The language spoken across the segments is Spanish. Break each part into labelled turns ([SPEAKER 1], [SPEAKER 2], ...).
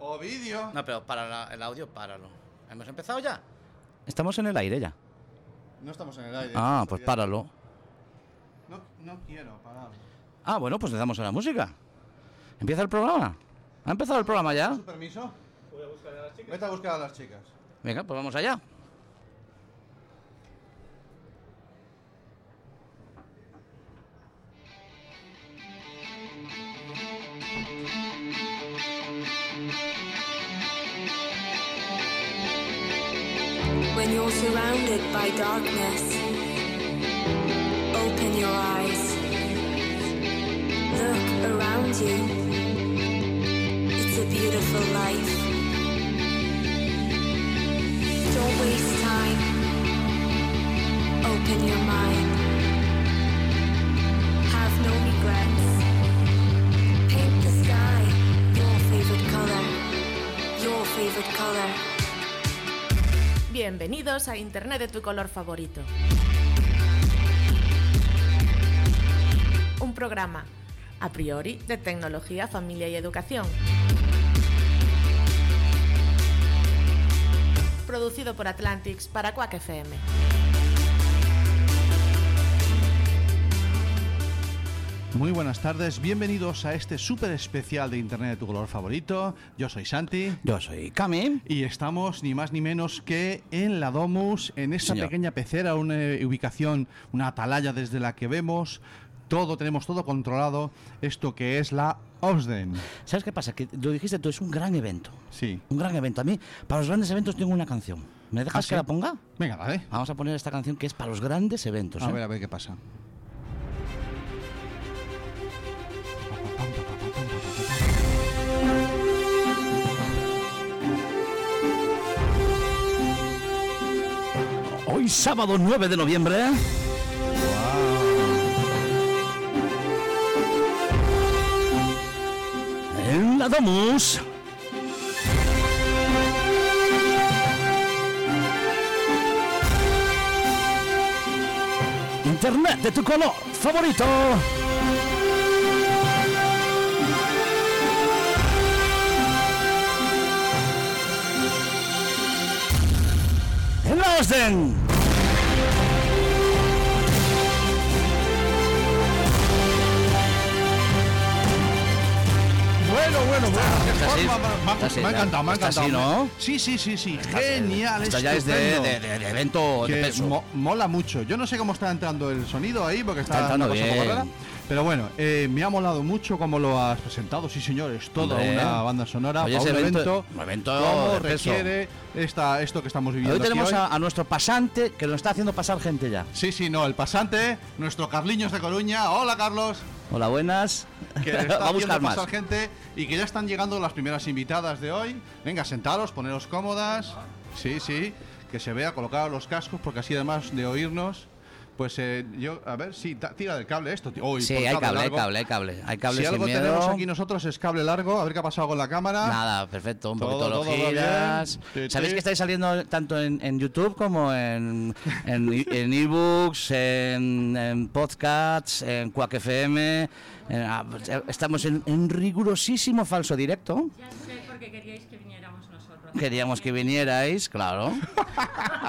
[SPEAKER 1] O vídeo.
[SPEAKER 2] No, pero para la- el audio, páralo. ¿Hemos empezado ya? Estamos en el aire ya.
[SPEAKER 1] No estamos en el aire.
[SPEAKER 2] Ah,
[SPEAKER 1] esto
[SPEAKER 2] pues
[SPEAKER 1] ya-
[SPEAKER 2] páralo.
[SPEAKER 1] No, no quiero parar.
[SPEAKER 2] Ah, bueno, pues le damos a la música. Empieza el programa. ¿Ha empezado el programa ya?
[SPEAKER 1] ¿Su permiso? Voy a buscar a las chicas.
[SPEAKER 2] Venga, pues vamos allá.
[SPEAKER 3] When you're surrounded by darkness, open your eyes. Look around you. It's a beautiful life. Don't waste time. Open your mind. Have no regrets. Paint the sky your favorite color. Your favorite color.
[SPEAKER 4] Bienvenidos a Internet de tu color favorito. Un programa, a priori, de tecnología, familia y educación. Producido por Atlantics para Quack FM.
[SPEAKER 1] Muy buenas tardes, bienvenidos a este súper especial de Internet de tu color favorito. Yo soy Santi.
[SPEAKER 2] Yo soy Cami.
[SPEAKER 1] Y estamos ni más ni menos que en la Domus, en esta
[SPEAKER 2] Señor.
[SPEAKER 1] pequeña pecera, una eh, ubicación, una atalaya desde la que vemos todo, tenemos todo controlado, esto que es la Osden.
[SPEAKER 2] ¿Sabes qué pasa? Que lo dijiste tú, es un gran evento.
[SPEAKER 1] Sí.
[SPEAKER 2] Un gran evento. A mí, para los grandes eventos tengo una canción. ¿Me dejas
[SPEAKER 1] ¿Ah, sí?
[SPEAKER 2] que la ponga?
[SPEAKER 1] Venga, vale.
[SPEAKER 2] Vamos a poner esta canción que es para los grandes eventos.
[SPEAKER 1] A
[SPEAKER 2] ¿eh?
[SPEAKER 1] ver, a ver qué pasa.
[SPEAKER 2] Hoy sábado 9 de noviembre. En la Domus. Internet de tu color favorito. En la Osden.
[SPEAKER 1] Bueno, bueno, bueno. qué
[SPEAKER 2] está así.
[SPEAKER 1] forma, va-
[SPEAKER 2] Está así,
[SPEAKER 1] va- Me ha
[SPEAKER 2] ya.
[SPEAKER 1] encantado, me ha
[SPEAKER 2] Está
[SPEAKER 1] encantado.
[SPEAKER 2] así, ¿no?
[SPEAKER 1] Sí, sí, sí, sí. Genial.
[SPEAKER 2] Esto ya es de, de-
[SPEAKER 1] estupendo.
[SPEAKER 2] de- de evento de
[SPEAKER 1] Que
[SPEAKER 2] peso.
[SPEAKER 1] mo- mola mucho. Yo no sé cómo está entrando el sonido ahí, porque está,
[SPEAKER 2] Está entrando
[SPEAKER 1] una cosa un poco
[SPEAKER 2] bien.
[SPEAKER 1] rara. Pero bueno, eh, me ha molado mucho como lo has presentado. Sí, señores, toda
[SPEAKER 2] Hombre.
[SPEAKER 1] una banda sonora
[SPEAKER 2] Oye,
[SPEAKER 1] para
[SPEAKER 2] ese
[SPEAKER 1] un
[SPEAKER 2] evento-
[SPEAKER 1] evento,
[SPEAKER 2] un evento
[SPEAKER 1] como
[SPEAKER 2] de peso.
[SPEAKER 1] requiere esta, esto que estamos viviendo.
[SPEAKER 2] Hoy
[SPEAKER 1] aquí
[SPEAKER 2] tenemos
[SPEAKER 1] hoy.
[SPEAKER 2] a, a nuestro pasante que nos está haciendo pasar gente ya.
[SPEAKER 1] Sí, sí, no, el pasante, nuestro Carliños de Coruña. Hola, Carlos.
[SPEAKER 2] Hola, buenas.
[SPEAKER 1] que le está
[SPEAKER 2] Va a buscar
[SPEAKER 1] haciendo
[SPEAKER 2] más.
[SPEAKER 1] pasar gente y que ya están llegando las primeras invitadas de hoy. Venga, sentaros, poneros cómodas. Sí, sí, que se vea, colocaros los cascos porque así además de oírnos, pues eh, yo, a ver, sí, ta- tira del cable esto. tío. Uy,
[SPEAKER 2] Sí,
[SPEAKER 1] por
[SPEAKER 2] hay cable, hay
[SPEAKER 1] largo.
[SPEAKER 2] cable, hay cable. Hay cable
[SPEAKER 1] si
[SPEAKER 2] sin
[SPEAKER 1] algo
[SPEAKER 2] miedo.
[SPEAKER 1] tenemos aquí nosotros es cable largo, a ver qué ha pasado con la cámara.
[SPEAKER 2] Nada, perfecto, un
[SPEAKER 1] Todo,
[SPEAKER 2] poquito lo
[SPEAKER 1] todo va
[SPEAKER 2] giras.
[SPEAKER 1] bien. Sí,
[SPEAKER 2] Sabéis
[SPEAKER 1] sí.
[SPEAKER 2] que estáis saliendo tanto en, en YouTube como en en i- en ebooks, en, en podcasts, en Quack FM. en- ah, estamos en, en rigurosísimo falso directo.
[SPEAKER 5] Ya sé por qué queríais que viniéramos nosotros.
[SPEAKER 2] Queríamos que vinierais, claro.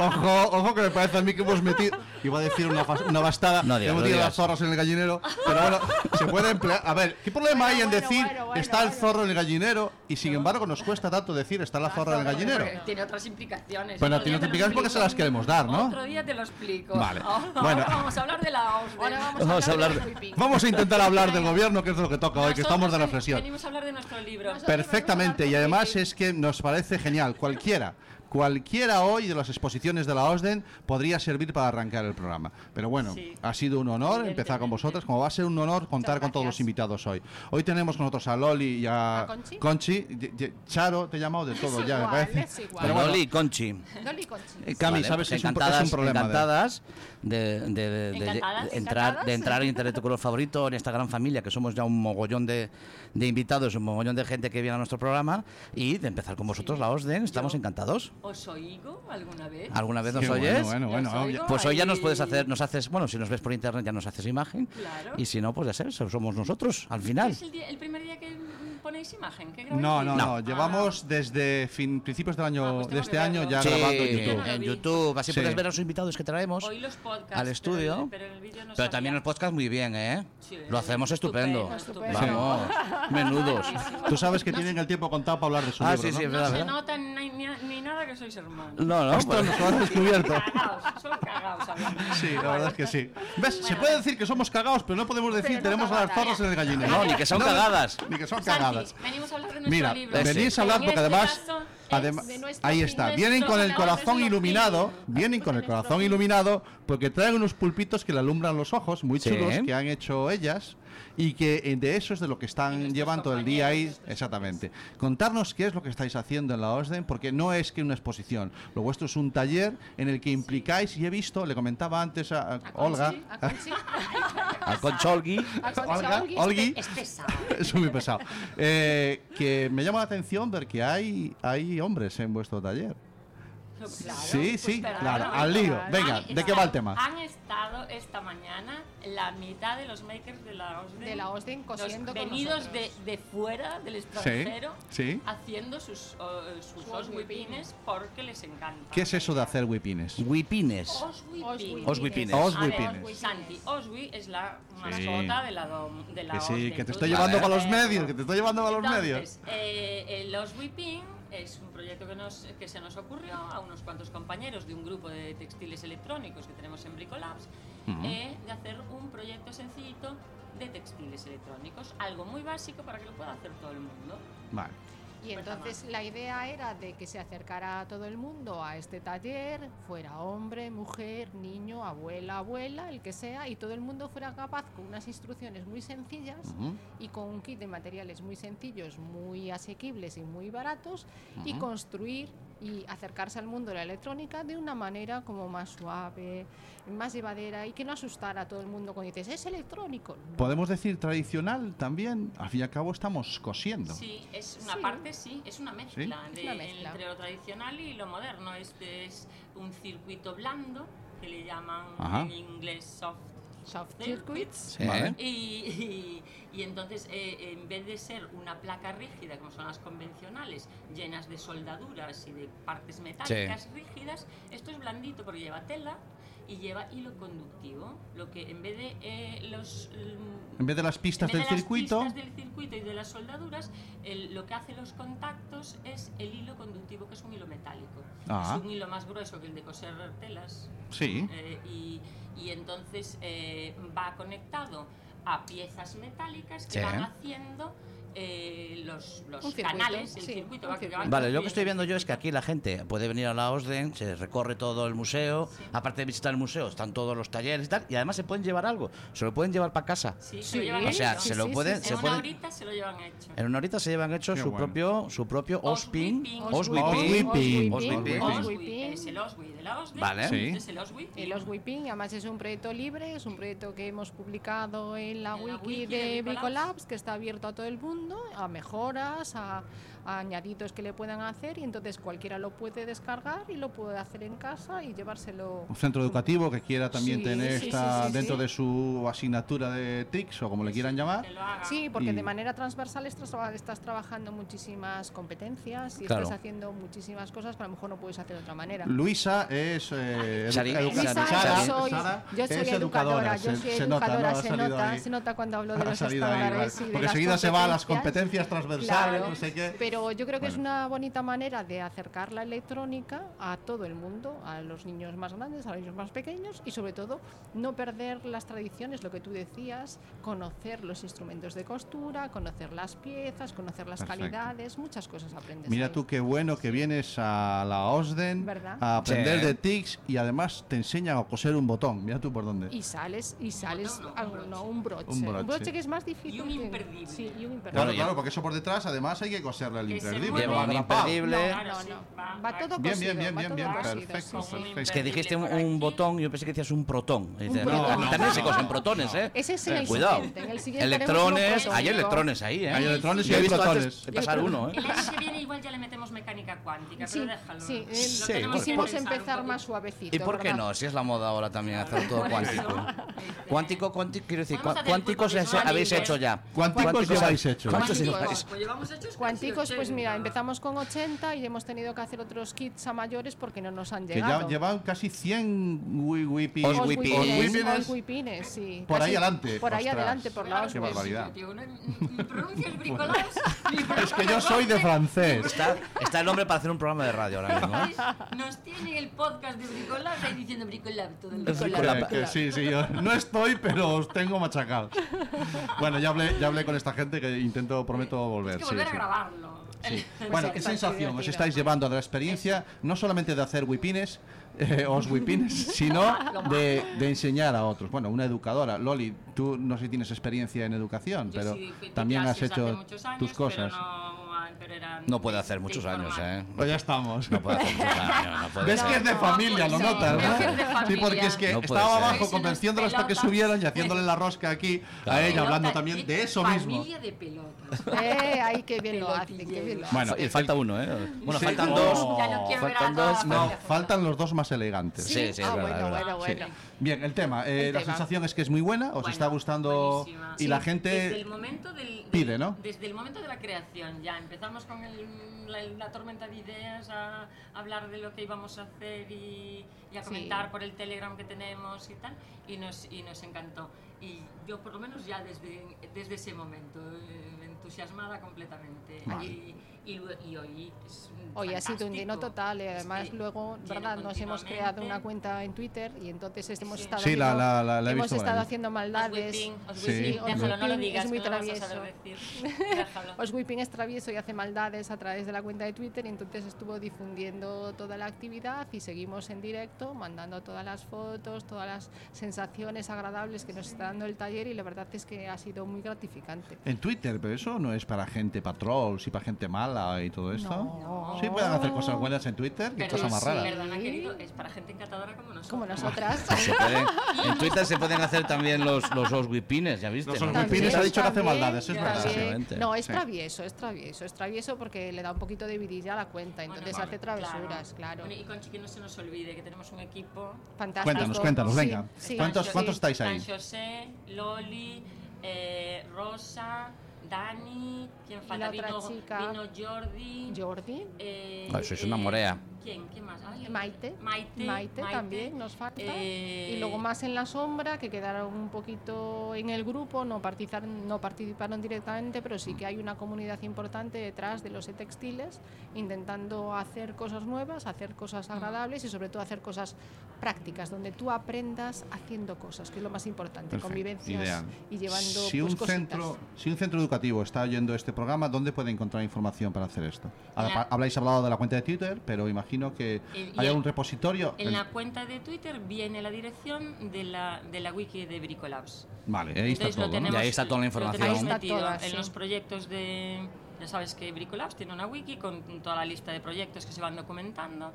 [SPEAKER 1] Ojo, ojo que me parece a mí que hemos metido. Iba a decir una, fas- una bastada.
[SPEAKER 2] No digas,
[SPEAKER 1] hemos
[SPEAKER 2] no
[SPEAKER 1] metido
[SPEAKER 2] digas.
[SPEAKER 1] las zorras en el gallinero. Pero bueno, se puede emplear. A ver, ¿qué problema hay en decir está el zorro en el gallinero? Y sin embargo, nos cuesta tanto decir está la zorra en el gallinero.
[SPEAKER 6] Porque Tiene otras implicaciones.
[SPEAKER 1] Bueno,
[SPEAKER 6] Otro
[SPEAKER 1] tiene
[SPEAKER 6] día
[SPEAKER 1] otras
[SPEAKER 6] te lo
[SPEAKER 1] implicaciones porque se las queremos dar,
[SPEAKER 6] explico.
[SPEAKER 1] ¿no?
[SPEAKER 6] Otro día te lo explico.
[SPEAKER 1] Vale.
[SPEAKER 6] Ahora
[SPEAKER 1] Bueno.
[SPEAKER 6] vamos a hablar de la OSDE.
[SPEAKER 5] Ahora vamos,
[SPEAKER 2] Vamos a
[SPEAKER 5] a hablar,
[SPEAKER 2] hablar
[SPEAKER 5] de Whipping.
[SPEAKER 1] Vamos a intentar hablar del gobierno, que es lo que toca hoy, que estamos de reflexión.
[SPEAKER 6] Venimos a hablar de nuestro libro.
[SPEAKER 1] Perfectamente, y además es que nos parece genial. Cualquiera, cualquiera hoy de las exposiciones de la OSDEN podría servir para arrancar el programa. Pero bueno,
[SPEAKER 6] Sí.
[SPEAKER 1] ha sido un honor empezar con vosotras, como va a ser un honor contar con todos los
[SPEAKER 5] gracias.
[SPEAKER 1] invitados hoy. Hoy tenemos con nosotros a Loli y a,
[SPEAKER 5] ¿A Conchi?
[SPEAKER 1] Ye- Ye- Charo, te he llamado de todo
[SPEAKER 5] Es
[SPEAKER 1] ya,
[SPEAKER 5] igual,
[SPEAKER 1] me parece.
[SPEAKER 5] es igual.
[SPEAKER 1] Pero bueno,
[SPEAKER 2] Loli y Conchi.
[SPEAKER 5] Dolly Conchi.
[SPEAKER 1] eh, Cami,
[SPEAKER 2] Vale,
[SPEAKER 1] sabes que
[SPEAKER 2] pues
[SPEAKER 1] es un, pro- es
[SPEAKER 2] encantadas,
[SPEAKER 1] un problema. ¿eh? de-
[SPEAKER 2] encantadas de, de- de- de- de
[SPEAKER 6] Encantadas,
[SPEAKER 2] entrar, de
[SPEAKER 5] encantadas.
[SPEAKER 2] entrar en Internet de tu color favorito, en esta gran familia, que somos ya un mogollón de, de invitados, un mogollón de gente que viene a nuestro programa, y de empezar con vosotros, la OSDEN, estamos encantados.
[SPEAKER 6] ¿Os oigo alguna vez?
[SPEAKER 2] ¿Alguna vez nos
[SPEAKER 1] Sí,
[SPEAKER 2] oyes?
[SPEAKER 1] Bueno, bueno,
[SPEAKER 6] Los
[SPEAKER 1] bueno.
[SPEAKER 6] oigo.
[SPEAKER 2] Pues hoy ya nos
[SPEAKER 6] Ay.
[SPEAKER 2] puedes hacer, nos haces, bueno, si nos ves por internet ya nos haces imagen,
[SPEAKER 6] Claro.
[SPEAKER 2] y si no, pues ya sabes, somos nosotros, al final.
[SPEAKER 6] Es el, día- el primer día que mm, ponéis imagen? ¿Qué grabáis
[SPEAKER 1] No, no,
[SPEAKER 6] vídeo?
[SPEAKER 1] no.
[SPEAKER 6] Ah.
[SPEAKER 1] Llevamos desde fin- principios del año,
[SPEAKER 6] Ah, pues
[SPEAKER 1] de
[SPEAKER 6] tengo
[SPEAKER 1] este
[SPEAKER 6] que
[SPEAKER 1] año
[SPEAKER 6] verlo.
[SPEAKER 1] ya
[SPEAKER 6] Sí.
[SPEAKER 1] grabando en YouTube.
[SPEAKER 6] Yo no lo
[SPEAKER 2] en
[SPEAKER 6] vi.
[SPEAKER 2] YouTube. Así
[SPEAKER 1] Sí.
[SPEAKER 2] podrás ver a los invitados que traemos.
[SPEAKER 6] Oí los podcasts.
[SPEAKER 2] al
[SPEAKER 6] pero-
[SPEAKER 2] estudio.
[SPEAKER 6] Pero, el vídeo no
[SPEAKER 2] eh, Pero también
[SPEAKER 6] salía.
[SPEAKER 2] los podcasts muy bien, ¿eh?
[SPEAKER 6] Sí.
[SPEAKER 2] Lo hacemos estupendo.
[SPEAKER 6] Estupendo,
[SPEAKER 1] estupendo.
[SPEAKER 2] Vamos, menudos.
[SPEAKER 1] Tú sabes que tienen el tiempo contado para hablar de su
[SPEAKER 2] Ah,
[SPEAKER 1] libro,
[SPEAKER 2] sí, sí, es
[SPEAKER 1] ¿no?
[SPEAKER 2] verdad.
[SPEAKER 6] No se
[SPEAKER 2] ¿verdad?
[SPEAKER 6] nota ni, ni- ni nada que sois hermanos.
[SPEAKER 2] No, pues- no,
[SPEAKER 1] Esto nos lo has descubierto.
[SPEAKER 6] Cagaos, son cagaos hablando.
[SPEAKER 1] Sí, la verdad es que sí. ¿Ves? Se puede decir que somos cagados, pero no podemos decir
[SPEAKER 4] no
[SPEAKER 1] tenemos a las
[SPEAKER 4] cagadas.
[SPEAKER 1] zorras en el gallinero.
[SPEAKER 2] No, ni que son cagadas.
[SPEAKER 1] Ni que son
[SPEAKER 6] Santis,
[SPEAKER 1] cagadas.
[SPEAKER 6] venimos a hablar de nuestro
[SPEAKER 1] Mira,
[SPEAKER 6] libro.
[SPEAKER 2] Ese.
[SPEAKER 1] venís a hablar porque
[SPEAKER 6] En este
[SPEAKER 1] además,
[SPEAKER 6] caso,
[SPEAKER 1] adem-
[SPEAKER 6] es de nuestro
[SPEAKER 1] ahí
[SPEAKER 6] fin,
[SPEAKER 1] está,
[SPEAKER 6] nuestro
[SPEAKER 1] vienen con el
[SPEAKER 6] fundador,
[SPEAKER 1] corazón
[SPEAKER 6] es el
[SPEAKER 1] iluminado,
[SPEAKER 6] optimismo.
[SPEAKER 1] vienen con el corazón iluminado porque traen unos pulpitos que le alumbran los ojos, muy
[SPEAKER 2] Sí.
[SPEAKER 1] chulos, que han hecho ellas y que eh, de eso es de lo que están
[SPEAKER 6] nuestros
[SPEAKER 1] llevando todo el día ahí,
[SPEAKER 6] compañeros, nuestros
[SPEAKER 1] exactamente. Contarnos qué es lo que estáis haciendo en la OSDEN porque no es que una exposición, lo vuestro es un taller en el que implicáis y he visto, le comentaba antes a, a Olga,
[SPEAKER 7] A Conchi,
[SPEAKER 2] Al Concholgui.
[SPEAKER 7] a Conchi
[SPEAKER 1] Olga,
[SPEAKER 7] Olgui,
[SPEAKER 1] Olgui.
[SPEAKER 7] Es pesado.
[SPEAKER 1] es muy pesado. Eh, que me llama la atención ver que hay, hay hombres en vuestro taller.
[SPEAKER 6] Claro,
[SPEAKER 1] sí,
[SPEAKER 6] pues
[SPEAKER 1] sí,
[SPEAKER 6] claro,
[SPEAKER 1] claro, al lío. Venga,
[SPEAKER 6] Han
[SPEAKER 1] ¿de qué va el
[SPEAKER 6] estado-
[SPEAKER 1] tema?
[SPEAKER 6] Han estado esta mañana la mitad de los makers de la OSDEN.
[SPEAKER 7] De la OSDEN
[SPEAKER 6] los
[SPEAKER 7] cosiendo con
[SPEAKER 6] venidos de,
[SPEAKER 7] nosotros.
[SPEAKER 6] de fuera, del extranjero,
[SPEAKER 1] sí.
[SPEAKER 6] haciendo sus, eh, sus
[SPEAKER 7] Sus
[SPEAKER 6] oswipines porque les encanta.
[SPEAKER 1] ¿Qué es eso de hacer whipines?
[SPEAKER 2] Whipines.
[SPEAKER 6] Oswipines.
[SPEAKER 7] Os
[SPEAKER 2] whipines.
[SPEAKER 1] Os
[SPEAKER 6] A ver,
[SPEAKER 1] whipines.
[SPEAKER 6] Santi, Oswi es la mascota de la dom- de la
[SPEAKER 1] Que sí,
[SPEAKER 6] OSDEN.
[SPEAKER 1] que te estoy
[SPEAKER 2] Vale.
[SPEAKER 1] llevando con los
[SPEAKER 6] Eh,
[SPEAKER 1] medios, que te estoy llevando con los medios.
[SPEAKER 6] Entonces, eh, el Oswi Pin es un proyecto que, nos, que se nos ocurrió a unos cuantos compañeros de un grupo de textiles electrónicos que tenemos en Bricolabs, eh, de hacer un proyecto sencillito de textiles electrónicos, algo muy básico para que lo pueda hacer todo el mundo.
[SPEAKER 1] Vale.
[SPEAKER 7] Y entonces la idea era de que se acercara todo el mundo a este taller, fuera hombre, mujer, niño, abuela, abuela, el que sea, y todo el mundo fuera capaz con unas instrucciones muy sencillas
[SPEAKER 1] Ujú.
[SPEAKER 7] y con un kit de materiales muy sencillos, muy asequibles y muy baratos, y construir y acercarse al mundo de la electrónica de una manera como más suave, más llevadera y que no asustara a todo el mundo cuando dices, es electrónico.
[SPEAKER 1] Podemos decir tradicional también, al fin y al cabo estamos cosiendo.
[SPEAKER 6] Sí, es una
[SPEAKER 7] Sí.
[SPEAKER 6] parte, sí, es una mezcla,
[SPEAKER 7] Es
[SPEAKER 6] de-
[SPEAKER 7] una mezcla.
[SPEAKER 6] entre lo tradicional y lo moderno. Este es un circuito blando que le llaman
[SPEAKER 1] Ajá.
[SPEAKER 6] en inglés soft
[SPEAKER 7] Soft circuits.
[SPEAKER 6] circuits.
[SPEAKER 2] Sí.
[SPEAKER 1] Vale.
[SPEAKER 6] Y, y- y entonces, eh, en vez de ser una placa rígida, como son las convencionales, llenas de soldaduras y de partes metálicas rígidas, esto es blandito porque lleva tela y lleva hilo conductivo, lo que en vez de eh, los... mm,
[SPEAKER 1] En vez de las pistas
[SPEAKER 6] en
[SPEAKER 1] del
[SPEAKER 6] vez de las
[SPEAKER 1] circuito,
[SPEAKER 6] pistas del circuito y de las soldaduras, el- lo que hace los contactos es el hilo conductivo, que es un hilo metálico.
[SPEAKER 1] Ah.
[SPEAKER 6] Es un hilo más grueso que el de coser telas.
[SPEAKER 1] sí.
[SPEAKER 6] eh, y, y entonces eh, va conectado a piezas metálicas que
[SPEAKER 2] Sí.
[SPEAKER 6] van haciendo eh, los, los
[SPEAKER 7] Un circuito,
[SPEAKER 6] canales, el
[SPEAKER 7] sí,
[SPEAKER 6] circuito.
[SPEAKER 7] un
[SPEAKER 6] va- que
[SPEAKER 7] circuito.
[SPEAKER 6] van
[SPEAKER 2] Vale, lo
[SPEAKER 6] construyendo
[SPEAKER 2] que estoy viendo
[SPEAKER 6] el
[SPEAKER 2] yo es que
[SPEAKER 6] circuito.
[SPEAKER 2] aquí la gente puede venir a la OSDEN, se recorre todo el museo, aparte de visitar el museo, están todos los talleres y tal, y además se pueden llevar algo, se lo pueden llevar para casa.
[SPEAKER 6] Sí, se
[SPEAKER 7] Sí,
[SPEAKER 6] lo llevan
[SPEAKER 2] O sea,
[SPEAKER 6] hecho.
[SPEAKER 2] se lo
[SPEAKER 7] sí,
[SPEAKER 2] pueden...
[SPEAKER 7] sí,
[SPEAKER 6] En
[SPEAKER 2] se
[SPEAKER 6] una
[SPEAKER 2] pueden-
[SPEAKER 6] horita se lo llevan hecho.
[SPEAKER 2] En una horita se llevan hecho
[SPEAKER 1] Qué
[SPEAKER 2] su
[SPEAKER 1] bueno.
[SPEAKER 2] propio su propio ospin,
[SPEAKER 6] Ospin.
[SPEAKER 2] oswipin,
[SPEAKER 1] Ospin. Oswiping. Oswiping.
[SPEAKER 7] Oswiping.
[SPEAKER 6] Oswi, es el Oswi de la Oswi.
[SPEAKER 2] Vale.
[SPEAKER 1] Sí.
[SPEAKER 6] Es el Oswi.
[SPEAKER 7] El Oswiping, además es un proyecto libre, es un proyecto que hemos publicado en la,
[SPEAKER 6] En la
[SPEAKER 7] wiki,
[SPEAKER 6] wiki de
[SPEAKER 7] de
[SPEAKER 6] Bricolabs.
[SPEAKER 7] Bricolabs, que está abierto a todo el mundo, a mejoras, a, a añadidos que le puedan hacer, y entonces cualquiera lo puede descargar y lo puede hacer en casa y llevárselo.
[SPEAKER 1] Un centro educativo que quiera también
[SPEAKER 7] Sí,
[SPEAKER 1] tener
[SPEAKER 7] sí,
[SPEAKER 1] esta
[SPEAKER 7] sí, sí, sí.
[SPEAKER 1] dentro de su asignatura de TICS o como le quieran llamar.
[SPEAKER 6] Que lo haga.
[SPEAKER 7] Sí, porque
[SPEAKER 1] Y-
[SPEAKER 7] de manera transversal estás, traba- estás trabajando muchísimas competencias y
[SPEAKER 2] Claro.
[SPEAKER 7] estás haciendo muchísimas cosas que a lo mejor no puedes hacer de otra manera.
[SPEAKER 1] Luisa es eh,
[SPEAKER 2] Sari-
[SPEAKER 1] educa-
[SPEAKER 2] Luisa,
[SPEAKER 1] educa-
[SPEAKER 7] Luisa,
[SPEAKER 2] Sara-
[SPEAKER 7] yo soy,
[SPEAKER 1] Sara
[SPEAKER 7] yo soy
[SPEAKER 1] es
[SPEAKER 7] educadora, yo
[SPEAKER 1] se-
[SPEAKER 7] soy
[SPEAKER 1] se nota,
[SPEAKER 7] educadora,
[SPEAKER 1] ¿no? Ha
[SPEAKER 7] se
[SPEAKER 1] salido
[SPEAKER 7] nota,
[SPEAKER 1] ahí.
[SPEAKER 7] se nota cuando hablo
[SPEAKER 1] Ha
[SPEAKER 7] de los
[SPEAKER 1] salido ahí, vale.
[SPEAKER 7] estándares y de
[SPEAKER 1] Porque
[SPEAKER 7] las
[SPEAKER 1] enseguida se va a las
[SPEAKER 7] competencias.
[SPEAKER 1] competencias transversales,
[SPEAKER 7] Claro.
[SPEAKER 1] no sé qué.
[SPEAKER 7] Pero yo creo que es
[SPEAKER 1] Bueno.
[SPEAKER 7] una bonita manera de acercar la electrónica a todo el mundo, a los niños más grandes, a los niños más pequeños y sobre todo no perder las tradiciones, lo que tú decías, conocer los instrumentos de costura, conocer las piezas, conocer las
[SPEAKER 1] Perfecto.
[SPEAKER 7] calidades, muchas cosas aprendes.
[SPEAKER 1] Mira
[SPEAKER 7] ahí.
[SPEAKER 1] tú qué bueno que vienes a la OSDEN
[SPEAKER 7] ¿Verdad?
[SPEAKER 1] a aprender
[SPEAKER 2] Sí.
[SPEAKER 1] de TICS y además te enseñan a coser un botón. Mira tú por dónde.
[SPEAKER 7] Y sales, y sales
[SPEAKER 6] botón,
[SPEAKER 7] a-
[SPEAKER 6] no, un
[SPEAKER 7] no, un broche.
[SPEAKER 1] Un broche.
[SPEAKER 7] que es más difícil.
[SPEAKER 6] Y un
[SPEAKER 7] que-
[SPEAKER 6] imperdible.
[SPEAKER 7] Sí, y un imperdible.
[SPEAKER 1] Claro,
[SPEAKER 2] Bueno,
[SPEAKER 1] claro, porque eso por detrás además hay que coserle el
[SPEAKER 6] Que se
[SPEAKER 1] imperdible.
[SPEAKER 6] mueva.
[SPEAKER 1] lo
[SPEAKER 2] lleva un
[SPEAKER 1] agrapado.
[SPEAKER 2] imperdible.
[SPEAKER 6] Claro,
[SPEAKER 7] No,
[SPEAKER 6] sí,
[SPEAKER 7] no,
[SPEAKER 6] va-
[SPEAKER 7] va, todo
[SPEAKER 1] Bien,
[SPEAKER 7] cosido,
[SPEAKER 1] bien, bien,
[SPEAKER 7] va
[SPEAKER 1] bien,
[SPEAKER 7] todo
[SPEAKER 1] bien,
[SPEAKER 7] cosido,
[SPEAKER 1] perfecto,
[SPEAKER 7] sí, sí.
[SPEAKER 6] perfecto.
[SPEAKER 2] Es que dijiste un, un botón y yo pensé que decías un protón. Y dices,
[SPEAKER 7] Un
[SPEAKER 2] no,
[SPEAKER 7] protón.
[SPEAKER 2] también se
[SPEAKER 1] No,
[SPEAKER 2] cosen
[SPEAKER 1] no,
[SPEAKER 2] protones, ¿eh?
[SPEAKER 7] Ese es en el
[SPEAKER 2] Cuidado.
[SPEAKER 7] siguiente. En el siguiente haremos
[SPEAKER 2] Electrones,
[SPEAKER 7] uno
[SPEAKER 2] hay
[SPEAKER 7] protótipo.
[SPEAKER 2] electrones ahí, ¿eh?
[SPEAKER 1] Hay electrones y
[SPEAKER 2] Yo he
[SPEAKER 1] hay
[SPEAKER 2] visto antes
[SPEAKER 1] botones.
[SPEAKER 2] de pasar uno, ¿eh?
[SPEAKER 6] El año que viene igual ya le metemos mecánica cuántica,
[SPEAKER 7] Sí,
[SPEAKER 6] pero déjalo.
[SPEAKER 7] sí,
[SPEAKER 6] Lo
[SPEAKER 7] el-
[SPEAKER 6] tenemos
[SPEAKER 7] quisimos
[SPEAKER 6] pensar un
[SPEAKER 7] empezar
[SPEAKER 6] poquito.
[SPEAKER 7] más suavecito.
[SPEAKER 2] ¿Y por qué
[SPEAKER 7] ¿verdad?
[SPEAKER 2] no? Si es la moda ahora también hacer todo
[SPEAKER 6] Por eso,
[SPEAKER 2] cuántico.
[SPEAKER 6] este,
[SPEAKER 2] Cuántico, cuántico, quiero decir,
[SPEAKER 6] Vamos a
[SPEAKER 2] cua-
[SPEAKER 6] hacer
[SPEAKER 2] cuánticos
[SPEAKER 6] fútbol
[SPEAKER 2] es- habéis
[SPEAKER 6] profesional,
[SPEAKER 2] hecho
[SPEAKER 6] ¿eh?
[SPEAKER 2] ya.
[SPEAKER 1] ¿Cuánticos lleváis hecho?
[SPEAKER 2] ¿Cuántos
[SPEAKER 7] Cuánticos.
[SPEAKER 2] lleváis?
[SPEAKER 6] pues llevamos hechos casi
[SPEAKER 7] Cuánticos, pues
[SPEAKER 6] 80.
[SPEAKER 7] mira, empezamos con 80 y hemos tenido que hacer otros kits a mayores porque no nos han
[SPEAKER 1] Que ya
[SPEAKER 7] llegado.
[SPEAKER 1] llevan casi 100 wi- wipi-
[SPEAKER 2] Os
[SPEAKER 7] Os
[SPEAKER 2] wipines.
[SPEAKER 1] os
[SPEAKER 7] wipines,
[SPEAKER 1] wipines.
[SPEAKER 7] os wipines, sí.
[SPEAKER 1] Por ahí
[SPEAKER 7] Casi-
[SPEAKER 1] adelante,
[SPEAKER 7] Por ahí
[SPEAKER 1] ostras.
[SPEAKER 7] adelante, por la
[SPEAKER 1] Qué
[SPEAKER 7] osmos.
[SPEAKER 1] barbaridad.
[SPEAKER 6] Tío, no, ni pronuncias bricolaos, ni
[SPEAKER 1] Es que yo soy de francés.
[SPEAKER 2] Está, está el hombre para hacer un programa de radio ahora mismo. ¿eh?
[SPEAKER 6] Nos tiene el podcast de bricolab ahí diciendo bricolab todo el
[SPEAKER 2] Es
[SPEAKER 6] día.
[SPEAKER 1] Que-
[SPEAKER 2] la-
[SPEAKER 1] que sí, sí, yo no estoy, pero os tengo machacados. Bueno, ya hablé, ya hablé con esta gente que intento, prometo volver.
[SPEAKER 6] Es que
[SPEAKER 1] sí,
[SPEAKER 6] volver a
[SPEAKER 1] sí.
[SPEAKER 6] grabarlo.
[SPEAKER 1] Sí.
[SPEAKER 7] Pues
[SPEAKER 6] Pues
[SPEAKER 1] Bueno, ¿qué
[SPEAKER 7] está
[SPEAKER 1] sensación os
[SPEAKER 7] divertido.
[SPEAKER 1] estáis llevando de la experiencia? No solamente de hacer whipines, eh, os whipines, sino de, de enseñar a otros. Bueno, una educadora. Loli, tú no sé si tienes experiencia en educación,
[SPEAKER 6] Yo
[SPEAKER 1] pero
[SPEAKER 6] sí fui de
[SPEAKER 1] también has
[SPEAKER 6] clases hace
[SPEAKER 1] hecho
[SPEAKER 6] muchos años,
[SPEAKER 1] tus cosas.
[SPEAKER 6] Pero no, pero eran
[SPEAKER 2] No puede
[SPEAKER 6] de-
[SPEAKER 2] hacer
[SPEAKER 6] de
[SPEAKER 2] muchos años,
[SPEAKER 6] informal.
[SPEAKER 2] ¿eh?
[SPEAKER 1] Pues ya estamos.
[SPEAKER 2] No puede hacer muchos años. No puede
[SPEAKER 1] ¿Ves
[SPEAKER 2] ser.
[SPEAKER 1] que es de
[SPEAKER 6] no,
[SPEAKER 1] familia? Lo
[SPEAKER 6] pues sí,
[SPEAKER 1] notas,
[SPEAKER 6] veo que es de
[SPEAKER 1] ¿verdad? Sí,
[SPEAKER 6] familia.
[SPEAKER 1] porque es que
[SPEAKER 2] No puede
[SPEAKER 1] estaba
[SPEAKER 2] ser.
[SPEAKER 1] abajo
[SPEAKER 6] Sois unos
[SPEAKER 1] convenciéndolas para que
[SPEAKER 6] pelotas.
[SPEAKER 1] subieran y haciéndole la rosca aquí a
[SPEAKER 2] Claro.
[SPEAKER 1] ella, hablando
[SPEAKER 6] Pelota, eh,
[SPEAKER 1] también de eso
[SPEAKER 6] familia
[SPEAKER 1] mismo.
[SPEAKER 6] de pelotas.
[SPEAKER 7] Eh, ahí qué bien lo hacen, qué bien lo
[SPEAKER 6] Pelotilleros.
[SPEAKER 7] hacen.
[SPEAKER 1] Bueno,
[SPEAKER 2] Y falta uno, ¿eh? Bueno,
[SPEAKER 1] Sí.
[SPEAKER 2] faltan
[SPEAKER 1] Oh.
[SPEAKER 2] dos.
[SPEAKER 6] Ya no quiero ver a
[SPEAKER 2] faltan
[SPEAKER 6] toda la
[SPEAKER 2] dos,
[SPEAKER 1] No,
[SPEAKER 6] familia junta.
[SPEAKER 1] faltan los dos más elegantes.
[SPEAKER 2] Sí, sí, es
[SPEAKER 7] ah,
[SPEAKER 2] verdad, es
[SPEAKER 7] bueno,
[SPEAKER 2] verdad.
[SPEAKER 7] bueno, bueno.
[SPEAKER 1] Sí. Bien, el tema, eh,
[SPEAKER 7] El
[SPEAKER 1] la
[SPEAKER 7] tema.
[SPEAKER 1] sensación es que es muy buena, os
[SPEAKER 6] Bueno,
[SPEAKER 1] está gustando
[SPEAKER 6] buenísima.
[SPEAKER 1] y
[SPEAKER 6] Sí,
[SPEAKER 1] la gente...
[SPEAKER 6] desde el momento del, del-
[SPEAKER 1] pide, ¿no?
[SPEAKER 6] Desde el momento de la creación, ya empezamos con el- la, la tormenta de ideas, a, hablar de lo que íbamos a hacer y, y a
[SPEAKER 7] Sí.
[SPEAKER 6] comentar por el Telegram que tenemos y tal, y nos, y nos encantó. Y yo por lo menos ya desde, desde ese momento, eh, entusiasmada completamente.
[SPEAKER 1] Vale.
[SPEAKER 6] Y, y lue- y hoy es
[SPEAKER 7] Hoy ha sido un lleno
[SPEAKER 6] fantástico.
[SPEAKER 7] total y
[SPEAKER 6] Es
[SPEAKER 7] además
[SPEAKER 6] que
[SPEAKER 7] luego,
[SPEAKER 6] lleno
[SPEAKER 7] ¿verdad? Nos hemos creado una
[SPEAKER 6] continuamente.
[SPEAKER 7] cuenta en Twitter y entonces hemos
[SPEAKER 6] Sí.
[SPEAKER 7] estado
[SPEAKER 1] Sí, la-
[SPEAKER 7] haciendo-
[SPEAKER 1] la- la- la he
[SPEAKER 7] hemos
[SPEAKER 1] visto por
[SPEAKER 7] estado
[SPEAKER 1] ahí.
[SPEAKER 7] haciendo
[SPEAKER 6] Os
[SPEAKER 7] maldades.
[SPEAKER 6] whipping, os
[SPEAKER 1] Sí,
[SPEAKER 6] whipping,
[SPEAKER 1] os
[SPEAKER 6] déjalo, no lo
[SPEAKER 7] whipping,
[SPEAKER 6] digas,
[SPEAKER 7] es muy
[SPEAKER 6] que no lo vas a saber
[SPEAKER 7] travieso.
[SPEAKER 6] decir. Déjalo.
[SPEAKER 7] Oswiping es travieso y hace maldades a través de la cuenta de Twitter y entonces estuvo difundiendo toda la actividad y seguimos en directo mandando todas las fotos, todas las sensaciones agradables que nos está dando el taller y la verdad es que ha sido muy gratificante.
[SPEAKER 1] En Twitter, pero eso no es para gente para trolls y para gente mala y todo esto.
[SPEAKER 7] No.
[SPEAKER 1] Sí, pueden hacer cosas buenas en Twitter, que
[SPEAKER 6] Pero
[SPEAKER 1] cosas más
[SPEAKER 6] sí,
[SPEAKER 1] raras.
[SPEAKER 6] Perdona, querido, es para gente encantadora como nosotros.
[SPEAKER 7] Mm. Como nosotras.
[SPEAKER 2] Se pueden- en Twitter se pueden hacer también los, los oswipines, ¿ya viste?
[SPEAKER 1] Los
[SPEAKER 2] ¿no?
[SPEAKER 1] oswipines Pines ha dicho que hace maldades,
[SPEAKER 6] es
[SPEAKER 1] verdad.
[SPEAKER 2] Básicamente.
[SPEAKER 7] No, es
[SPEAKER 1] Sí.
[SPEAKER 7] travieso, es travieso, es travieso porque le da un poquito de vidilla a la cuenta,
[SPEAKER 6] Bueno,
[SPEAKER 7] entonces
[SPEAKER 6] vale,
[SPEAKER 7] hace travesuras, claro.
[SPEAKER 6] Bueno, y Conchi, que no se nos olvide que tenemos un equipo.
[SPEAKER 7] Fantástico.
[SPEAKER 1] Cuéntanos, cuéntanos,
[SPEAKER 7] Sí,
[SPEAKER 1] venga.
[SPEAKER 7] sí,
[SPEAKER 1] ¿Cuántos-
[SPEAKER 7] sí.
[SPEAKER 1] cuántos estáis ahí?
[SPEAKER 6] San José, Loli, eh, Rosa, Dani, ¿quién falta?
[SPEAKER 7] otra
[SPEAKER 6] vino,
[SPEAKER 7] chica.
[SPEAKER 6] vino Jordi.
[SPEAKER 7] Jordi,
[SPEAKER 6] eh,
[SPEAKER 2] Ah, sois una
[SPEAKER 6] eh,
[SPEAKER 2] morea.
[SPEAKER 6] ¿Quién? ¿Quién más? Ay,
[SPEAKER 7] Maite,
[SPEAKER 6] Maite.
[SPEAKER 7] también nos falta.
[SPEAKER 6] eh,
[SPEAKER 7] y luego más en la sombra, que quedaron un poquito en el grupo, no participaron, no participaron directamente, pero sí que hay una comunidad importante detrás de los e-textiles, intentando hacer cosas nuevas, hacer
[SPEAKER 6] Mm.
[SPEAKER 7] cosas agradables y sobre todo hacer cosas prácticas, donde tú aprendas haciendo cosas, que es lo más importante,
[SPEAKER 1] Perfecto,
[SPEAKER 7] convivencias
[SPEAKER 1] ideal.
[SPEAKER 7] y llevando
[SPEAKER 1] si
[SPEAKER 7] pues,
[SPEAKER 1] un
[SPEAKER 7] cositas.
[SPEAKER 1] centro si un centro educativo está oyendo este programa dónde puede encontrar información para hacer esto Ahora,
[SPEAKER 6] La-
[SPEAKER 1] pa- habláis hablado de la cuenta de Twitter pero imagino que
[SPEAKER 6] El- y
[SPEAKER 1] hay
[SPEAKER 6] el-
[SPEAKER 1] algún repositorio
[SPEAKER 6] En
[SPEAKER 1] El-
[SPEAKER 6] la cuenta de Twitter viene la dirección de la, de la wiki de Bricolabs.
[SPEAKER 1] vale ahí está
[SPEAKER 6] Entonces lo
[SPEAKER 1] todo ¿no?
[SPEAKER 6] tenemos-
[SPEAKER 2] Y ahí está toda la
[SPEAKER 6] lo
[SPEAKER 2] información.
[SPEAKER 6] tenemos
[SPEAKER 7] Ahí está
[SPEAKER 6] metido
[SPEAKER 7] toda,
[SPEAKER 6] en
[SPEAKER 7] sí.
[SPEAKER 6] los proyectos de. Ya sabes que Bricolabs tiene una wiki con toda la lista de proyectos que se van documentando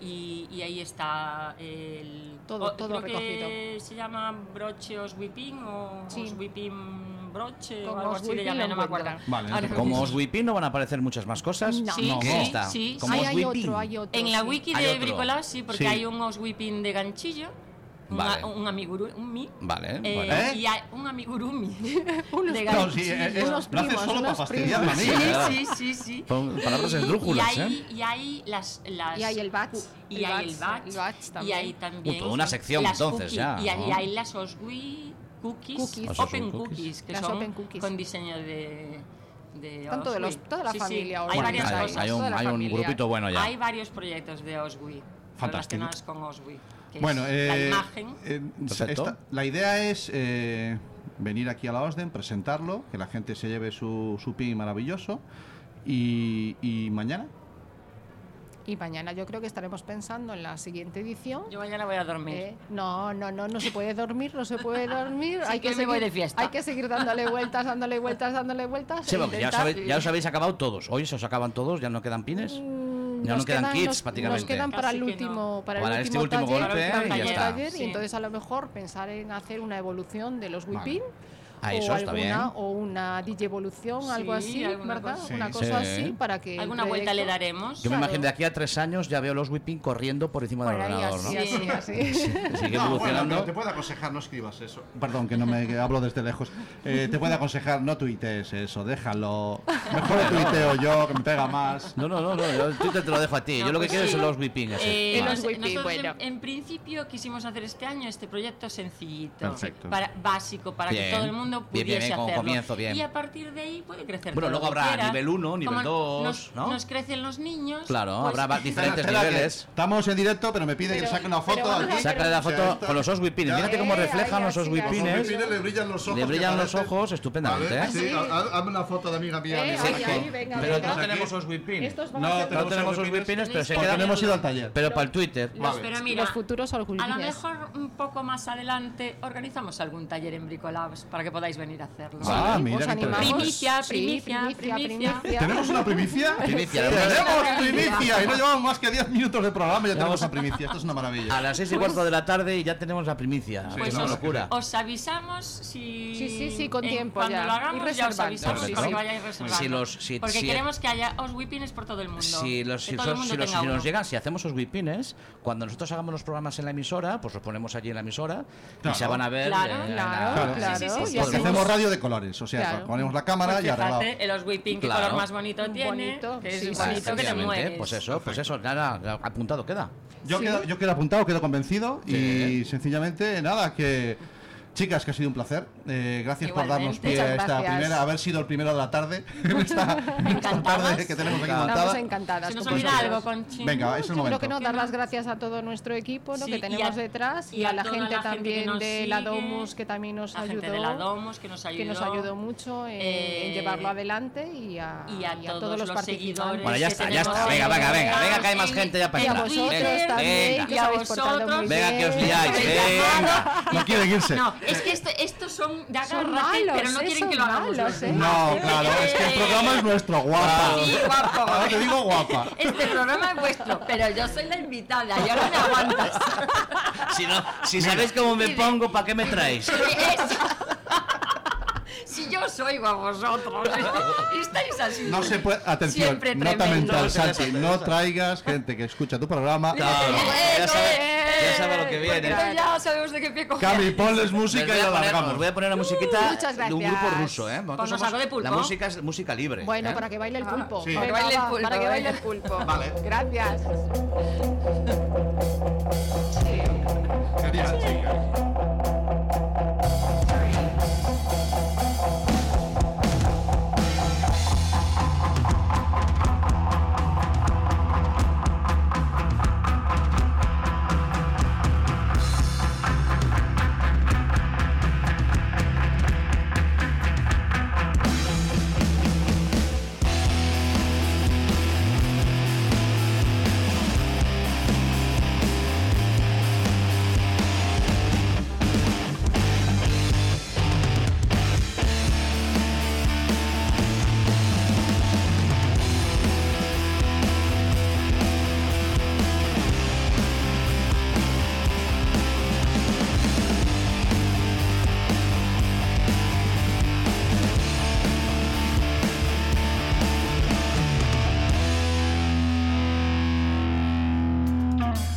[SPEAKER 6] y, y ahí está el.
[SPEAKER 7] Todo- todo
[SPEAKER 6] creo que
[SPEAKER 7] recogido.
[SPEAKER 6] se llama broche Oswipin o
[SPEAKER 7] Sí.
[SPEAKER 6] Oswipin broche o
[SPEAKER 7] Como
[SPEAKER 6] algo así le
[SPEAKER 7] Oswipin
[SPEAKER 6] llaman,
[SPEAKER 7] lo
[SPEAKER 6] no me acuerdo.
[SPEAKER 7] encuentro.
[SPEAKER 1] Vale,
[SPEAKER 6] Ahora
[SPEAKER 1] entonces-
[SPEAKER 2] Como
[SPEAKER 6] mismo.
[SPEAKER 2] oswipin no van a aparecer muchas más cosas.
[SPEAKER 7] No.
[SPEAKER 6] Sí,
[SPEAKER 2] que
[SPEAKER 6] sí,
[SPEAKER 2] esta.
[SPEAKER 6] sí,
[SPEAKER 2] Como
[SPEAKER 7] Ahí
[SPEAKER 2] os
[SPEAKER 7] hay
[SPEAKER 2] whipping.
[SPEAKER 7] otro, hay otro.
[SPEAKER 6] En la
[SPEAKER 7] sí.
[SPEAKER 6] wiki
[SPEAKER 2] Hay
[SPEAKER 6] de
[SPEAKER 2] otro.
[SPEAKER 6] Bricolabs sí, porque
[SPEAKER 1] Sí.
[SPEAKER 6] hay un Oswipin de ganchillo, un
[SPEAKER 2] Vale.
[SPEAKER 6] a- un amigurumi, un mi.
[SPEAKER 2] Vale,
[SPEAKER 6] Eh,
[SPEAKER 2] bueno.
[SPEAKER 1] ¿Eh?
[SPEAKER 6] Y hay un amigurumi. de
[SPEAKER 1] No, sí,
[SPEAKER 6] ganchillo.
[SPEAKER 1] eh, eh,
[SPEAKER 7] unos
[SPEAKER 1] lo haces
[SPEAKER 7] primos,
[SPEAKER 1] solo para
[SPEAKER 7] unos
[SPEAKER 1] fastidiarme a mí
[SPEAKER 6] Sí,
[SPEAKER 2] Sí,
[SPEAKER 1] ¿eh?
[SPEAKER 2] ¿verdad?
[SPEAKER 6] sí, sí, sí.
[SPEAKER 2] Son palabras
[SPEAKER 6] Y-
[SPEAKER 2] esdrújulas,
[SPEAKER 6] y hay,
[SPEAKER 2] ¿eh?
[SPEAKER 6] Y hay las, las
[SPEAKER 7] Y hay el batch,
[SPEAKER 6] Y
[SPEAKER 7] el
[SPEAKER 6] hay
[SPEAKER 7] batch,
[SPEAKER 6] el batch.
[SPEAKER 7] el batch
[SPEAKER 6] Y
[SPEAKER 7] también.
[SPEAKER 6] hay también.
[SPEAKER 2] Uh, toda una sección,
[SPEAKER 6] las
[SPEAKER 2] entonces,
[SPEAKER 6] cookie-
[SPEAKER 2] ya,
[SPEAKER 6] Y hay,
[SPEAKER 2] ¿no?
[SPEAKER 6] hay las Oswi cookies,
[SPEAKER 7] Cookies. Las
[SPEAKER 2] Oswi
[SPEAKER 6] open
[SPEAKER 2] cookies.
[SPEAKER 6] cookies, que
[SPEAKER 7] Las
[SPEAKER 6] son
[SPEAKER 7] open cookies.
[SPEAKER 6] con diseño de. de
[SPEAKER 7] Tanto de los-
[SPEAKER 6] Oswi.
[SPEAKER 7] toda la
[SPEAKER 6] Sí, sí,
[SPEAKER 7] familia
[SPEAKER 6] Hay
[SPEAKER 7] Oswi.
[SPEAKER 6] varias
[SPEAKER 2] hay,
[SPEAKER 6] cosas.
[SPEAKER 2] hay un,
[SPEAKER 7] toda la
[SPEAKER 2] hay un
[SPEAKER 7] familia.
[SPEAKER 2] grupito bueno ya.
[SPEAKER 6] Hay varios proyectos de Oswi
[SPEAKER 1] Fantástico.
[SPEAKER 6] relacionados con Oswi. que es
[SPEAKER 1] bueno
[SPEAKER 6] la
[SPEAKER 1] eh,
[SPEAKER 6] imagen.
[SPEAKER 1] eh,
[SPEAKER 2] Perfecto.
[SPEAKER 1] esta- la idea es eh, venir aquí a la OSDEN presentarlo que la gente se lleve su, su pin maravilloso y, y mañana
[SPEAKER 7] Y mañana yo creo que estaremos pensando en la siguiente edición.
[SPEAKER 6] Yo mañana voy a dormir.
[SPEAKER 7] Eh, no, no, no, no se puede dormir, no se puede dormir.
[SPEAKER 6] Sí
[SPEAKER 7] hay
[SPEAKER 6] que
[SPEAKER 7] que
[SPEAKER 6] me
[SPEAKER 7] seguir,
[SPEAKER 6] voy de fiesta.
[SPEAKER 7] Hay que seguir dándole vueltas, dándole vueltas, dándole vueltas.
[SPEAKER 2] Sí,
[SPEAKER 7] e
[SPEAKER 2] porque ya,
[SPEAKER 7] intentar-
[SPEAKER 2] sabéis- ya os habéis acabado todos. Hoy se os acaban todos, ya no quedan pines.
[SPEAKER 7] Mm,
[SPEAKER 2] Ya no quedan kits,
[SPEAKER 7] nos-
[SPEAKER 2] prácticamente.
[SPEAKER 7] Nos quedan para
[SPEAKER 6] Casi
[SPEAKER 7] el
[SPEAKER 6] que no.
[SPEAKER 7] último, para,
[SPEAKER 2] Para
[SPEAKER 7] el
[SPEAKER 2] este
[SPEAKER 7] último
[SPEAKER 2] último
[SPEAKER 7] taller,
[SPEAKER 2] golpe
[SPEAKER 7] para el
[SPEAKER 6] y ya
[SPEAKER 7] último
[SPEAKER 6] está.
[SPEAKER 7] taller, y
[SPEAKER 6] Sí.
[SPEAKER 7] entonces a lo mejor pensar en hacer una evolución de los
[SPEAKER 1] Vale.
[SPEAKER 7] whipping
[SPEAKER 2] Ah,
[SPEAKER 7] o
[SPEAKER 2] eso está
[SPEAKER 7] alguna
[SPEAKER 2] bien.
[SPEAKER 7] o una digievolución,
[SPEAKER 6] Sí,
[SPEAKER 7] algo así,
[SPEAKER 6] alguna
[SPEAKER 7] ¿verdad?
[SPEAKER 6] cosa.
[SPEAKER 7] Una
[SPEAKER 2] Sí.
[SPEAKER 7] cosa
[SPEAKER 2] Sí.
[SPEAKER 7] así para que el
[SPEAKER 6] Alguna vuelta le
[SPEAKER 7] proyecto-
[SPEAKER 6] daremos.
[SPEAKER 2] Yo me
[SPEAKER 7] Claro.
[SPEAKER 2] imagino de aquí a tres años ya veo los whipping corriendo por encima del
[SPEAKER 7] Por ahí,
[SPEAKER 2] ordenador, ¿no?
[SPEAKER 7] así,
[SPEAKER 6] Sí.
[SPEAKER 7] así, así.
[SPEAKER 2] Sigue
[SPEAKER 1] No, Ah, bueno,
[SPEAKER 2] evolucionando.
[SPEAKER 1] pero te puede aconsejar, no escribas eso. Perdón, que no me que hablo desde lejos. Eh, te puede aconsejar, no tuitees eso, déjalo. Mejor lo tuiteo yo, que me pega más.
[SPEAKER 2] No, no, no, no, yo el Twitter te lo dejo a ti.
[SPEAKER 6] No,
[SPEAKER 2] yo lo que
[SPEAKER 6] pues
[SPEAKER 2] quiero
[SPEAKER 6] sí.
[SPEAKER 2] son los whipping. esos.
[SPEAKER 6] Eh,
[SPEAKER 7] En
[SPEAKER 2] Vale.
[SPEAKER 7] los
[SPEAKER 6] nos-
[SPEAKER 7] wiki,
[SPEAKER 6] nosotros
[SPEAKER 7] bueno.
[SPEAKER 6] en, en principio quisimos hacer este año este proyecto sencillito,
[SPEAKER 1] Perfecto.
[SPEAKER 6] para- básico, para
[SPEAKER 2] Bien.
[SPEAKER 6] que todo el mundo
[SPEAKER 2] Bien, bien,
[SPEAKER 6] pudiese
[SPEAKER 2] bien, como
[SPEAKER 6] hacerlo.
[SPEAKER 2] comienzo, bien.
[SPEAKER 6] Y a partir de ahí puede crecer.
[SPEAKER 2] Bueno,
[SPEAKER 6] todo
[SPEAKER 2] luego
[SPEAKER 6] lo que
[SPEAKER 2] habrá
[SPEAKER 6] quieras.
[SPEAKER 2] nivel uno, nivel
[SPEAKER 6] Como
[SPEAKER 2] dos,
[SPEAKER 6] nos,
[SPEAKER 2] ¿no?
[SPEAKER 6] Nos crecen los niños.
[SPEAKER 2] Claro,
[SPEAKER 6] pues-
[SPEAKER 2] habrá va- diferentes
[SPEAKER 1] Espera, espera,
[SPEAKER 2] niveles.
[SPEAKER 1] que Estamos en directo, pero me pide que
[SPEAKER 7] Pero-
[SPEAKER 1] saque una
[SPEAKER 7] pero
[SPEAKER 1] foto
[SPEAKER 7] vamos a
[SPEAKER 1] aquí.
[SPEAKER 7] hacer-
[SPEAKER 2] Sácale la
[SPEAKER 1] Ya
[SPEAKER 2] foto
[SPEAKER 1] está.
[SPEAKER 2] con los os whippings.
[SPEAKER 1] Ya.
[SPEAKER 2] Fíjate cómo
[SPEAKER 7] Eh, ahí,
[SPEAKER 2] reflejan los os ¿eh?
[SPEAKER 7] así, así.
[SPEAKER 1] Con los
[SPEAKER 2] whippings.
[SPEAKER 1] whippings le brillan los ojos.
[SPEAKER 2] Le
[SPEAKER 1] que
[SPEAKER 2] brillan los
[SPEAKER 1] parece-
[SPEAKER 2] ojos estupendamente,
[SPEAKER 1] Vale,
[SPEAKER 2] ¿eh?
[SPEAKER 1] Sí,
[SPEAKER 7] Sí.
[SPEAKER 1] ha- ha- hazme una foto de amiga mía.
[SPEAKER 7] Eh,
[SPEAKER 1] mía,
[SPEAKER 7] ahí,
[SPEAKER 1] foto.
[SPEAKER 7] ahí, venga,
[SPEAKER 2] Pero
[SPEAKER 7] venga.
[SPEAKER 2] no tenemos os whippings.
[SPEAKER 7] Estos van
[SPEAKER 1] No,
[SPEAKER 7] a ser
[SPEAKER 1] tenemos
[SPEAKER 2] No tenemos
[SPEAKER 1] os
[SPEAKER 2] os
[SPEAKER 1] whippings,
[SPEAKER 2] whippings, pero se
[SPEAKER 1] Porque no
[SPEAKER 2] quedan.
[SPEAKER 1] hemos ido al taller.
[SPEAKER 2] Pero para el Twitter.
[SPEAKER 7] los-
[SPEAKER 1] Vale.
[SPEAKER 6] Pero mira,
[SPEAKER 7] los futuros
[SPEAKER 6] a lo
[SPEAKER 7] orgullones.
[SPEAKER 6] mejor un poco más adelante organizamos algún taller en Bricolabs para que podáis venir a hacerlo.
[SPEAKER 1] Ah,
[SPEAKER 7] Sí,
[SPEAKER 1] mira
[SPEAKER 7] os
[SPEAKER 1] qué
[SPEAKER 7] animamos.
[SPEAKER 6] Primicia,
[SPEAKER 7] Sí,
[SPEAKER 6] primicia, primicia.
[SPEAKER 1] ¿Tenemos una primicia?
[SPEAKER 2] Primicia,
[SPEAKER 1] ¡Tenemos primicia! Y no llevamos más que 10 minutos de programa y ya tenemos
[SPEAKER 2] Vamos a-
[SPEAKER 1] la primicia. Esto es una maravilla.
[SPEAKER 2] A las seis y cuarto de la tarde y ya tenemos la primicia.
[SPEAKER 1] Sí,
[SPEAKER 2] es
[SPEAKER 6] Pues
[SPEAKER 2] una
[SPEAKER 6] os,
[SPEAKER 2] locura.
[SPEAKER 6] os avisamos si.
[SPEAKER 7] Sí, sí, sí, con
[SPEAKER 6] en-
[SPEAKER 7] tiempo
[SPEAKER 6] Cuando
[SPEAKER 7] ya.
[SPEAKER 6] lo
[SPEAKER 7] Ir
[SPEAKER 6] hagamos, ya os
[SPEAKER 7] reservando.
[SPEAKER 6] avisamos
[SPEAKER 2] Perfecto.
[SPEAKER 6] para que vayáis reservando.
[SPEAKER 2] Em, Si los- si-
[SPEAKER 6] Porque
[SPEAKER 2] si-
[SPEAKER 6] queremos que haya os whippings por todo el mundo.
[SPEAKER 2] Si, los,
[SPEAKER 6] que
[SPEAKER 2] si,
[SPEAKER 6] todo el
[SPEAKER 2] so-
[SPEAKER 6] mundo
[SPEAKER 2] si los-
[SPEAKER 6] tenga
[SPEAKER 2] si nos
[SPEAKER 6] uno.
[SPEAKER 2] llegan, si hacemos los whippines, cuando nosotros hagamos los programas en la emisora, pues los ponemos allí en la emisora y se van a ver. eh,
[SPEAKER 6] Claro,
[SPEAKER 2] en
[SPEAKER 7] claro,
[SPEAKER 2] la-
[SPEAKER 7] claro.
[SPEAKER 6] Sí, sí, sí,
[SPEAKER 2] y
[SPEAKER 1] Porque
[SPEAKER 2] hacemos-
[SPEAKER 1] hacemos radio de colores. O sea,
[SPEAKER 7] Claro.
[SPEAKER 1] ponemos la cámara
[SPEAKER 6] Pues
[SPEAKER 1] y arreglamos.
[SPEAKER 6] fíjate, el os whipping, qué
[SPEAKER 2] Claro.
[SPEAKER 6] color más bonito tiene.
[SPEAKER 7] Bonito,
[SPEAKER 6] Que es
[SPEAKER 7] sí, sí,
[SPEAKER 2] Ah,
[SPEAKER 6] bonito que te
[SPEAKER 2] efectivamente,
[SPEAKER 6] mueres.
[SPEAKER 2] Pues eso, pues eso, nada, nada, apuntado queda.
[SPEAKER 1] Yo, quedo, yo quedo apuntado, quedo convencido
[SPEAKER 2] Sí.
[SPEAKER 1] y sencillamente nada, que chicas, que ha sido un placer. Eh, gracias por
[SPEAKER 6] Igualmente.
[SPEAKER 1] darnos pie
[SPEAKER 7] Muchas
[SPEAKER 1] a esta
[SPEAKER 7] gracias.
[SPEAKER 1] primera, haber sido el primero de la tarde, en esta, en esta
[SPEAKER 6] Encantadas.
[SPEAKER 1] tarde que tenemos aquí
[SPEAKER 2] Estamos
[SPEAKER 7] Estamos
[SPEAKER 1] montada.
[SPEAKER 7] encantadas.
[SPEAKER 6] Se nos
[SPEAKER 7] con
[SPEAKER 6] olvida
[SPEAKER 7] vosotros.
[SPEAKER 6] algo, Conchi.
[SPEAKER 1] Venga, es
[SPEAKER 7] Yo
[SPEAKER 1] el
[SPEAKER 7] creo
[SPEAKER 1] momento.
[SPEAKER 7] que no,
[SPEAKER 6] ¿Qué
[SPEAKER 7] dar las
[SPEAKER 6] más?
[SPEAKER 7] gracias a todo nuestro equipo ¿no?
[SPEAKER 6] Sí,
[SPEAKER 7] que
[SPEAKER 6] y
[SPEAKER 7] tenemos
[SPEAKER 6] a-
[SPEAKER 7] detrás y,
[SPEAKER 6] y
[SPEAKER 7] a,
[SPEAKER 6] a
[SPEAKER 7] la
[SPEAKER 6] toda
[SPEAKER 7] gente
[SPEAKER 6] la gente que
[SPEAKER 7] también
[SPEAKER 6] nos
[SPEAKER 7] de
[SPEAKER 6] sigue,
[SPEAKER 7] la Domus que también nos
[SPEAKER 6] La
[SPEAKER 7] ayudó,
[SPEAKER 6] gente de la Domus que nos ayudó.
[SPEAKER 7] que nos ayudó mucho en, en
[SPEAKER 6] Eh,
[SPEAKER 7] llevarlo adelante y a,
[SPEAKER 6] y a
[SPEAKER 7] todos,
[SPEAKER 6] todos
[SPEAKER 7] los
[SPEAKER 6] los
[SPEAKER 7] participantes.
[SPEAKER 6] seguidores
[SPEAKER 2] Bueno, ya
[SPEAKER 6] que
[SPEAKER 2] está, ya
[SPEAKER 6] tenemos
[SPEAKER 2] está. Venga,
[SPEAKER 6] en-
[SPEAKER 2] venga, venga, venga, que hay
[SPEAKER 6] en-
[SPEAKER 2] más gente ya para
[SPEAKER 7] Y a
[SPEAKER 2] entrar.
[SPEAKER 7] vosotros
[SPEAKER 2] Venga,
[SPEAKER 7] también,
[SPEAKER 2] venga.
[SPEAKER 7] que
[SPEAKER 6] Y
[SPEAKER 7] os
[SPEAKER 6] a
[SPEAKER 7] habéis portado muy
[SPEAKER 6] vosotros.
[SPEAKER 7] bien.
[SPEAKER 2] Venga, que os liáis, venga.
[SPEAKER 1] No quieren irse.
[SPEAKER 6] No, es que esto- estos son de
[SPEAKER 7] Son
[SPEAKER 6] agárrate,
[SPEAKER 7] malos,
[SPEAKER 6] pero no
[SPEAKER 7] eh,
[SPEAKER 6] quieren
[SPEAKER 7] son
[SPEAKER 6] que lo hagamos.
[SPEAKER 7] malos, eh.
[SPEAKER 1] No, claro, es que el programa es nuestro, guapa.
[SPEAKER 6] Sí, guapo.
[SPEAKER 1] Ahora te digo guapa.
[SPEAKER 6] Este programa es vuestro, pero yo soy la invitada y ahora me aguantas.
[SPEAKER 2] Si, no, si sabéis cómo me pongo, ¿para qué me traéis?
[SPEAKER 6] Eso. Si yo soy a vosotros, ¿eh? estáis así.
[SPEAKER 1] No se puede, atención,
[SPEAKER 6] Siempre
[SPEAKER 1] nota
[SPEAKER 6] tremendo.
[SPEAKER 1] mental,
[SPEAKER 2] No se
[SPEAKER 1] Santi,
[SPEAKER 2] puede.
[SPEAKER 1] no traigas gente que escucha tu programa.
[SPEAKER 2] Claro, ya sabe, ya sabe lo que viene.
[SPEAKER 6] Pero Pues ya sabemos de qué pie coger.
[SPEAKER 1] Cami, ponles
[SPEAKER 2] Les
[SPEAKER 1] música
[SPEAKER 2] voy
[SPEAKER 1] y la
[SPEAKER 2] a poner- os voy
[SPEAKER 1] largamos.
[SPEAKER 2] a poner una musiquita
[SPEAKER 7] Muchas
[SPEAKER 2] de un
[SPEAKER 7] gracias.
[SPEAKER 2] grupo ruso, ¿eh? Nosotros
[SPEAKER 6] Ponnos
[SPEAKER 2] somos-
[SPEAKER 6] algo de pulpo.
[SPEAKER 2] La música es música libre.
[SPEAKER 7] Bueno,
[SPEAKER 2] ¿eh?
[SPEAKER 7] para que
[SPEAKER 6] Ah,
[SPEAKER 7] baile el pulpo.
[SPEAKER 1] sí.
[SPEAKER 7] Venga,
[SPEAKER 6] Para que baile el
[SPEAKER 7] va,
[SPEAKER 6] pulpo,
[SPEAKER 7] para que baile el
[SPEAKER 6] venga.
[SPEAKER 7] pulpo.
[SPEAKER 1] Vale.
[SPEAKER 7] Gracias.
[SPEAKER 1] Genial, chicas.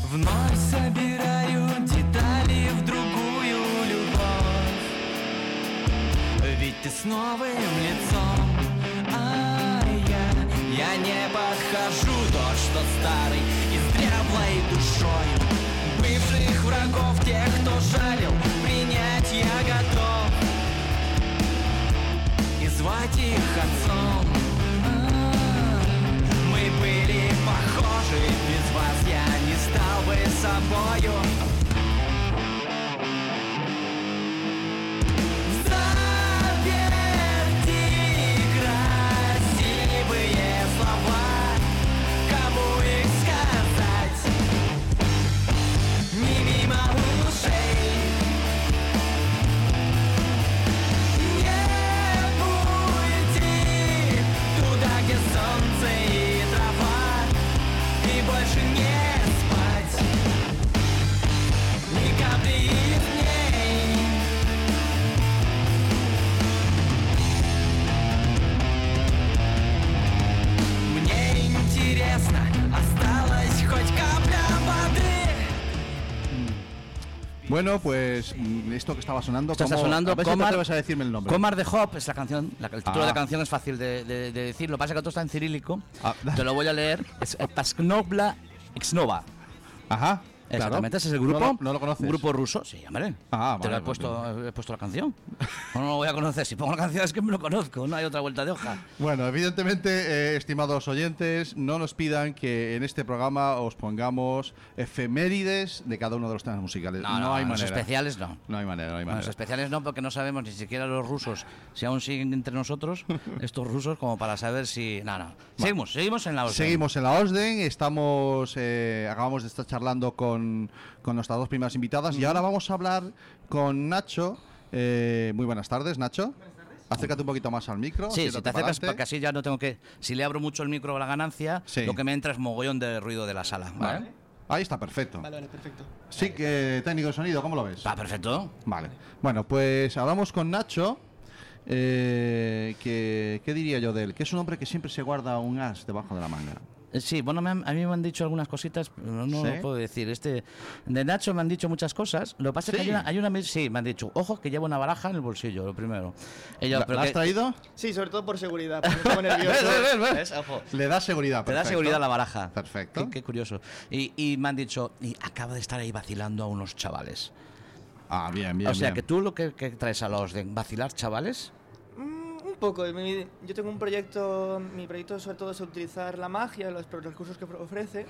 [SPEAKER 8] Вновь собираю детали в другую любовь Ведь ты с новым лицом А я, я не подхожу Тот, что старый и с дряблой душою Бывших врагов, тех, кто жалил Принять я готов и звать их отцом. А, Мы были похожи, без вас я не стал бы собою. Заперти красивые слова, кому их сказать? Не мимо ушей. Не уйти
[SPEAKER 1] Bueno, pues mm, esto que estaba sonando.
[SPEAKER 2] Esto está
[SPEAKER 1] ¿cómo-
[SPEAKER 2] sonando
[SPEAKER 1] A ver si te
[SPEAKER 2] Comar-
[SPEAKER 1] atreves a decirme el nombre.
[SPEAKER 2] Comar de Hop es la canción, la- el título
[SPEAKER 1] Ah.
[SPEAKER 2] de la canción es fácil de, de- de decir, lo que pasa es que todo está en cirílico,
[SPEAKER 1] Ah.
[SPEAKER 2] te lo voy a leer, es eh, Pasknobla Exnova. Ah,
[SPEAKER 1] Ajá. claro.
[SPEAKER 2] Exactamente, ese es el
[SPEAKER 1] No lo-
[SPEAKER 2] grupo.
[SPEAKER 1] No lo, conoces.
[SPEAKER 2] Grupo ruso, sí, hombre.
[SPEAKER 1] Ah,
[SPEAKER 2] Te
[SPEAKER 1] vale,
[SPEAKER 2] lo he
[SPEAKER 1] vale,
[SPEAKER 2] puesto, he puesto la canción. No, no lo voy a conocer. Si pongo la canción es que me lo conozco, no hay otra vuelta de hoja.
[SPEAKER 1] Bueno, evidentemente, eh, estimados oyentes, no nos pidan que en este programa os pongamos efemérides de cada uno de los temas musicales. No, hay
[SPEAKER 2] los
[SPEAKER 1] manera.
[SPEAKER 2] especiales no.
[SPEAKER 1] No hay manera, no hay
[SPEAKER 2] Bueno, los
[SPEAKER 1] manera.
[SPEAKER 2] especiales no, porque no sabemos ni siquiera los rusos si aún siguen entre nosotros, estos rusos, como para saber si. No, no. Seguimos, seguimos en la orden.
[SPEAKER 1] Seguimos en la OSDEN, estamos, eh, acabamos de estar charlando con, con nuestras dos primeras invitadas y ahora vamos a hablar con Nacho. Eh, muy buenas tardes, Nacho. Acércate un poquito más al micro.
[SPEAKER 2] Sí, si
[SPEAKER 1] siéntate
[SPEAKER 2] te acercas,
[SPEAKER 1] pa'lante.
[SPEAKER 2] porque así ya no tengo que. Si le abro mucho el micro a la ganancia,
[SPEAKER 1] Sí.
[SPEAKER 2] lo que me entra es mogollón de ruido de la sala. ¿vale?
[SPEAKER 1] Vale. Ahí está, perfecto.
[SPEAKER 9] Vale, vale, perfecto.
[SPEAKER 1] Sí, que técnico de sonido, ¿cómo lo ves?
[SPEAKER 2] Va, perfecto.
[SPEAKER 1] Vale. Bueno, pues hablamos con Nacho. eh, que, ¿Qué diría yo de él? Que es un hombre que siempre se guarda un as debajo de la manga.
[SPEAKER 2] Eh, Sí, bueno, me han- a mí me han dicho algunas cositas, pero no, no
[SPEAKER 1] ¿Sí?
[SPEAKER 2] lo puedo decir. Este, de Nacho me han dicho muchas cosas. Lo que pasa es
[SPEAKER 1] Sí.
[SPEAKER 2] que hay una, hay una mis- Sí, me han dicho, ojo, que llevo una baraja en el bolsillo, lo primero. Ella,
[SPEAKER 1] ¿La,
[SPEAKER 2] pero
[SPEAKER 1] la has
[SPEAKER 2] que-
[SPEAKER 1] traído?
[SPEAKER 9] Sí, sobre todo por seguridad, porque me pongo nervioso.
[SPEAKER 2] Ves, ves, ves.
[SPEAKER 9] ¿Ves? Ojo.
[SPEAKER 1] Le da seguridad.
[SPEAKER 2] Te da
[SPEAKER 1] perfecto.
[SPEAKER 2] seguridad la baraja.
[SPEAKER 1] Perfecto.
[SPEAKER 2] Qué, qué curioso. Y, y me han dicho, y acaba de estar ahí vacilando a unos chavales.
[SPEAKER 1] Ah, bien, bien.
[SPEAKER 2] o sea,
[SPEAKER 1] bien.
[SPEAKER 2] que tú lo que, que traes a los de vacilar chavales.
[SPEAKER 9] Mm, un poco. Mi- Yo tengo un proyecto, mi proyecto sobre todo es utilizar la magia, los pro- recursos que ofrece,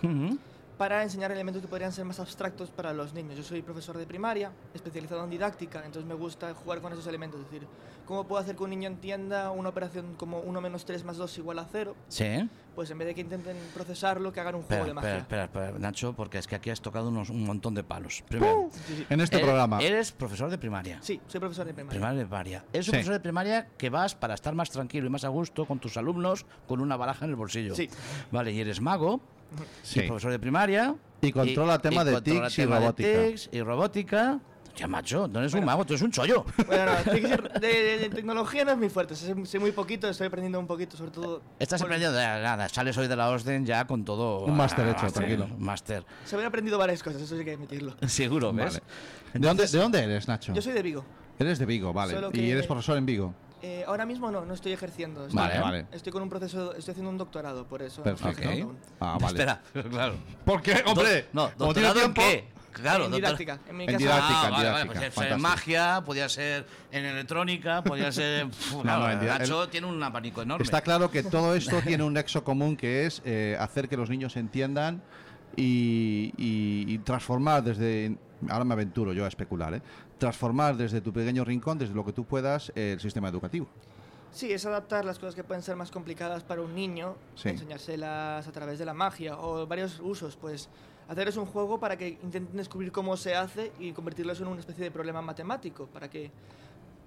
[SPEAKER 9] para enseñar elementos que podrían ser más abstractos para los niños. Yo soy profesor de primaria, especializado en didáctica, entonces me gusta jugar con esos elementos. Es decir, ¿cómo puedo hacer que un niño entienda una operación como 1 menos 3 más 2 igual a 0?
[SPEAKER 2] Sí.
[SPEAKER 9] Pues en vez de que intenten procesarlo, que hagan un
[SPEAKER 2] Espera,
[SPEAKER 9] juego de
[SPEAKER 2] espera,
[SPEAKER 9] magia.
[SPEAKER 2] espera, espera, Nacho, porque es que aquí has tocado unos, un montón de palos. Primero,
[SPEAKER 1] En este
[SPEAKER 2] eres-
[SPEAKER 1] programa.
[SPEAKER 2] Eres profesor de primaria.
[SPEAKER 9] Sí, soy profesor de primaria.
[SPEAKER 2] Primaria de primaria. Es un
[SPEAKER 1] Sí.
[SPEAKER 2] profesor de primaria que vas para estar más tranquilo y más a gusto con tus alumnos con una baraja en el bolsillo.
[SPEAKER 9] Sí.
[SPEAKER 2] Vale, y eres mago,
[SPEAKER 1] Sí.
[SPEAKER 2] y profesor de primaria.
[SPEAKER 1] Y controla tema de
[SPEAKER 2] controla
[SPEAKER 1] tics y
[SPEAKER 2] tema de
[SPEAKER 1] robótica.
[SPEAKER 2] tics y robótica. Hostia, macho, no eres un mago, tú eres un chollo.
[SPEAKER 9] Bueno, no, tiene que ser- de, de- de tecnología no es muy fuerte, sé, sé muy poquito, estoy aprendiendo un poquito, sobre todo...
[SPEAKER 2] Estás
[SPEAKER 9] por-
[SPEAKER 2] aprendiendo de nada, sales hoy de la orden ya con todo.
[SPEAKER 1] Un máster
[SPEAKER 2] ah,
[SPEAKER 1] hecho, tranquilo.
[SPEAKER 2] un Máster,
[SPEAKER 9] Se habían aprendido varias cosas, eso sí que hay que admitirlo.
[SPEAKER 2] seguro, ¿ves?
[SPEAKER 1] Vale. ¿De, dónde, ¿De dónde eres, Nacho?
[SPEAKER 9] Yo soy de Vigo.
[SPEAKER 1] Eres de Vigo, vale.
[SPEAKER 9] Solo
[SPEAKER 1] Y
[SPEAKER 9] que-
[SPEAKER 1] eres profesor en Vigo.
[SPEAKER 9] Eh, ahora mismo no, no estoy ejerciendo. Estoy,
[SPEAKER 2] Vale,
[SPEAKER 1] vale.
[SPEAKER 9] Estoy con un proceso, estoy haciendo un doctorado, por eso.
[SPEAKER 1] Perfecto.
[SPEAKER 9] estoy haciendo aún.
[SPEAKER 1] Ah, vale.
[SPEAKER 2] Espera, claro.
[SPEAKER 1] ¿Por qué, hombre?
[SPEAKER 2] Do- no,
[SPEAKER 1] ¿Cómo tiene
[SPEAKER 2] doctorado en
[SPEAKER 1] tiempo?
[SPEAKER 2] qué? Claro,
[SPEAKER 9] en
[SPEAKER 2] doctor-
[SPEAKER 9] didáctica. En mi
[SPEAKER 1] En
[SPEAKER 9] caso,
[SPEAKER 1] didáctica,
[SPEAKER 2] Ah, vale, vale,
[SPEAKER 1] didáctica,
[SPEAKER 2] pues es- en
[SPEAKER 1] fantástico.
[SPEAKER 2] magia, podía ser en electrónica, podía ser. Pf, claro,
[SPEAKER 1] no, en dida-
[SPEAKER 2] Nacho tiene un abanico enorme.
[SPEAKER 1] Está claro que todo esto tiene un nexo común que es eh, hacer que los niños entiendan y, y- y transformar desde. Ahora me aventuro yo a especular, ¿eh? Transformar desde tu pequeño rincón, desde lo que tú puedas, eh, el sistema educativo.
[SPEAKER 9] Sí, es adaptar las cosas que pueden ser más complicadas para un niño,
[SPEAKER 1] Sí.
[SPEAKER 9] enseñárselas a través de la magia o varios usos, pues hacerles un juego para que intenten descubrir cómo se hace y convertirlo en una especie de problema matemático, para que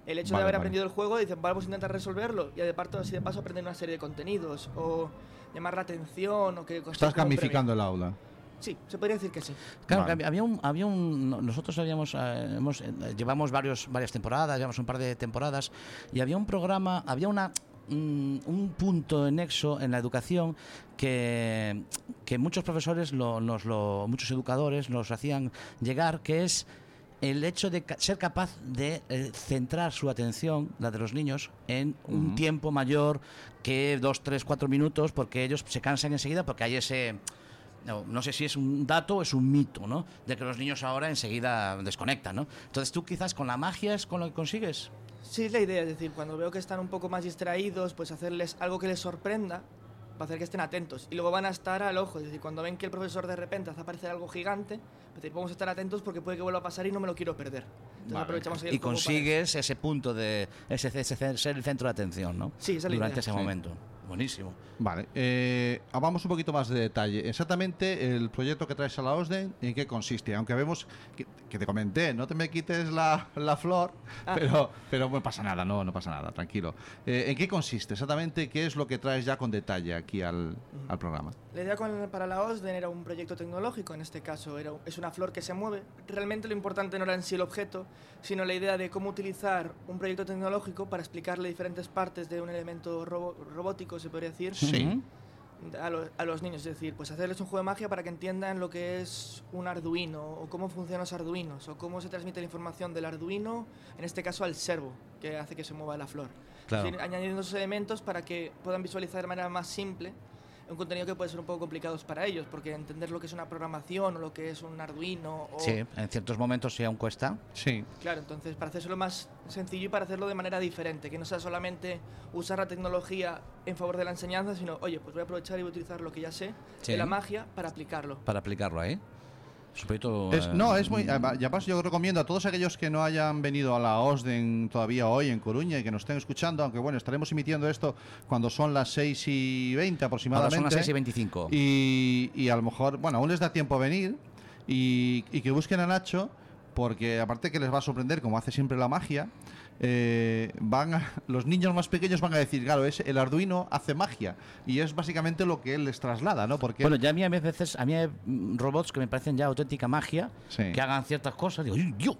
[SPEAKER 9] el hecho
[SPEAKER 1] Vale,
[SPEAKER 9] de haber
[SPEAKER 1] vale.
[SPEAKER 9] aprendido el juego dicen, vamos a intentar resolverlo y de parto así de paso aprender una serie de contenidos o llamar la atención o que cosas
[SPEAKER 1] Estás
[SPEAKER 9] como premio.
[SPEAKER 1] gamificando el aula.
[SPEAKER 9] Sí, se podría decir que sí.
[SPEAKER 2] Claro,
[SPEAKER 1] Vale.
[SPEAKER 2] que había un, había un no- nosotros habíamos eh, hemos, eh, llevamos varios varias temporadas, llevamos un par de temporadas y había un programa, había una mm, un punto en nexo en la educación que, que muchos profesores lo- nos lo muchos educadores nos hacían llegar que es el hecho de ca- ser capaz de eh, centrar su atención, la de los niños, en un tiempo mayor que dos, tres, cuatro minutos, porque ellos se cansan enseguida, porque hay ese... No, no sé si es un dato o es un mito, ¿no? De que los niños ahora enseguida desconectan, ¿no? Entonces tú quizás con la magia es con lo que consigues.
[SPEAKER 9] Sí, es la idea, es decir, cuando veo que están un poco más distraídos, pues hacerles algo que les sorprenda para hacer que estén atentos. Y luego van a estar al ojo, es decir, cuando ven que el profesor de repente hace aparecer algo gigante, es decir, vamos a estar atentos porque puede que vuelva a pasar y no me lo quiero perder. Entonces aprovechamos ahí el
[SPEAKER 2] Y
[SPEAKER 9] juego para-
[SPEAKER 2] consigues ese punto de ese, ese- ese- ser el centro de atención, ¿no?
[SPEAKER 9] Sí, esa es la
[SPEAKER 2] Durante
[SPEAKER 9] idea,
[SPEAKER 2] ese
[SPEAKER 9] sí.
[SPEAKER 2] momento. Buenísimo.
[SPEAKER 1] Vale. eh, vamos un poquito más de detalle. Exactamente el proyecto que traes a la OSDEN, ¿en qué consiste? Aunque vemos que, que te comenté, no te me quites la, la flor, pero, pero no pasa nada, no, no pasa nada, tranquilo. Eh, ¿En qué consiste exactamente? ¿Qué es lo que traes ya con detalle aquí al, al programa?
[SPEAKER 9] La idea con- para la OSDEN era un proyecto tecnológico, en este caso era, es una flor que se mueve. Realmente lo importante no era en sí el objeto, sino la idea de cómo utilizar un proyecto tecnológico para explicarle diferentes partes de un elemento robo- robótico, se podría decir, a, lo- a los niños, es decir, pues hacerles un juego de magia para que entiendan lo que es un Arduino o cómo funcionan los Arduinos o cómo se transmite la información del Arduino, en este caso al servo, que hace que se mueva la flor.
[SPEAKER 2] Claro.
[SPEAKER 9] Es decir, añadiendo esos elementos para que puedan visualizar de manera más simple un contenido que puede ser un poco complicado para ellos, porque entender lo que es una programación o lo que es un Arduino o...
[SPEAKER 2] Sí, en ciertos momentos sí aún cuesta.
[SPEAKER 1] Sí.
[SPEAKER 9] Claro, entonces para hacerlo más sencillo y para hacerlo de manera diferente, que no sea solamente usar la tecnología en favor de la enseñanza, sino, oye, pues voy a aprovechar y voy a utilizar lo que ya sé
[SPEAKER 2] Sí.
[SPEAKER 9] de la magia para aplicarlo.
[SPEAKER 2] para aplicarlo ahí. Es un poquito,
[SPEAKER 1] Es-
[SPEAKER 2] eh,
[SPEAKER 1] no, es muy. Ya paso, yo recomiendo a todos aquellos que no hayan venido a la OSDEN todavía hoy en Coruña y que nos estén escuchando, aunque bueno, estaremos emitiendo esto cuando son las 6 y 20
[SPEAKER 2] Ahora
[SPEAKER 1] aproximadamente.
[SPEAKER 2] son las 6 y 25.
[SPEAKER 1] Y, y a lo mejor, bueno, aún les da tiempo a venir y, y que busquen a Nacho, porque aparte que les va a sorprender, como hace siempre la magia, eh, van a- los niños más pequeños van a decir, claro, es, el Arduino hace magia. Y es básicamente lo que él les traslada, ¿no? Porque
[SPEAKER 2] Bueno, ya a mí a veces, a mí hay mm, robots que me parecen ya auténtica magia,
[SPEAKER 1] Sí.
[SPEAKER 2] que hagan ciertas cosas, digo, "Uy, yo.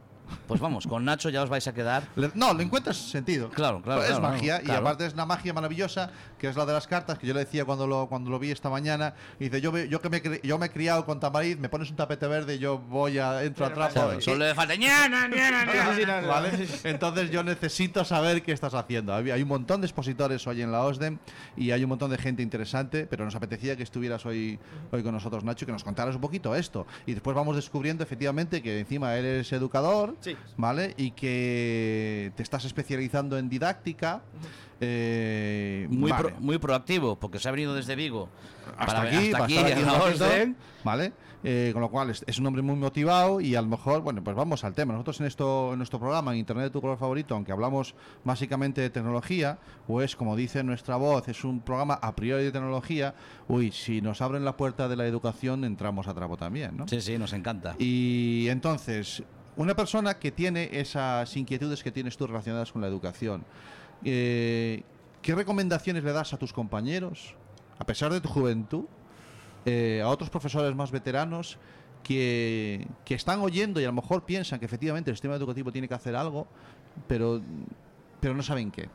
[SPEAKER 2] Pues vamos, con Nacho ya os vais a quedar.
[SPEAKER 1] le- no, le encuentras sentido.
[SPEAKER 2] Claro, claro,
[SPEAKER 1] Pues Es
[SPEAKER 2] claro,
[SPEAKER 1] magia
[SPEAKER 2] claro.
[SPEAKER 1] y aparte es una magia maravillosa, que es la de las cartas, que yo le decía cuando lo, cuando lo vi esta mañana. Y dice, yo, ve- yo que me, he cre- yo me he criado con tamariz, me pones un tapete verde y yo voy a, entro a
[SPEAKER 9] Claro,
[SPEAKER 1] trapo.
[SPEAKER 2] Claro,
[SPEAKER 1] Y-
[SPEAKER 2] Solo le falta. "Ña, na, ña, na, ña".
[SPEAKER 1] ¿Vale? Entonces yo necesito saber qué estás haciendo. Hay hay un montón de expositores hoy en la OSDEM y hay un montón de gente interesante, pero nos apetecía que estuvieras hoy, hoy con nosotros, Nacho, y que nos contaras un poquito esto. Y después vamos descubriendo efectivamente que encima eres educador,
[SPEAKER 9] Sí.
[SPEAKER 1] ¿vale? Y que te estás especializando en didáctica. eh,
[SPEAKER 2] Muy,
[SPEAKER 1] vale.
[SPEAKER 2] pro- muy proactivo, porque se ha venido desde Vigo.
[SPEAKER 1] hasta
[SPEAKER 2] para-
[SPEAKER 1] aquí,
[SPEAKER 2] hasta
[SPEAKER 1] va a
[SPEAKER 2] aquí,
[SPEAKER 1] estar aquí
[SPEAKER 2] a
[SPEAKER 1] un
[SPEAKER 2] la
[SPEAKER 1] ratito,
[SPEAKER 2] orden.
[SPEAKER 1] ¿vale? Eh, con lo cual es, es un hombre muy motivado y a lo mejor, bueno, pues vamos al tema. Nosotros en esto en nuestro programa, en Internet de tu color favorito, aunque hablamos básicamente de tecnología, pues como dice nuestra voz, es un programa a priori de tecnología. Uy, si nos abren la puerta de la educación, entramos a trapo también, ¿no?
[SPEAKER 2] Sí, sí, nos encanta.
[SPEAKER 1] Y entonces, una persona que tiene esas inquietudes que tienes tú relacionadas con la educación, eh, ¿qué recomendaciones le das a tus compañeros, a pesar de tu juventud, eh, a otros profesores más veteranos que, que están oyendo y a lo mejor piensan que efectivamente el sistema educativo tiene que hacer algo, pero, pero no saben qué?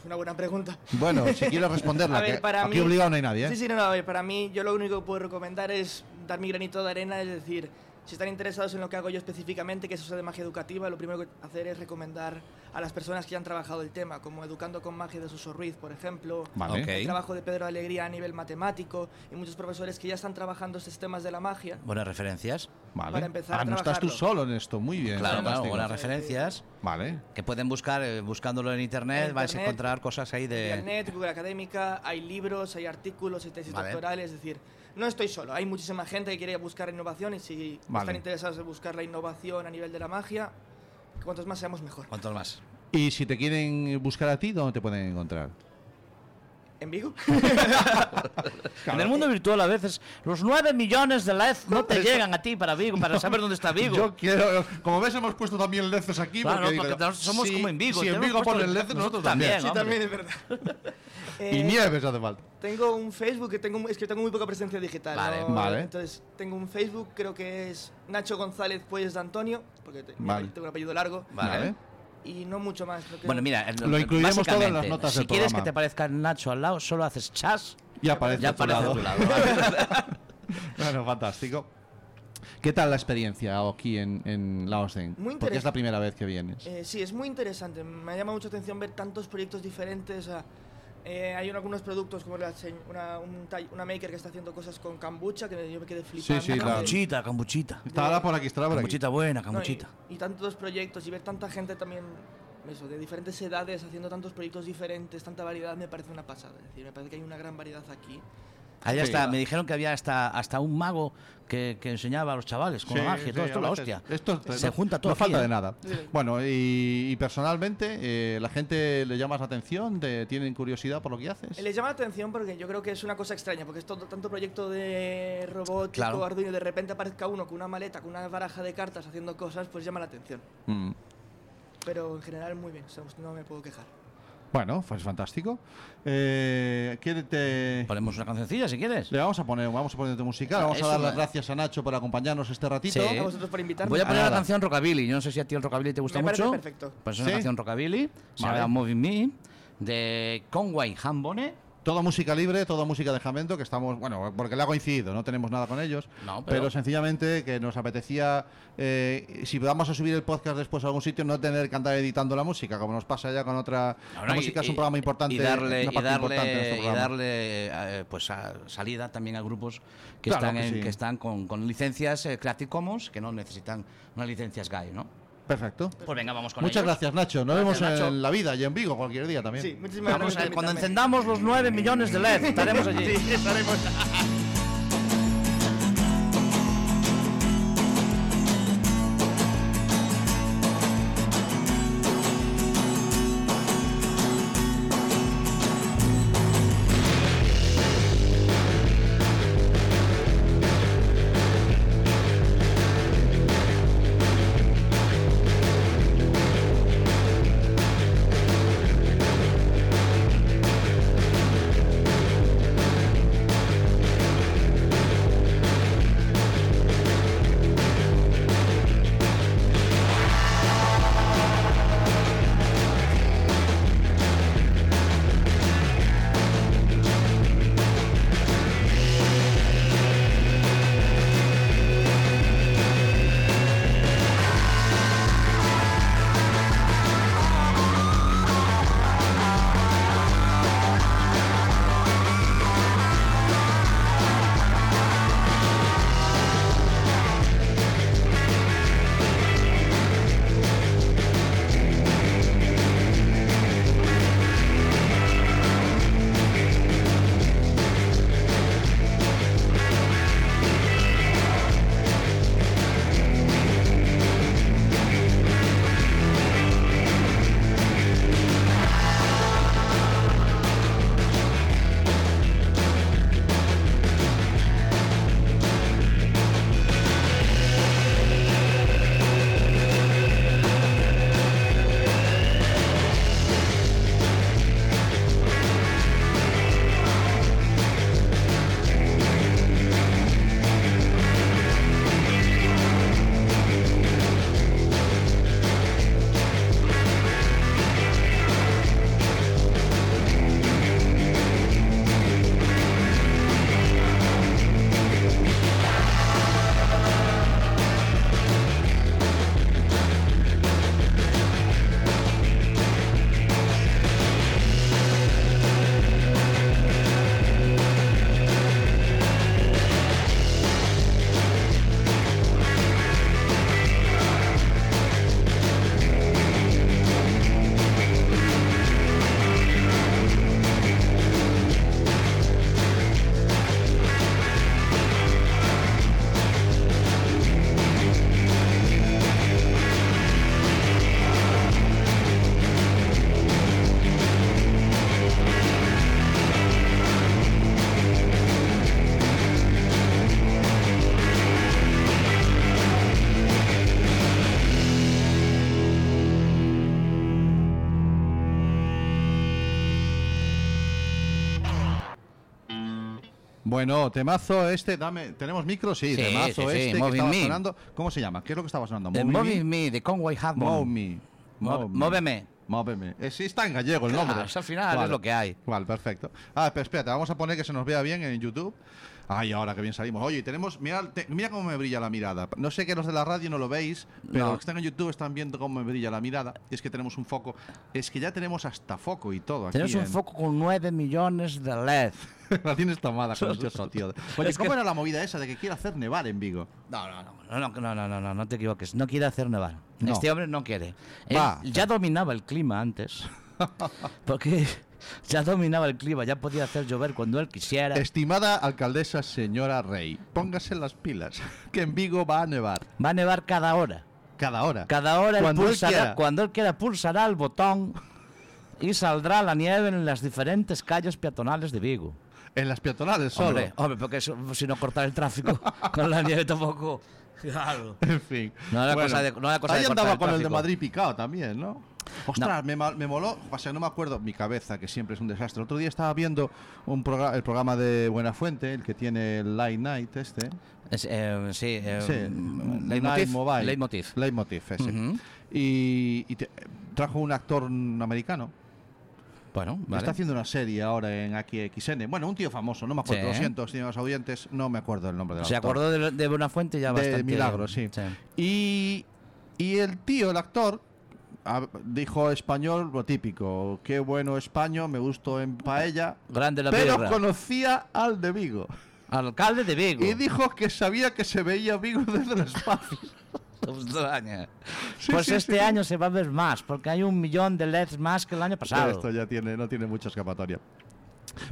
[SPEAKER 9] Es una buena pregunta.
[SPEAKER 1] Bueno, si quieres responderla,
[SPEAKER 9] A ver,
[SPEAKER 1] que
[SPEAKER 9] para
[SPEAKER 1] aquí
[SPEAKER 9] mí-
[SPEAKER 1] obligado no hay nadie. ¿eh?
[SPEAKER 9] Sí, sí, no, no, a ver, para mí yo lo único que puedo recomendar es dar mi granito de arena, es decir, si están interesados en lo que hago yo específicamente, que eso sea de magia educativa, lo primero que hacer es recomendar a las personas que ya han trabajado el tema, como Educando con Magia de Suso Ruiz, por ejemplo,
[SPEAKER 1] Vale.
[SPEAKER 2] Ok.
[SPEAKER 9] el trabajo de Pedro Alegría a nivel matemático y muchos profesores que ya están trabajando estos temas de la magia.
[SPEAKER 2] Buenas referencias.
[SPEAKER 1] Vale.
[SPEAKER 9] para empezar a
[SPEAKER 1] Ah, no estás tú
[SPEAKER 9] trabajarlo.
[SPEAKER 1] solo en esto, muy bien.
[SPEAKER 2] Claro, claro,
[SPEAKER 1] fantástico.
[SPEAKER 2] buenas referencias.
[SPEAKER 1] Vale.
[SPEAKER 2] Que pueden buscar, eh, buscándolo en internet,
[SPEAKER 9] En
[SPEAKER 2] vais a
[SPEAKER 9] internet.
[SPEAKER 2] encontrar cosas ahí de.
[SPEAKER 9] Internet, Google Académica, hay libros, hay artículos, hay tesis
[SPEAKER 2] Vale.
[SPEAKER 9] doctorales, es decir, no estoy solo, hay muchísima gente que quiere buscar innovación y si
[SPEAKER 1] Vale.
[SPEAKER 9] están interesados en buscar la innovación a nivel de la magia, cuantos más seamos mejor.
[SPEAKER 2] ¿Cuántos más?
[SPEAKER 1] Y si te quieren buscar a ti, ¿dónde te pueden encontrar?
[SPEAKER 9] ¿En Vigo?
[SPEAKER 2] En el mundo virtual a veces los 9 millones de LEDs no te llegan a ti para Vigo, para saber dónde está Vigo.
[SPEAKER 1] Yo quiero. Como ves, hemos puesto también leces aquí.
[SPEAKER 2] Claro,
[SPEAKER 1] porque,
[SPEAKER 2] porque
[SPEAKER 1] digo,
[SPEAKER 2] nosotros somos
[SPEAKER 1] si-
[SPEAKER 2] como en Vigo,
[SPEAKER 1] Si en
[SPEAKER 2] tenemos
[SPEAKER 1] Vigo
[SPEAKER 2] puesto
[SPEAKER 1] ponen
[SPEAKER 2] el-
[SPEAKER 1] leces, nosotros
[SPEAKER 2] nosotros
[SPEAKER 1] también.
[SPEAKER 9] sí,
[SPEAKER 2] hombre.
[SPEAKER 9] también, es verdad.
[SPEAKER 1] Y
[SPEAKER 9] Eh,
[SPEAKER 1] nieves hace falta.
[SPEAKER 9] Tengo un Facebook que tengo, es que tengo muy poca presencia digital.
[SPEAKER 2] Vale.
[SPEAKER 9] ¿no?
[SPEAKER 1] Vale.
[SPEAKER 9] Entonces, tengo un Facebook, creo que es Nacho González Puelles de Antonio, porque te-
[SPEAKER 1] Vale.
[SPEAKER 9] tengo un apellido largo.
[SPEAKER 2] Vale.
[SPEAKER 9] Y no mucho más. creo que-
[SPEAKER 2] Bueno, mira, eh,
[SPEAKER 1] Lo incluiremos todo en las
[SPEAKER 2] básicamente,
[SPEAKER 1] notas
[SPEAKER 2] Si
[SPEAKER 1] del
[SPEAKER 2] quieres
[SPEAKER 1] programa.
[SPEAKER 2] que te parezca Nacho al lado, solo haces chas.
[SPEAKER 1] Y aparece
[SPEAKER 2] ya
[SPEAKER 1] a tu
[SPEAKER 2] aparece
[SPEAKER 1] lado.
[SPEAKER 2] a tu lado, ¿vale?
[SPEAKER 1] Bueno, fantástico. ¿Qué tal la experiencia aquí en, en la OSDEN?
[SPEAKER 9] Muy
[SPEAKER 1] Porque es
[SPEAKER 9] interesante.
[SPEAKER 1] la primera vez que vienes.
[SPEAKER 9] Eh, sí, es muy interesante. Me ha llamado mucho atención ver tantos proyectos diferentes. o sea, eh, hay un- algunos productos como la se- una, un tall- una maker que está haciendo cosas con kombucha que yo me quedé flipando.
[SPEAKER 1] sí, claro.
[SPEAKER 9] No, y-
[SPEAKER 2] Cambuchita, cambuchita.
[SPEAKER 1] Estará por aquí, estará por aquí.
[SPEAKER 2] Cambuchita buena, cambuchita.
[SPEAKER 9] y, tantos proyectos y ver tanta gente también eso, de diferentes edades haciendo tantos proyectos diferentes, tanta variedad me parece una pasada. Es decir, me parece que hay una gran variedad aquí.
[SPEAKER 2] Ahí
[SPEAKER 1] Sí.
[SPEAKER 2] está, me dijeron que había hasta, hasta un mago que, que enseñaba a los chavales con
[SPEAKER 1] Sí,
[SPEAKER 2] la magia,
[SPEAKER 1] sí,
[SPEAKER 2] todo esto
[SPEAKER 1] a
[SPEAKER 2] la
[SPEAKER 1] veces.
[SPEAKER 2] hostia.
[SPEAKER 1] Esto
[SPEAKER 2] Se
[SPEAKER 1] no-
[SPEAKER 2] junta todo
[SPEAKER 1] No
[SPEAKER 2] aquí,
[SPEAKER 1] falta
[SPEAKER 2] ¿eh?
[SPEAKER 1] de nada. Bueno, y, y personalmente, eh, ¿la gente le llamas la atención? ¿Te, ¿Tienen curiosidad por lo que haces?
[SPEAKER 9] Eh, Les llama la atención porque yo creo que es una cosa extraña, porque es todo, tanto proyecto de robótico,
[SPEAKER 2] Claro.
[SPEAKER 9] Arduino, y de repente aparezca uno con una maleta, con una baraja de cartas haciendo cosas, pues llama la atención.
[SPEAKER 1] Mm.
[SPEAKER 9] Pero en general muy bien, o sea, no me puedo quejar.
[SPEAKER 1] Bueno, pues fantástico. Eh, ¿qué te-
[SPEAKER 2] Ponemos una cancioncilla si quieres.
[SPEAKER 1] Le vamos a poner, vamos a poner tu musical. Vamos
[SPEAKER 2] Eso
[SPEAKER 1] a dar las
[SPEAKER 2] me-
[SPEAKER 1] gracias a Nacho por acompañarnos este ratito.
[SPEAKER 2] Sí.
[SPEAKER 9] A vosotros por invitarme.
[SPEAKER 2] Voy a poner
[SPEAKER 1] Nada.
[SPEAKER 2] la canción Rockabilly. Yo no sé si a ti el Rockabilly te gusta
[SPEAKER 9] Me parece
[SPEAKER 2] mucho.
[SPEAKER 9] perfecto.
[SPEAKER 2] Pues es una
[SPEAKER 1] ¿Sí?
[SPEAKER 2] canción Rockabilly. Se
[SPEAKER 1] Vale.
[SPEAKER 2] llama Moving Me de Conway Hambone.
[SPEAKER 1] Todo música libre, toda música de Jamento, que estamos, bueno, porque le ha coincidido, no tenemos nada con ellos,
[SPEAKER 2] No,
[SPEAKER 1] pero...
[SPEAKER 2] pero-
[SPEAKER 1] sencillamente que nos apetecía, eh, si vamos a subir el podcast después a algún sitio, no tener que andar editando la música, como nos pasa ya con otra...
[SPEAKER 2] No, no,
[SPEAKER 1] la
[SPEAKER 2] y-
[SPEAKER 1] música es
[SPEAKER 2] y-
[SPEAKER 1] un programa importante,
[SPEAKER 2] y
[SPEAKER 1] una
[SPEAKER 2] darle, y
[SPEAKER 1] parte
[SPEAKER 2] darle,
[SPEAKER 1] importante de nuestro
[SPEAKER 2] y
[SPEAKER 1] programa.
[SPEAKER 2] darle, eh, pues a- salida también a grupos que
[SPEAKER 1] Claro
[SPEAKER 2] están
[SPEAKER 1] que
[SPEAKER 2] en-
[SPEAKER 1] sí.
[SPEAKER 2] que están con, con licencias eh, Creative Commons que no necesitan unas licencias GAE, ¿no?
[SPEAKER 1] Perfecto.
[SPEAKER 2] Pues venga, vamos con
[SPEAKER 1] Muchas
[SPEAKER 2] ellos.
[SPEAKER 1] gracias, Nacho. Nos
[SPEAKER 2] Gracias,
[SPEAKER 1] vemos
[SPEAKER 2] Nacho.
[SPEAKER 1] en la vida y en Vigo cualquier día también.
[SPEAKER 9] Sí, muchísimas
[SPEAKER 2] Vamos
[SPEAKER 9] gracias.
[SPEAKER 2] a ver,
[SPEAKER 9] por
[SPEAKER 2] cuando
[SPEAKER 9] invitarme.
[SPEAKER 2] encendamos los 9 millones de LED, estaremos allí.
[SPEAKER 9] Sí, estaremos.
[SPEAKER 1] Bueno, temazo este, dame, tenemos micro, sí,
[SPEAKER 2] Sí,
[SPEAKER 1] temazo
[SPEAKER 2] sí, sí,
[SPEAKER 1] este que
[SPEAKER 2] Moving
[SPEAKER 1] estaba
[SPEAKER 2] Me.
[SPEAKER 1] sonando. ¿Cómo se llama? ¿Qué es lo que estaba sonando?
[SPEAKER 2] The Moving Me de
[SPEAKER 1] Move
[SPEAKER 2] Conway Hardbone.
[SPEAKER 1] me.
[SPEAKER 2] Mo-
[SPEAKER 1] Move
[SPEAKER 2] Móveme.
[SPEAKER 1] Móveme. Eh, sí, está en gallego el
[SPEAKER 2] Claro,
[SPEAKER 1] nombre.
[SPEAKER 2] es al final, es lo que hay.
[SPEAKER 1] Vale, perfecto. Ah, pero espérate, vamos a poner que se nos vea bien en YouTube. Ay, ahora que bien salimos. Oye, tenemos. Mira, te- mira cómo me brilla la mirada. No sé que los de la radio no lo veis, pero
[SPEAKER 2] No.
[SPEAKER 1] los que están en YouTube están viendo cómo me brilla la mirada. Y es que tenemos un foco. Es que ya tenemos hasta foco y todo. aquí
[SPEAKER 2] Tenemos un
[SPEAKER 1] en-
[SPEAKER 2] foco con 9 millones de LED.
[SPEAKER 1] la tienes tomada con eso, tío. Oye,
[SPEAKER 2] Es que-
[SPEAKER 1] ¿cómo era la movida esa de que quiere hacer nevar en Vigo?
[SPEAKER 2] No, no, no, no, no, no, no, no, no te equivoques. No quiere hacer nevar.
[SPEAKER 1] No.
[SPEAKER 2] Este hombre no quiere. Él
[SPEAKER 1] Va.
[SPEAKER 2] ya dominaba el clima antes. Porque ya dominaba el clima, ya podía hacer llover cuando él quisiera.
[SPEAKER 1] Estimada alcaldesa señora Rey, póngase las pilas, que en Vigo va a nevar
[SPEAKER 2] Va a nevar cada hora.
[SPEAKER 1] cada hora.
[SPEAKER 2] Cada hora él
[SPEAKER 1] Cuando él
[SPEAKER 2] pulsará-
[SPEAKER 1] quiera.
[SPEAKER 2] cuando él quiera, pulsará el botón y saldrá la nieve en las diferentes calles peatonales de Vigo.
[SPEAKER 1] en las peatonales solo.
[SPEAKER 2] Hombre, hombre, porque eso, si no cortar el tráfico con la nieve tampoco. Claro.
[SPEAKER 1] En fin.
[SPEAKER 2] No era cosa de- no era cosa
[SPEAKER 1] ahí
[SPEAKER 2] de cortar
[SPEAKER 1] andaba
[SPEAKER 2] el
[SPEAKER 1] con el de
[SPEAKER 2] tráfico.
[SPEAKER 1] Madrid picado también, ¿no? Ostras, Me, ma- me moló. O sea, no me acuerdo. Mi cabeza, que siempre es un desastre. El otro día estaba viendo un progra- el programa de Buenafuente, el que tiene el Light Night este.
[SPEAKER 2] Es, eh, sí, eh,
[SPEAKER 1] Sí,
[SPEAKER 2] mm,
[SPEAKER 1] Night
[SPEAKER 2] leitmotiv.
[SPEAKER 1] Mobile.
[SPEAKER 2] leitmotiv.
[SPEAKER 1] Leitmotiv, ese.
[SPEAKER 2] Ujú.
[SPEAKER 1] Y, y te- trajo un actor mm, americano
[SPEAKER 2] Bueno, vale.
[SPEAKER 1] Está haciendo una serie ahora en aquí XN. Bueno, un tío famoso, no me acuerdo,
[SPEAKER 2] Sí.
[SPEAKER 1] lo siento, señores oyentes, no me acuerdo el nombre del
[SPEAKER 2] Se
[SPEAKER 1] actor.
[SPEAKER 2] acordó de, de Buenafuente ya
[SPEAKER 1] de
[SPEAKER 2] bastante.
[SPEAKER 1] Milagro, sí. Y, y el tío, el actor, a- dijo español lo típico. Qué bueno España, me gustó en paella.
[SPEAKER 2] Grande la
[SPEAKER 1] pero
[SPEAKER 2] birra.
[SPEAKER 1] conocía al de Vigo.
[SPEAKER 2] Alcalde de Vigo.
[SPEAKER 1] Y dijo que sabía que se veía Vigo desde el espacio.
[SPEAKER 2] Extraña.
[SPEAKER 1] Sí,
[SPEAKER 2] pues
[SPEAKER 1] sí,
[SPEAKER 2] este
[SPEAKER 1] sí.
[SPEAKER 2] año se va a ver más, porque hay un millón de LEDs más que el año pasado.
[SPEAKER 1] Esto ya tiene, no tiene mucha escapatoria.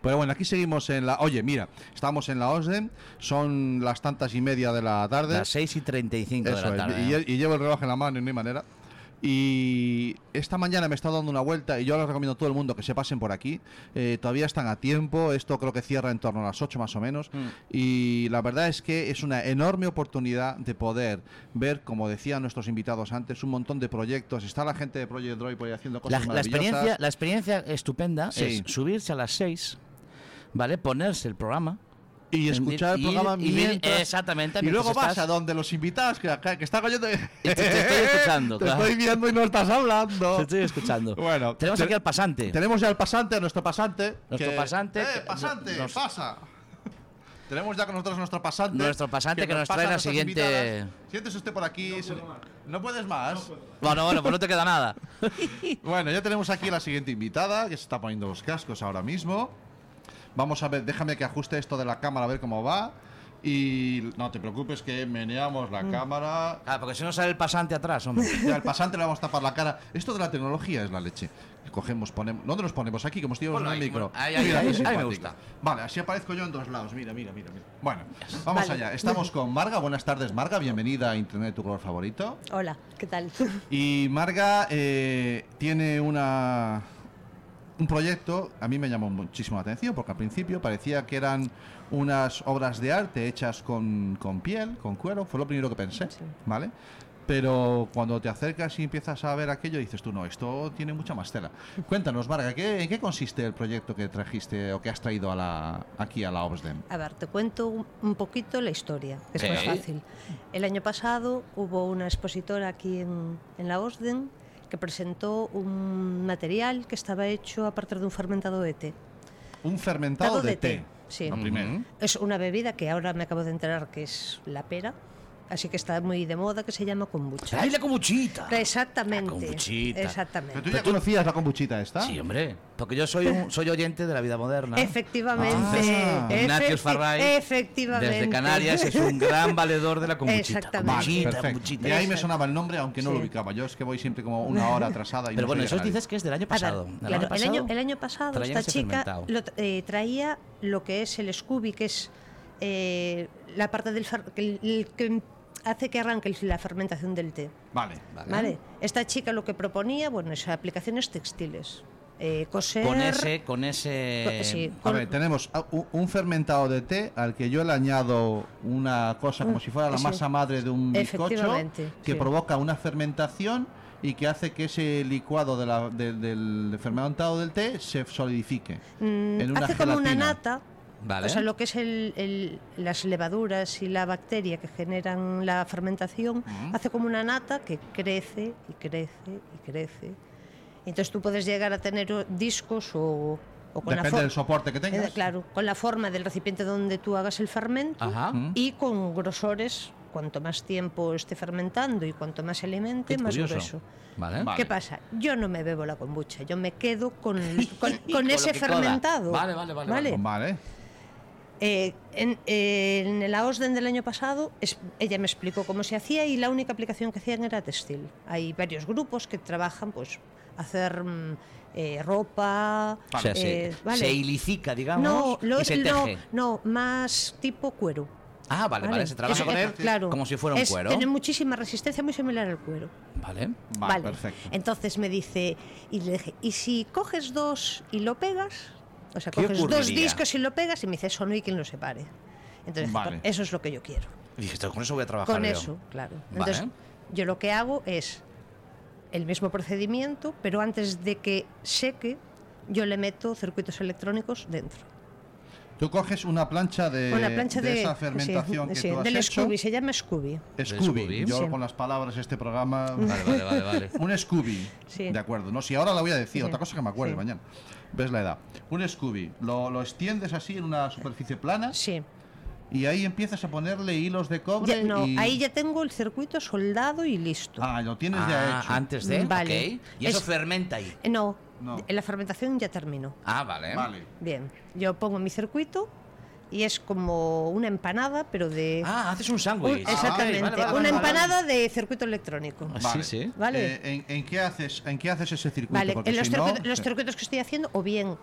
[SPEAKER 1] Pero bueno, aquí seguimos en la... Oye, mira, estamos en la OSDEM, son las tantas y media de la tarde.
[SPEAKER 2] Las 6 y 35 de
[SPEAKER 1] Eso
[SPEAKER 2] la
[SPEAKER 1] es,
[SPEAKER 2] tarde.
[SPEAKER 1] y, lle- y llevo el reloj en la mano, y no hay manera. Y esta mañana me he estado dando una vuelta y yo les recomiendo a todo el mundo que se pasen por aquí. Eh, todavía están a tiempo, esto creo que cierra en torno a las 8 más o menos.
[SPEAKER 2] Mm.
[SPEAKER 1] Y la verdad es que es una enorme oportunidad de poder ver, como decían nuestros invitados antes, un montón de proyectos. Está la gente de Project Droid por ahí haciendo
[SPEAKER 2] la,
[SPEAKER 1] cosas
[SPEAKER 2] la
[SPEAKER 1] maravillosas.
[SPEAKER 2] experiencia, la experiencia estupenda
[SPEAKER 1] Sí.
[SPEAKER 2] es subirse a las 6, ¿vale? Ponerse el programa.
[SPEAKER 1] Y escuchar
[SPEAKER 2] Y-
[SPEAKER 1] el programa
[SPEAKER 2] y- y-
[SPEAKER 1] mientras-
[SPEAKER 2] exactamente,
[SPEAKER 1] Y luego
[SPEAKER 2] mientras
[SPEAKER 1] vas
[SPEAKER 2] estás-
[SPEAKER 1] a donde los invitados que, acá- que están oyendo.
[SPEAKER 2] Te- te estoy escuchando,
[SPEAKER 1] Te
[SPEAKER 2] claro.
[SPEAKER 1] estoy viendo y no estás hablando.
[SPEAKER 2] Te estoy escuchando.
[SPEAKER 1] Bueno,
[SPEAKER 2] tenemos
[SPEAKER 1] te-
[SPEAKER 2] aquí al pasante.
[SPEAKER 1] Tenemos ya al pasante, a nuestro pasante.
[SPEAKER 2] Nuestro pasante,
[SPEAKER 1] ¡Eh,
[SPEAKER 2] que-
[SPEAKER 1] pasante!
[SPEAKER 2] nos-
[SPEAKER 1] ¡Pasa! Tenemos ya con nosotros nuestro pasante.
[SPEAKER 2] Nuestro pasante que nos
[SPEAKER 1] pasa
[SPEAKER 2] trae la
[SPEAKER 1] nuestras
[SPEAKER 2] siguiente-
[SPEAKER 1] invitadas. Siéntese usted por aquí. se- No, puedes más.
[SPEAKER 2] Bueno, bueno, pues no te queda nada.
[SPEAKER 1] Bueno, ya tenemos aquí la siguiente invitada que se está poniendo los cascos ahora mismo. Vamos a ver, déjame que ajuste esto de la cámara a ver cómo va. Y no te preocupes que meneamos la cámara.
[SPEAKER 2] Ah, porque si no sale el pasante atrás, hombre.
[SPEAKER 1] Ya, al pasante le vamos a tapar la cara. Esto de la tecnología es la leche. Cogemos, ponemos. ¿Dónde nos ponemos? Aquí, como estuvimos
[SPEAKER 2] Ponlo
[SPEAKER 1] en el
[SPEAKER 2] ahí,
[SPEAKER 1] micro.
[SPEAKER 2] bueno, ahí, ahí,
[SPEAKER 1] Mira,
[SPEAKER 2] ahí,
[SPEAKER 1] qué
[SPEAKER 2] ahí me
[SPEAKER 1] simpático.
[SPEAKER 2] gusta.
[SPEAKER 1] Vale, así aparezco yo en dos lados. Mira, mira, mira, mira. Bueno, vamos
[SPEAKER 10] Vale.
[SPEAKER 1] allá. Estamos con Marga. Buenas tardes, Marga. Bienvenida a Internet tu color favorito.
[SPEAKER 10] Hola, ¿qué tal?
[SPEAKER 1] Y Marga eh, tiene una. Un proyecto, a mí me llamó muchísimo la atención porque al principio parecía que eran unas obras de arte hechas con, con piel, con cuero, fue lo primero que pensé, ¿vale? Pero cuando te acercas y empiezas a ver aquello, dices tú, no, esto tiene mucha más tela. Cuéntanos, Marga, ¿qué- ¿en qué consiste el proyecto que trajiste o que has traído a la, aquí a la OBSDEM?
[SPEAKER 10] A ver, te cuento un- un poquito la historia, que es más
[SPEAKER 2] Sí.
[SPEAKER 10] fácil. El año pasado hubo una expositora aquí en, en la OSDEN que presentó un material que estaba hecho a partir de un fermentado de té.
[SPEAKER 1] Un fermentado
[SPEAKER 10] Dado
[SPEAKER 1] de,
[SPEAKER 10] de
[SPEAKER 1] té,
[SPEAKER 10] té, sí.
[SPEAKER 1] lo primero.
[SPEAKER 10] Es una bebida que ahora me acabo de enterar que es la pera, así que está muy de moda, que se llama kombucha.
[SPEAKER 2] ¡Ay, la combuchita!
[SPEAKER 10] Exactamente.
[SPEAKER 2] La kombuchita.
[SPEAKER 1] ¿Pero
[SPEAKER 10] Exactamente.
[SPEAKER 1] tú ya conocías la kombuchita esta?
[SPEAKER 2] Sí, hombre. Porque yo soy un, soy oyente de la vida moderna.
[SPEAKER 10] Efectivamente.
[SPEAKER 1] Ah.
[SPEAKER 10] Efecti-
[SPEAKER 2] Ignatius Farray,
[SPEAKER 10] Efectivamente.
[SPEAKER 2] Desde Canarias es un gran valedor de la kombuchita.
[SPEAKER 10] Exactamente.
[SPEAKER 2] Kombuchita,
[SPEAKER 1] Perfecto.
[SPEAKER 2] kombuchita.
[SPEAKER 1] Y ahí me
[SPEAKER 10] Exacto.
[SPEAKER 1] sonaba el nombre, aunque no lo
[SPEAKER 10] Sí.
[SPEAKER 1] ubicaba. Yo es que voy siempre como una hora atrasada. Y
[SPEAKER 2] Pero
[SPEAKER 1] no
[SPEAKER 2] bueno,
[SPEAKER 1] soy
[SPEAKER 2] eso
[SPEAKER 1] de Canarias.
[SPEAKER 2] dices que es del año
[SPEAKER 10] A ver,
[SPEAKER 2] pasado. ¿Del
[SPEAKER 10] claro, el, año, el año pasado
[SPEAKER 2] traían
[SPEAKER 10] esta
[SPEAKER 2] ese
[SPEAKER 10] chica
[SPEAKER 2] fermentado.
[SPEAKER 10] lo tra- eh, traía lo que es el Scooby, que es eh, la parte del fer- que, el que hace que arranque el- la fermentación del té.
[SPEAKER 1] Vale.
[SPEAKER 10] ¿vale? Esta chica lo que proponía, bueno, es aplicaciones textiles. Eh, coser...
[SPEAKER 2] Con ese, con
[SPEAKER 10] co-
[SPEAKER 2] ese. eh,
[SPEAKER 10] sí,
[SPEAKER 1] A
[SPEAKER 10] con-
[SPEAKER 1] ver, tenemos a- u- un fermentado de té al que yo le añado una cosa como si fuera la
[SPEAKER 10] Ah, sí.
[SPEAKER 1] masa madre de un bizcocho
[SPEAKER 10] Efectivamente,
[SPEAKER 1] que
[SPEAKER 10] sí.
[SPEAKER 1] provoca una fermentación y que hace que ese licuado de la- de- del fermentado del té se solidifique.
[SPEAKER 10] Mm,
[SPEAKER 1] en una
[SPEAKER 10] hace como una
[SPEAKER 1] gelatina.
[SPEAKER 10] nata.
[SPEAKER 2] Vale.
[SPEAKER 10] O sea, lo que es el- el- las levaduras y la bacteria que generan la fermentación,
[SPEAKER 2] Mm.
[SPEAKER 10] hace como una nata que crece y crece y crece. Entonces tú puedes llegar a tener o- discos o, o con la
[SPEAKER 1] Depende
[SPEAKER 10] for-
[SPEAKER 1] del soporte que
[SPEAKER 10] eh,
[SPEAKER 1] tengas.
[SPEAKER 10] Claro, con la forma del recipiente donde tú hagas el fermento
[SPEAKER 2] Ajá. Mm.
[SPEAKER 10] y con grosores. Cuanto más tiempo esté fermentando y cuanto más se alimente,
[SPEAKER 2] Qué
[SPEAKER 10] más
[SPEAKER 2] curioso.
[SPEAKER 10] grueso.
[SPEAKER 2] Vale.
[SPEAKER 1] Vale.
[SPEAKER 10] ¿Qué pasa? Yo no me bebo la kombucha, yo me quedo con, con- con
[SPEAKER 2] Con lo
[SPEAKER 10] ese
[SPEAKER 2] que cola.
[SPEAKER 10] fermentado.
[SPEAKER 2] Vale, vale, vale, vale.
[SPEAKER 1] Vale.
[SPEAKER 10] Eh, en, eh, en la OSDEN del año pasado, es- ella me explicó cómo se hacía y la única aplicación que hacían era textil. Hay varios grupos que trabajan, pues, hacer mm, eh, ropa.
[SPEAKER 2] O sea,
[SPEAKER 10] eh,
[SPEAKER 2] se,
[SPEAKER 10] vale.
[SPEAKER 2] se ilicica, digamos,
[SPEAKER 10] no, lo-
[SPEAKER 2] y se
[SPEAKER 10] no,
[SPEAKER 2] teje.
[SPEAKER 10] no, más tipo cuero.
[SPEAKER 2] Ah, vale, vale, se trabaja
[SPEAKER 10] Es-
[SPEAKER 2] con
[SPEAKER 10] es-
[SPEAKER 2] él
[SPEAKER 10] claro.
[SPEAKER 2] como si fuera un
[SPEAKER 10] Es-
[SPEAKER 2] cuero.
[SPEAKER 10] Tiene muchísima resistencia, muy similar al cuero.
[SPEAKER 2] Vale. Eh,
[SPEAKER 1] Vale, perfecto.
[SPEAKER 10] Entonces me dice, y le dije, ¿y si coges dos y lo pegas? O sea,
[SPEAKER 2] ¿Qué
[SPEAKER 10] coges dos
[SPEAKER 2] ocurriría?
[SPEAKER 10] discos y lo pegas y me dice, eso no hay quien lo separe. Entonces, dije,
[SPEAKER 1] Vale.
[SPEAKER 10] eso es lo que yo quiero.
[SPEAKER 2] Y dije, "Esto- con eso voy a trabajar.
[SPEAKER 10] Con
[SPEAKER 2] yo".
[SPEAKER 10] eso, claro.
[SPEAKER 2] Vale.
[SPEAKER 10] Entonces, yo lo que hago es el mismo procedimiento, pero antes de que seque, yo le meto circuitos electrónicos dentro.
[SPEAKER 1] Tú coges una plancha de,
[SPEAKER 10] Con la plancha
[SPEAKER 1] Eh, de
[SPEAKER 10] de,
[SPEAKER 1] esa
[SPEAKER 10] sí,
[SPEAKER 1] fermentación que
[SPEAKER 10] sí,
[SPEAKER 1] tú has
[SPEAKER 10] del
[SPEAKER 1] hecho.
[SPEAKER 10] Scooby, se llama Scooby.
[SPEAKER 1] Scooby.
[SPEAKER 2] Scooby.
[SPEAKER 1] Yo
[SPEAKER 10] Sí.
[SPEAKER 1] con las palabras este programa.
[SPEAKER 2] Vale, vale, vale. vale.
[SPEAKER 1] Un Scooby.
[SPEAKER 10] Sí.
[SPEAKER 1] De acuerdo. No, si ahora la voy a decir,
[SPEAKER 10] Sí.
[SPEAKER 1] otra cosa que me acuerde
[SPEAKER 10] Sí.
[SPEAKER 1] mañana. ves la edad. Un Scooby, lo, lo extiendes así en una superficie plana.
[SPEAKER 10] Sí.
[SPEAKER 1] Y ahí empiezas a ponerle hilos de cobre.
[SPEAKER 10] Ya- no,
[SPEAKER 1] y-
[SPEAKER 10] ahí ya tengo el circuito soldado y listo.
[SPEAKER 1] Ah, lo tienes ya
[SPEAKER 2] Ah,
[SPEAKER 1] hecho.
[SPEAKER 2] antes de.
[SPEAKER 10] Mm, Vale.
[SPEAKER 2] ok. Y eso
[SPEAKER 10] Es-
[SPEAKER 2] fermenta ahí.
[SPEAKER 10] Eh, No,
[SPEAKER 1] No.
[SPEAKER 10] la fermentación ya terminó.
[SPEAKER 2] Ah, vale.
[SPEAKER 1] Vale.
[SPEAKER 10] Bien, yo pongo mi circuito y es como una empanada, pero de...
[SPEAKER 2] Ah, haces un
[SPEAKER 10] un-
[SPEAKER 2] sándwich.
[SPEAKER 10] exactamente,
[SPEAKER 2] Ah, vale, vale,
[SPEAKER 10] una
[SPEAKER 2] vale, vale.
[SPEAKER 10] empanada de circuito electrónico.
[SPEAKER 2] Ah,
[SPEAKER 1] Vale.
[SPEAKER 2] Sí, sí.
[SPEAKER 10] Vale.
[SPEAKER 1] Eh, ¿en, en qué haces, ¿En qué haces ese circuito?
[SPEAKER 10] Vale,
[SPEAKER 1] Porque
[SPEAKER 10] en los,
[SPEAKER 1] si no, eh,
[SPEAKER 10] circuitos, los
[SPEAKER 1] se-
[SPEAKER 10] circuitos que estoy haciendo, o bien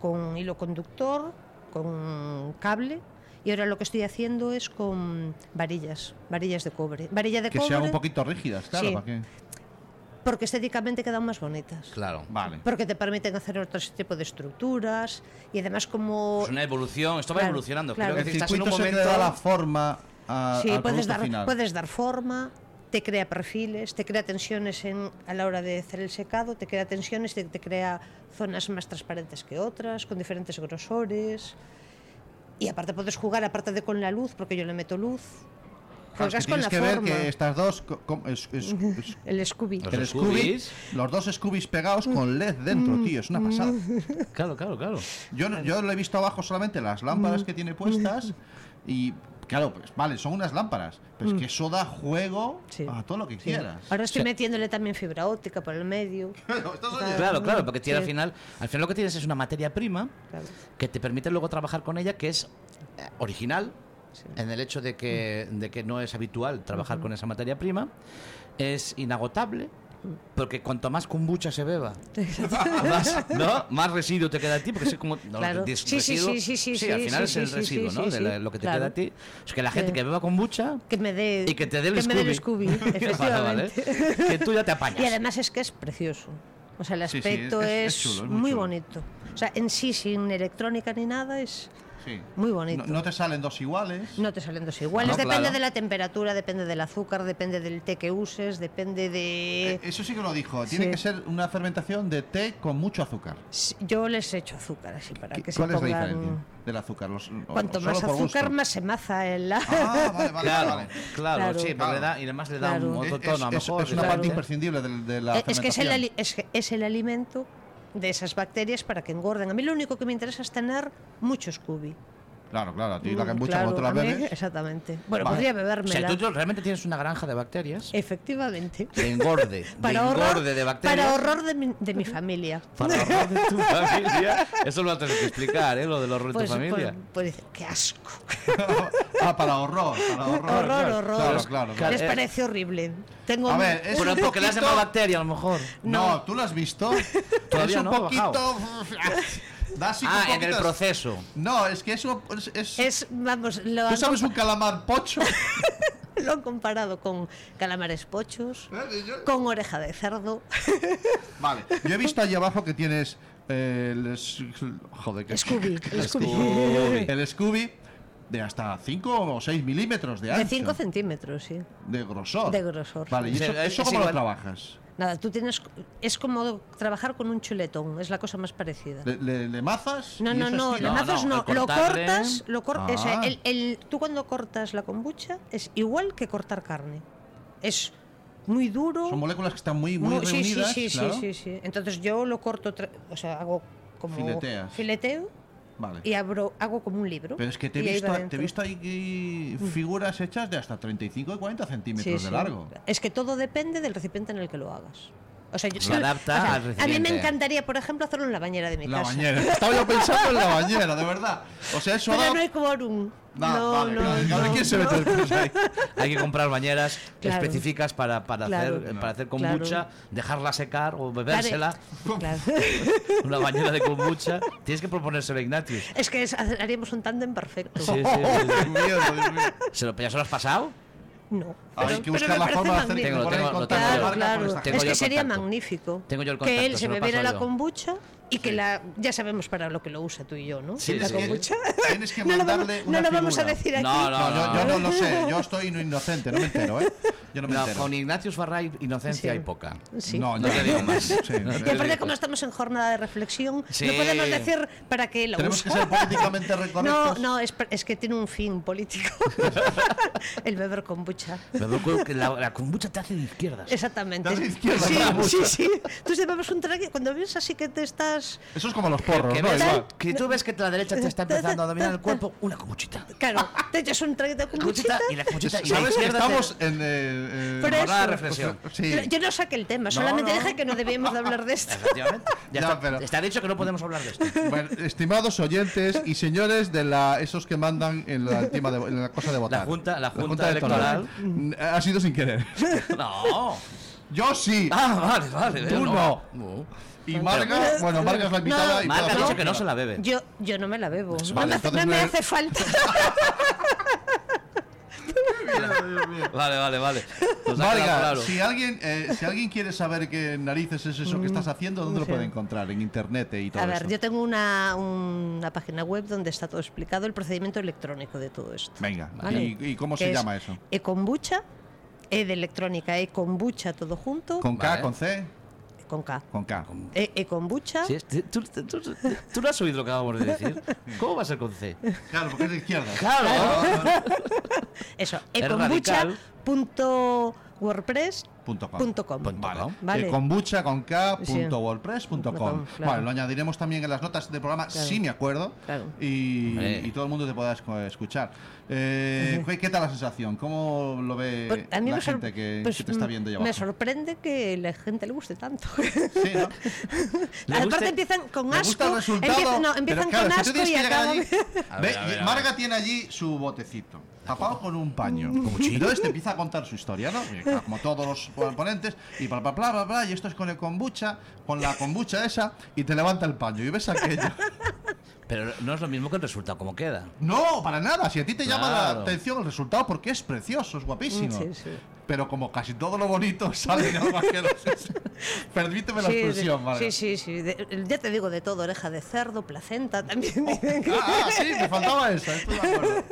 [SPEAKER 10] con hilo conductor, con cable, y ahora lo que estoy haciendo es con varillas, varillas de cobre. Varilla de
[SPEAKER 1] que
[SPEAKER 10] cobre
[SPEAKER 1] sean un poquito rígidas, claro.
[SPEAKER 10] Sí.
[SPEAKER 1] para que-
[SPEAKER 10] porque estéticamente quedan más bonitas.
[SPEAKER 2] Claro.
[SPEAKER 1] Vale.
[SPEAKER 10] Porque te permiten hacer otro tipo de estructuras y además como...
[SPEAKER 2] Es una evolución. Esto va
[SPEAKER 10] Claro,
[SPEAKER 2] evolucionando.
[SPEAKER 10] claro.
[SPEAKER 2] Creo
[SPEAKER 1] El
[SPEAKER 2] que estás en
[SPEAKER 1] circuito
[SPEAKER 2] un
[SPEAKER 1] se
[SPEAKER 2] momento.
[SPEAKER 1] le da la forma a,
[SPEAKER 10] Sí,
[SPEAKER 1] al
[SPEAKER 10] puedes
[SPEAKER 1] producto
[SPEAKER 10] dar,
[SPEAKER 1] final.
[SPEAKER 10] puedes dar forma, te crea perfiles, te crea tensiones en, a la hora de hacer el secado, te crea tensiones, te, te crea zonas más transparentes que otras, con diferentes grosores. Y aparte puedes jugar, aparte de con la luz, porque yo le meto luz.
[SPEAKER 1] Claro, es
[SPEAKER 10] Juegas
[SPEAKER 1] que
[SPEAKER 10] con
[SPEAKER 1] tienes
[SPEAKER 10] la
[SPEAKER 1] que
[SPEAKER 10] forma.
[SPEAKER 1] ver que estas dos. co- com- es- es- es-
[SPEAKER 10] El Scooby.
[SPEAKER 2] Los
[SPEAKER 1] el Scooby,
[SPEAKER 2] Scoobies.
[SPEAKER 1] los dos Scoobies pegados con LED dentro,
[SPEAKER 10] Mm.
[SPEAKER 1] tío, es una pasada.
[SPEAKER 2] Claro, claro, claro.
[SPEAKER 1] Yo, no- yo lo he visto abajo solamente las
[SPEAKER 10] Mm.
[SPEAKER 1] lámparas que tiene puestas y claro, pues vale, son unas lámparas, pero es que eso da juego
[SPEAKER 10] Mm. Sí.
[SPEAKER 1] a todo lo que
[SPEAKER 10] Sí.
[SPEAKER 1] quieras.
[SPEAKER 10] Ahora estoy metiéndole también fibra óptica por el medio.
[SPEAKER 1] Estás oyendo.
[SPEAKER 2] Claro, claro, porque tiene al
[SPEAKER 10] Sí.
[SPEAKER 2] final, al final lo que tienes es una materia prima
[SPEAKER 10] Claro.
[SPEAKER 2] que te permite luego trabajar con ella, que es eh, original, en el hecho de que, de que no es habitual trabajar con esa materia prima, es inagotable, porque cuanto más kombucha se beba, más, ¿no? más residuo te queda a ti, porque es como no,
[SPEAKER 10] Claro.
[SPEAKER 2] des-
[SPEAKER 10] Sí, sí,
[SPEAKER 2] residuo-
[SPEAKER 10] sí, sí, sí,
[SPEAKER 2] al
[SPEAKER 10] sí,
[SPEAKER 2] final
[SPEAKER 10] sí,
[SPEAKER 2] es el
[SPEAKER 10] sí,
[SPEAKER 2] residuo,
[SPEAKER 10] sí,
[SPEAKER 2] ¿no?
[SPEAKER 10] sí,
[SPEAKER 2] de la-
[SPEAKER 10] sí.
[SPEAKER 2] lo que te
[SPEAKER 10] Claro.
[SPEAKER 2] queda a ti. Es que la gente
[SPEAKER 10] Sí.
[SPEAKER 2] que beba kombucha
[SPEAKER 10] Que me dé
[SPEAKER 2] y que te dé el
[SPEAKER 10] que me
[SPEAKER 2] Scooby.
[SPEAKER 10] dé el Scooby,
[SPEAKER 2] Vale, vale.
[SPEAKER 10] efectivamente.
[SPEAKER 2] Que tú ya te apañas.
[SPEAKER 10] Y además es que es precioso. O sea, el
[SPEAKER 1] Sí, sí, es-
[SPEAKER 10] aspecto
[SPEAKER 1] es- es
[SPEAKER 10] es,
[SPEAKER 1] chulo, es muy
[SPEAKER 10] muy,
[SPEAKER 1] chulo.
[SPEAKER 10] bonito. O sea, en sí, sin electrónica ni nada, es
[SPEAKER 1] Sí.
[SPEAKER 10] muy bonito.
[SPEAKER 1] No, no te salen dos iguales.
[SPEAKER 10] No te salen dos iguales.
[SPEAKER 2] No,
[SPEAKER 10] depende
[SPEAKER 2] claro.
[SPEAKER 10] de la temperatura, depende del azúcar, depende del té que uses, depende de.
[SPEAKER 1] Eh, Eso sí que lo dijo. Tiene
[SPEAKER 10] Sí.
[SPEAKER 1] que ser una fermentación de té con mucho azúcar.
[SPEAKER 10] S- Yo les echo azúcar así para
[SPEAKER 1] ¿Qué-
[SPEAKER 10] que se
[SPEAKER 1] ¿Cuál es la
[SPEAKER 10] pongan. Oh,
[SPEAKER 1] diferencia del azúcar? Los- o-
[SPEAKER 10] Cuanto
[SPEAKER 1] o
[SPEAKER 10] más
[SPEAKER 1] solo por
[SPEAKER 10] azúcar,
[SPEAKER 1] gusto.
[SPEAKER 10] más se maza el. la-
[SPEAKER 1] Ah, vale, vale,
[SPEAKER 2] Claro,
[SPEAKER 1] vale.
[SPEAKER 2] claro,
[SPEAKER 10] Claro.
[SPEAKER 2] sí, pero
[SPEAKER 1] Claro.
[SPEAKER 2] le da, y además le da
[SPEAKER 10] Claro.
[SPEAKER 2] un otro
[SPEAKER 1] Es-
[SPEAKER 2] tono, a lo
[SPEAKER 1] es,
[SPEAKER 2] mejor.
[SPEAKER 1] es una
[SPEAKER 2] diferente.
[SPEAKER 1] parte imprescindible del- de, la
[SPEAKER 10] Eh, es que es el,
[SPEAKER 1] fermentación.
[SPEAKER 10] ali- es, que es el alimento de esas bacterias para que engorden. A mí lo único que me interesa es tener mucho Scooby.
[SPEAKER 1] Claro, claro, a ti la
[SPEAKER 10] Mm,
[SPEAKER 1] kombucha
[SPEAKER 10] claro,
[SPEAKER 1] cuando tú la
[SPEAKER 10] a mí-
[SPEAKER 1] bebes.
[SPEAKER 10] Exactamente. Bueno,
[SPEAKER 1] Vale.
[SPEAKER 10] podría
[SPEAKER 2] O
[SPEAKER 10] bebérmela.
[SPEAKER 2] sea, tú, tú realmente tienes una granja de bacterias.
[SPEAKER 10] Efectivamente.
[SPEAKER 2] De engorde.
[SPEAKER 10] Para
[SPEAKER 2] de
[SPEAKER 10] horror,
[SPEAKER 2] engorde de bacterias.
[SPEAKER 10] para horror de mi, de mi familia.
[SPEAKER 2] Para horror de tu familia. Eso lo tienes que explicar, ¿eh? Lo del horror de
[SPEAKER 10] Pues-
[SPEAKER 2] tu familia.
[SPEAKER 10] pues- pues dice, qué asco.
[SPEAKER 1] ah, para horror, para horror.
[SPEAKER 10] horror,
[SPEAKER 1] claro.
[SPEAKER 10] horror.
[SPEAKER 1] Claro, claro. claro.
[SPEAKER 10] Les
[SPEAKER 2] eh,
[SPEAKER 10] parece horrible. Tengo
[SPEAKER 1] A
[SPEAKER 10] un-
[SPEAKER 1] ver, es
[SPEAKER 2] Pero
[SPEAKER 1] un
[SPEAKER 2] porque le has
[SPEAKER 1] poquito-
[SPEAKER 2] llamado bacteria, a lo mejor.
[SPEAKER 1] No, ¿tú lo has visto?
[SPEAKER 2] Todavía
[SPEAKER 1] es un
[SPEAKER 2] no, ha
[SPEAKER 1] poquito.
[SPEAKER 2] bajado.
[SPEAKER 1] da así
[SPEAKER 2] Ah,
[SPEAKER 1] un
[SPEAKER 2] en el
[SPEAKER 1] poquito-
[SPEAKER 2] proceso.
[SPEAKER 1] No, es que eso es. es-
[SPEAKER 10] es, vamos, lo
[SPEAKER 1] ¿Tú
[SPEAKER 10] han,
[SPEAKER 1] sabes un calamar pocho?
[SPEAKER 10] lo han comparado con calamares pochos,
[SPEAKER 1] Ah,
[SPEAKER 10] con oreja de cerdo.
[SPEAKER 1] vale, yo he visto allí abajo que tienes. eh, el. s- Joder, que.
[SPEAKER 10] Scooby, el Scooby.
[SPEAKER 1] El Scooby de hasta 5 o 6 milímetros de ancho.
[SPEAKER 10] De 5 centímetros, sí.
[SPEAKER 1] De grosor.
[SPEAKER 10] De grosor.
[SPEAKER 1] Vale, ¿y
[SPEAKER 2] Sí,
[SPEAKER 1] eso,
[SPEAKER 2] es-
[SPEAKER 1] eso
[SPEAKER 2] es
[SPEAKER 1] cómo lo
[SPEAKER 2] igual.
[SPEAKER 1] trabajas?
[SPEAKER 10] Nada, tú tienes. Es como trabajar con un chuletón, es la cosa más parecida.
[SPEAKER 1] ¿Le, le- le mazas?
[SPEAKER 10] No,
[SPEAKER 1] y
[SPEAKER 10] no,
[SPEAKER 1] eso
[SPEAKER 10] no,
[SPEAKER 1] estira?
[SPEAKER 10] las
[SPEAKER 2] No,
[SPEAKER 10] mazas
[SPEAKER 2] no,
[SPEAKER 10] no.
[SPEAKER 2] el
[SPEAKER 10] Lo
[SPEAKER 2] cortarle-
[SPEAKER 10] cortas, lo cor- o sea,
[SPEAKER 1] Ah.
[SPEAKER 10] el- el- tú cuando cortas la kombucha es igual que cortar carne. Es muy duro.
[SPEAKER 1] Son moléculas que están muy, muy
[SPEAKER 10] muy- sí, sí,
[SPEAKER 1] reunidas.
[SPEAKER 10] sí, sí,
[SPEAKER 1] claro.
[SPEAKER 10] sí, sí. Entonces yo lo corto, tra- o sea, hago como
[SPEAKER 1] Fileteas.
[SPEAKER 10] fileteo
[SPEAKER 1] Vale.
[SPEAKER 10] y abro, hago como un libro.
[SPEAKER 1] Pero es que te he,
[SPEAKER 10] y ahí
[SPEAKER 1] visto,
[SPEAKER 10] va
[SPEAKER 1] te he
[SPEAKER 10] dentro. Mm.
[SPEAKER 1] visto ahí que- figuras hechas de hasta 35 y 40 centímetros
[SPEAKER 10] Sí, Eh,
[SPEAKER 1] de
[SPEAKER 10] sí.
[SPEAKER 1] largo.
[SPEAKER 10] Es que todo depende del recipiente en el que lo hagas. O sea, yo-
[SPEAKER 2] Se adapta al
[SPEAKER 10] A mí
[SPEAKER 2] recipiente.
[SPEAKER 10] me encantaría, por ejemplo, hacerlo en la bañera de mi
[SPEAKER 1] La
[SPEAKER 10] casa.
[SPEAKER 1] bañera. Estaba yo pensando en la bañera, de verdad. O sea, eso
[SPEAKER 10] Pero
[SPEAKER 1] da-
[SPEAKER 10] no hay quórum.
[SPEAKER 1] Va,
[SPEAKER 10] no,
[SPEAKER 1] vale,
[SPEAKER 10] no,
[SPEAKER 1] claro, claro,
[SPEAKER 10] no,
[SPEAKER 1] ¿quién se
[SPEAKER 10] no.
[SPEAKER 1] mete después ahí?
[SPEAKER 2] Hay que comprar bañeras
[SPEAKER 10] Claro.
[SPEAKER 2] específicas para, para,
[SPEAKER 10] Claro.
[SPEAKER 2] hacer, para hacer kombucha, dejarla secar o bebérsela.
[SPEAKER 10] Claro.
[SPEAKER 2] Una bañera de kombucha. Tienes que proponérselo, Ignatius.
[SPEAKER 10] Es que es- haríamos un tándem perfecto.
[SPEAKER 2] Sí, sí,
[SPEAKER 1] Oh,
[SPEAKER 2] sí.
[SPEAKER 1] Dios mío, Dios mío.
[SPEAKER 2] ¿Se lo, ¿Ya se lo has pasado?
[SPEAKER 10] No.
[SPEAKER 1] Hay que
[SPEAKER 10] pero- pero me
[SPEAKER 1] buscar la
[SPEAKER 10] parece
[SPEAKER 1] forma de hacer
[SPEAKER 10] magnífico.
[SPEAKER 1] que
[SPEAKER 2] Tengo,
[SPEAKER 1] poner en
[SPEAKER 2] tengo, lo
[SPEAKER 1] contacto
[SPEAKER 2] tengo.
[SPEAKER 1] la marca
[SPEAKER 10] Claro,
[SPEAKER 1] con
[SPEAKER 10] claro.
[SPEAKER 1] esta
[SPEAKER 2] Tengo
[SPEAKER 10] Es
[SPEAKER 1] cosa.
[SPEAKER 2] yo
[SPEAKER 10] que
[SPEAKER 2] el
[SPEAKER 10] sería
[SPEAKER 2] contacto.
[SPEAKER 10] magnífico
[SPEAKER 2] Tengo yo el
[SPEAKER 10] que
[SPEAKER 2] contacto,
[SPEAKER 10] él
[SPEAKER 2] se
[SPEAKER 10] se
[SPEAKER 2] lo
[SPEAKER 10] bebiera
[SPEAKER 2] paso
[SPEAKER 10] la
[SPEAKER 2] yo.
[SPEAKER 10] kombucha y que la ya sabemos para lo que lo usa tú y yo, ¿no?
[SPEAKER 2] Sí,
[SPEAKER 10] la
[SPEAKER 2] sí.
[SPEAKER 10] kombucha.
[SPEAKER 1] Tienes que
[SPEAKER 10] no lo
[SPEAKER 1] mandarle
[SPEAKER 10] vamos,
[SPEAKER 1] una
[SPEAKER 10] no lo vamos a
[SPEAKER 1] figura.
[SPEAKER 10] decir aquí.
[SPEAKER 2] No,
[SPEAKER 1] No, yo, yo
[SPEAKER 2] no.
[SPEAKER 1] no lo sé, yo estoy inocente, no me entero, ¿eh? Yo no me entero.
[SPEAKER 2] con Ignatius Farray, inocencia hay poca.
[SPEAKER 10] Sí.
[SPEAKER 2] No, no te digo más. No
[SPEAKER 10] Y
[SPEAKER 2] te
[SPEAKER 10] aparte,
[SPEAKER 2] digo.
[SPEAKER 10] como estamos en jornada de reflexión,
[SPEAKER 2] Pues Sí.
[SPEAKER 10] no podemos decir para qué lo
[SPEAKER 2] Tenemos
[SPEAKER 10] usa.
[SPEAKER 2] que ser políticamente
[SPEAKER 10] No,
[SPEAKER 2] recorrectos.
[SPEAKER 10] no, es, per- es que tiene un fin político. El beber kombucha.
[SPEAKER 2] Me acuerdo que la, la kombucha te hace de izquierdas.
[SPEAKER 10] Exactamente.
[SPEAKER 2] Dale izquierda,
[SPEAKER 10] sí,
[SPEAKER 2] dale
[SPEAKER 10] sí,
[SPEAKER 2] mucha.
[SPEAKER 10] sí. Tú te bebes un trago y cuando ves así que te estás.
[SPEAKER 1] Eso es como los porros,
[SPEAKER 2] que,
[SPEAKER 1] ¿no?
[SPEAKER 2] ves-
[SPEAKER 1] Igual.
[SPEAKER 2] que tú ves que la derecha te está empezando a dominar el cuerpo, una kombuchita.
[SPEAKER 10] Claro, te echas un traguito con
[SPEAKER 2] Kombuchita y la kombuchita. y la
[SPEAKER 1] Sabes que
[SPEAKER 2] izquierda te-
[SPEAKER 1] estamos en el.
[SPEAKER 10] Por eso.
[SPEAKER 2] reflexión.
[SPEAKER 1] Sí.
[SPEAKER 10] Yo no saqué el tema,
[SPEAKER 1] No,
[SPEAKER 10] solamente
[SPEAKER 1] no.
[SPEAKER 10] dije que no debíamos de hablar de esto.
[SPEAKER 2] Efectivamente.
[SPEAKER 1] Ya,
[SPEAKER 2] Ya, está,
[SPEAKER 1] pero-
[SPEAKER 2] está dicho que no podemos hablar de esto.
[SPEAKER 1] Bueno, estimados oyentes y señores de la, esos que mandan en la, encima de, en la cosa de votar.
[SPEAKER 2] La Junta- la Junta
[SPEAKER 1] Ha sido sin querer.
[SPEAKER 2] No.
[SPEAKER 1] Yo sí.
[SPEAKER 2] Ah, vale, vale.
[SPEAKER 1] Tú no. Y Marga, bueno, Marga es la invitada
[SPEAKER 10] No.
[SPEAKER 1] y
[SPEAKER 2] Marga ha
[SPEAKER 1] toda la
[SPEAKER 2] dicho que
[SPEAKER 1] familia.
[SPEAKER 2] no se la bebe.
[SPEAKER 10] Yo, yo no me la bebo. No
[SPEAKER 1] Pues Vale,
[SPEAKER 10] me hace-
[SPEAKER 1] entonces
[SPEAKER 10] no me
[SPEAKER 1] no es-
[SPEAKER 10] hace falta.
[SPEAKER 2] Vale, vale, vale. Nos ha
[SPEAKER 1] Marga,
[SPEAKER 2] quedado claro.
[SPEAKER 1] si, alguien, eh, si alguien quiere saber qué narices es eso que estás haciendo, ¿dónde lo puede encontrar? En internet eh, y todo
[SPEAKER 10] Mm, A ver,
[SPEAKER 1] eso.
[SPEAKER 10] yo tengo una, una página web donde está todo explicado, el procedimiento electrónico de todo esto.
[SPEAKER 1] Venga,
[SPEAKER 10] Vale.
[SPEAKER 1] ¿y, y cómo
[SPEAKER 10] Que
[SPEAKER 1] se
[SPEAKER 10] es eh,
[SPEAKER 1] llama eso?
[SPEAKER 10] E-Kombucha, E de electrónica, E-Kombucha todo junto, con,
[SPEAKER 1] ¿Con K,
[SPEAKER 2] Vale.
[SPEAKER 1] con C?
[SPEAKER 10] K.
[SPEAKER 1] Con K.
[SPEAKER 10] E- E-Kombucha,
[SPEAKER 2] Sí, es- ¿tú, tú- tú- tú no has oído lo que acabamos de decir? ¿Cómo va a ser con C?
[SPEAKER 1] Claro, porque es de izquierda.
[SPEAKER 2] Claro.
[SPEAKER 10] eso,
[SPEAKER 2] Es
[SPEAKER 10] ekombucha.wordpress.com.
[SPEAKER 1] Punto com.
[SPEAKER 2] Punto
[SPEAKER 1] Vale.
[SPEAKER 2] com.
[SPEAKER 10] Vale.
[SPEAKER 1] Eh, kombucha con K,
[SPEAKER 10] Sí.
[SPEAKER 1] punto wordpress punto
[SPEAKER 10] Punto
[SPEAKER 1] com.
[SPEAKER 10] com, claro.
[SPEAKER 1] Bueno, lo añadiremos también en las notas del programa,
[SPEAKER 10] Claro.
[SPEAKER 1] si me acuerdo.
[SPEAKER 10] Claro.
[SPEAKER 1] Y,
[SPEAKER 2] Hombre.
[SPEAKER 1] y todo el mundo te pueda esco- escuchar. Eh, ¿qué- ¿Qué tal la sensación? ¿Cómo lo ve
[SPEAKER 10] Pues, a mí
[SPEAKER 1] la
[SPEAKER 10] me sor-
[SPEAKER 1] gente que,
[SPEAKER 10] pues,
[SPEAKER 1] que te está viendo allá
[SPEAKER 10] Me
[SPEAKER 1] abajo?
[SPEAKER 10] sorprende que la gente le guste tanto.
[SPEAKER 1] Sí, ¿no?
[SPEAKER 2] Le
[SPEAKER 10] Aparte
[SPEAKER 2] guste-
[SPEAKER 10] empiezan con
[SPEAKER 1] Me gusta el
[SPEAKER 10] asco.
[SPEAKER 1] resultado.
[SPEAKER 10] empiezan- no,
[SPEAKER 1] pero
[SPEAKER 10] empiezan
[SPEAKER 1] claro,
[SPEAKER 10] con
[SPEAKER 1] es que tú
[SPEAKER 10] asco
[SPEAKER 1] tienes
[SPEAKER 10] y
[SPEAKER 1] que llegar
[SPEAKER 10] acaban.
[SPEAKER 1] allí.
[SPEAKER 2] A
[SPEAKER 1] Ve,
[SPEAKER 2] ver, a ver, a
[SPEAKER 1] Marga tiene allí su botecito, tapado con un paño.
[SPEAKER 2] Mm.
[SPEAKER 1] Entonces te empieza a contar su historia, ¿no? Y, claro, Como todos los ponentes, y bla, bla, bla, bla, bla, y esto es con el kombucha, con la kombucha esa, y te levanta el paño y ves aquello.
[SPEAKER 2] Pero no es lo mismo que el resultado, como queda.
[SPEAKER 1] No, para nada. Si a ti te llama la
[SPEAKER 2] Claro.
[SPEAKER 1] atención el resultado porque es precioso, es guapísimo.
[SPEAKER 10] Sí, sí.
[SPEAKER 1] Pero como casi todo lo bonito sale nada más que los- Permíteme la
[SPEAKER 10] Sí,
[SPEAKER 1] expresión,
[SPEAKER 10] de-
[SPEAKER 1] Marga.
[SPEAKER 10] sí, sí, sí. de- ya te digo de todo, oreja de cerdo, placenta, también dicen que-
[SPEAKER 1] Ah, ah, sí, me faltaba esa, estoy de acuerdo.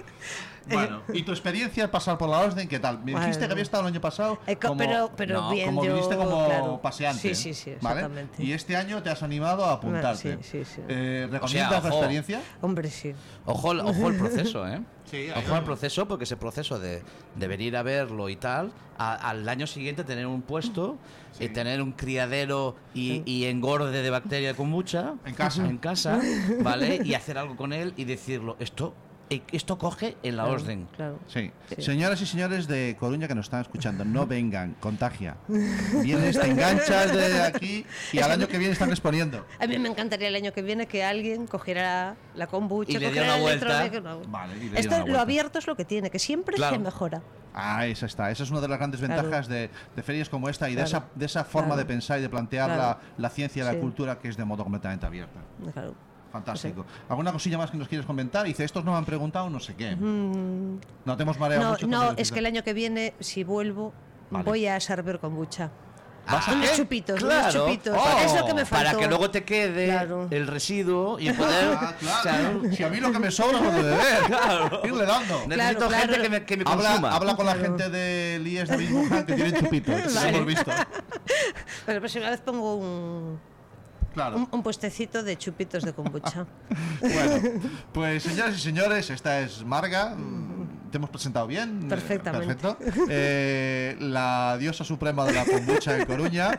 [SPEAKER 1] Bueno, ¿y tu experiencia al pasar por la Orden qué tal? Me dijiste
[SPEAKER 10] Bueno.
[SPEAKER 1] que había estado el año pasado.
[SPEAKER 10] Eh, co-
[SPEAKER 1] como-
[SPEAKER 10] pero- pero bien,
[SPEAKER 1] Como
[SPEAKER 10] yo,
[SPEAKER 1] viniste como
[SPEAKER 10] claro.
[SPEAKER 1] paseante.
[SPEAKER 10] Sí, sí, sí,
[SPEAKER 1] ¿vale?
[SPEAKER 10] exactamente.
[SPEAKER 1] Y este año te has animado a apuntarte.
[SPEAKER 10] Ah, sí, sí, sí.
[SPEAKER 1] Eh,
[SPEAKER 2] O sea,
[SPEAKER 1] ¿Recomiendas la
[SPEAKER 2] ojo.
[SPEAKER 1] experiencia?
[SPEAKER 10] Hombre, sí.
[SPEAKER 2] Ojo, al- ojo al proceso, ¿eh?
[SPEAKER 1] Sí, ahí
[SPEAKER 2] ojo al
[SPEAKER 1] vamos.
[SPEAKER 2] proceso, porque ese proceso de, de venir a verlo y tal, a- al año siguiente tener un puesto, y tener un criadero y, y engorde de bacteria con mucha.
[SPEAKER 1] En casa.
[SPEAKER 2] En casa, ¿vale? Y hacer algo con él y decirlo, esto, eh, esto coge en la orden.
[SPEAKER 10] Claro.
[SPEAKER 1] Sí.
[SPEAKER 10] Sí.
[SPEAKER 1] Señoras y señores de Coruña que nos están escuchando, no vengan, contagia. Vienes, te enganchas de aquí y al año que viene están exponiendo.
[SPEAKER 10] A mí me encantaría el año que viene que alguien cogiera la kombucha,
[SPEAKER 2] Y le diera
[SPEAKER 10] cogiera
[SPEAKER 2] una
[SPEAKER 10] el
[SPEAKER 2] vuelta.
[SPEAKER 10] electrónico, no.
[SPEAKER 1] Vale, y le diera una
[SPEAKER 10] Esto, lo
[SPEAKER 1] vuelta.
[SPEAKER 10] abierto es lo que tiene, que siempre
[SPEAKER 2] Claro.
[SPEAKER 10] se mejora.
[SPEAKER 1] Ah, esa está. Esa es una de las grandes
[SPEAKER 10] Claro.
[SPEAKER 1] ventajas de, de ferias como esta y de, esa,
[SPEAKER 10] Claro.
[SPEAKER 1] de esa forma
[SPEAKER 10] Claro.
[SPEAKER 1] de pensar y de plantear
[SPEAKER 10] Claro.
[SPEAKER 1] la, la ciencia y la
[SPEAKER 10] Sí.
[SPEAKER 1] cultura que es de modo completamente abierta.
[SPEAKER 10] Claro.
[SPEAKER 1] Fantástico. ¿Alguna cosilla más que nos quieres comentar? Dice, estos no me han preguntado no sé qué.
[SPEAKER 10] Mm,
[SPEAKER 1] No te hemos mareado
[SPEAKER 10] no,
[SPEAKER 1] mucho.
[SPEAKER 10] no,
[SPEAKER 1] entonces,
[SPEAKER 10] es que el año que viene, si vuelvo,
[SPEAKER 1] Vale.
[SPEAKER 10] voy a servir kombucha.
[SPEAKER 1] ¿Vas a
[SPEAKER 10] unos
[SPEAKER 1] qué?
[SPEAKER 10] chupitos, unos
[SPEAKER 2] Ah, ¿eh? Claro.
[SPEAKER 10] chupitos.
[SPEAKER 2] Oh,
[SPEAKER 10] es lo que me faltó.
[SPEAKER 2] Para que luego te quede
[SPEAKER 10] Claro.
[SPEAKER 2] el residuo y poder.
[SPEAKER 1] Ah, claro.
[SPEAKER 2] claro.
[SPEAKER 1] Si a mí lo que me sobra lo de beber.
[SPEAKER 2] Claro.
[SPEAKER 1] Irle dando.
[SPEAKER 2] Necesito
[SPEAKER 10] claro.
[SPEAKER 2] gente que me, que me
[SPEAKER 1] Habla,
[SPEAKER 2] consuma.
[SPEAKER 1] habla con la gente del IES David Buján que tienen chupitos. que
[SPEAKER 10] Vale.
[SPEAKER 1] Hemos visto.
[SPEAKER 10] Pero la próxima vez pongo un,
[SPEAKER 1] Claro.
[SPEAKER 10] un, un puestecito de chupitos de kombucha.
[SPEAKER 1] Bueno, pues señoras y señores, esta es Marga. Mm, Te hemos presentado bien. eh,
[SPEAKER 10] Perfectamente.
[SPEAKER 1] Perfecto. Eh, la diosa suprema de la kombucha de Coruña.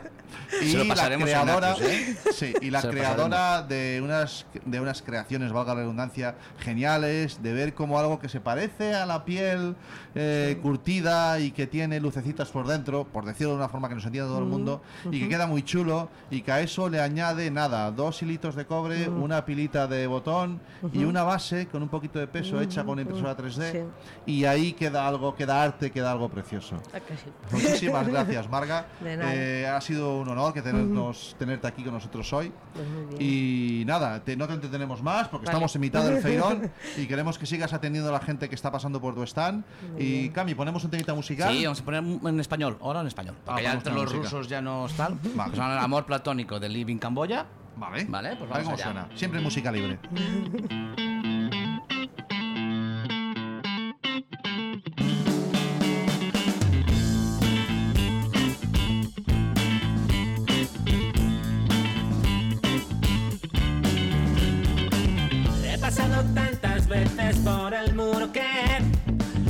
[SPEAKER 1] Y
[SPEAKER 2] Se lo
[SPEAKER 1] la
[SPEAKER 2] pasaremos a
[SPEAKER 1] creadora,
[SPEAKER 2] Natus, ¿eh?
[SPEAKER 1] sí, y la
[SPEAKER 2] Se lo
[SPEAKER 1] creadora de unas, de unas creaciones, valga la redundancia, geniales, de ver como algo que se parece a la piel eh, curtida y que tiene lucecitas por dentro, por decirlo de una forma que nos entienda todo el mundo, y que queda muy chulo y que a eso le añade nada, dos hilitos de cobre, una pilita de botón y una base con un poquito de peso hecha con una impresora 3D y ahí queda algo, queda arte, queda algo precioso.
[SPEAKER 10] Ah, que sí.
[SPEAKER 1] Muchísimas gracias, Marga.
[SPEAKER 10] De nada.
[SPEAKER 1] Eh, ha sido un honor que tenernos, tenerte aquí con nosotros hoy.
[SPEAKER 10] Pues muy bien.
[SPEAKER 1] Y nada, te- no te entretenemos más porque
[SPEAKER 10] Vale.
[SPEAKER 1] estamos en mitad del feirón y queremos que sigas atendiendo a la gente que está pasando por tu stand. y Cami, ponemos un temita musical.
[SPEAKER 2] Sí, vamos a poner un- en español, ahora en español. Porque ya
[SPEAKER 1] ponemos
[SPEAKER 2] entre
[SPEAKER 1] una
[SPEAKER 2] los
[SPEAKER 1] música.
[SPEAKER 2] rusos ya no están.
[SPEAKER 1] Vale.
[SPEAKER 2] Pues ahora el amor platónico de Living Camboya.
[SPEAKER 1] Vale,
[SPEAKER 2] Vale, pues
[SPEAKER 1] A ver
[SPEAKER 2] vamos
[SPEAKER 1] cómo
[SPEAKER 2] allá.
[SPEAKER 1] suena. Siempre música libre.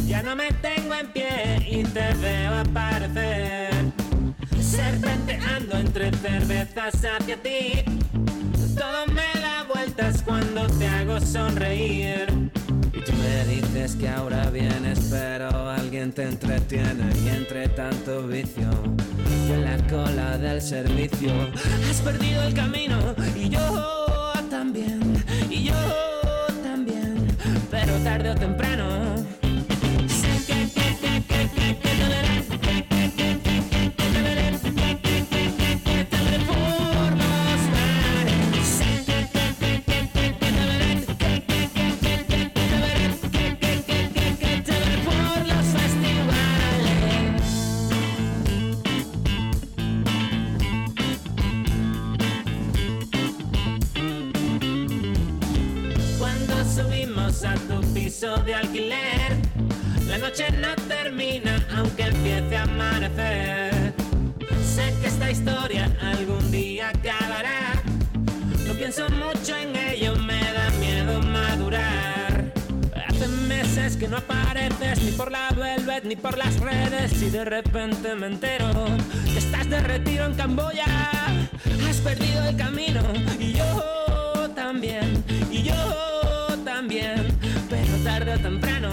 [SPEAKER 11] Ya no me tengo en pie y te veo aparecer. Serpenteando entre cervezas hacia ti. Todo me da vueltas cuando te hago sonreír. Y tú me dices que ahora vienes, pero alguien te entretiene. Y entre tanto vicio, yo en la cola del servicio. Has perdido el camino y yo también. Y yo también. Pero tarde o temprano.
[SPEAKER 12] Por los festivales.
[SPEAKER 11] Cuando subimos a tu piso de alquiler, la noche no termina aunque empiece a amanecer. Sé que esta historia algún día acabará. No pienso mucho en ello, me da miedo madurar. Hace meses que no apareces ni por la velvet ni por las redes y de repente me entero que estás de retiro en Camboya. Has perdido el camino y yo también, y yo también, pero tarde o temprano.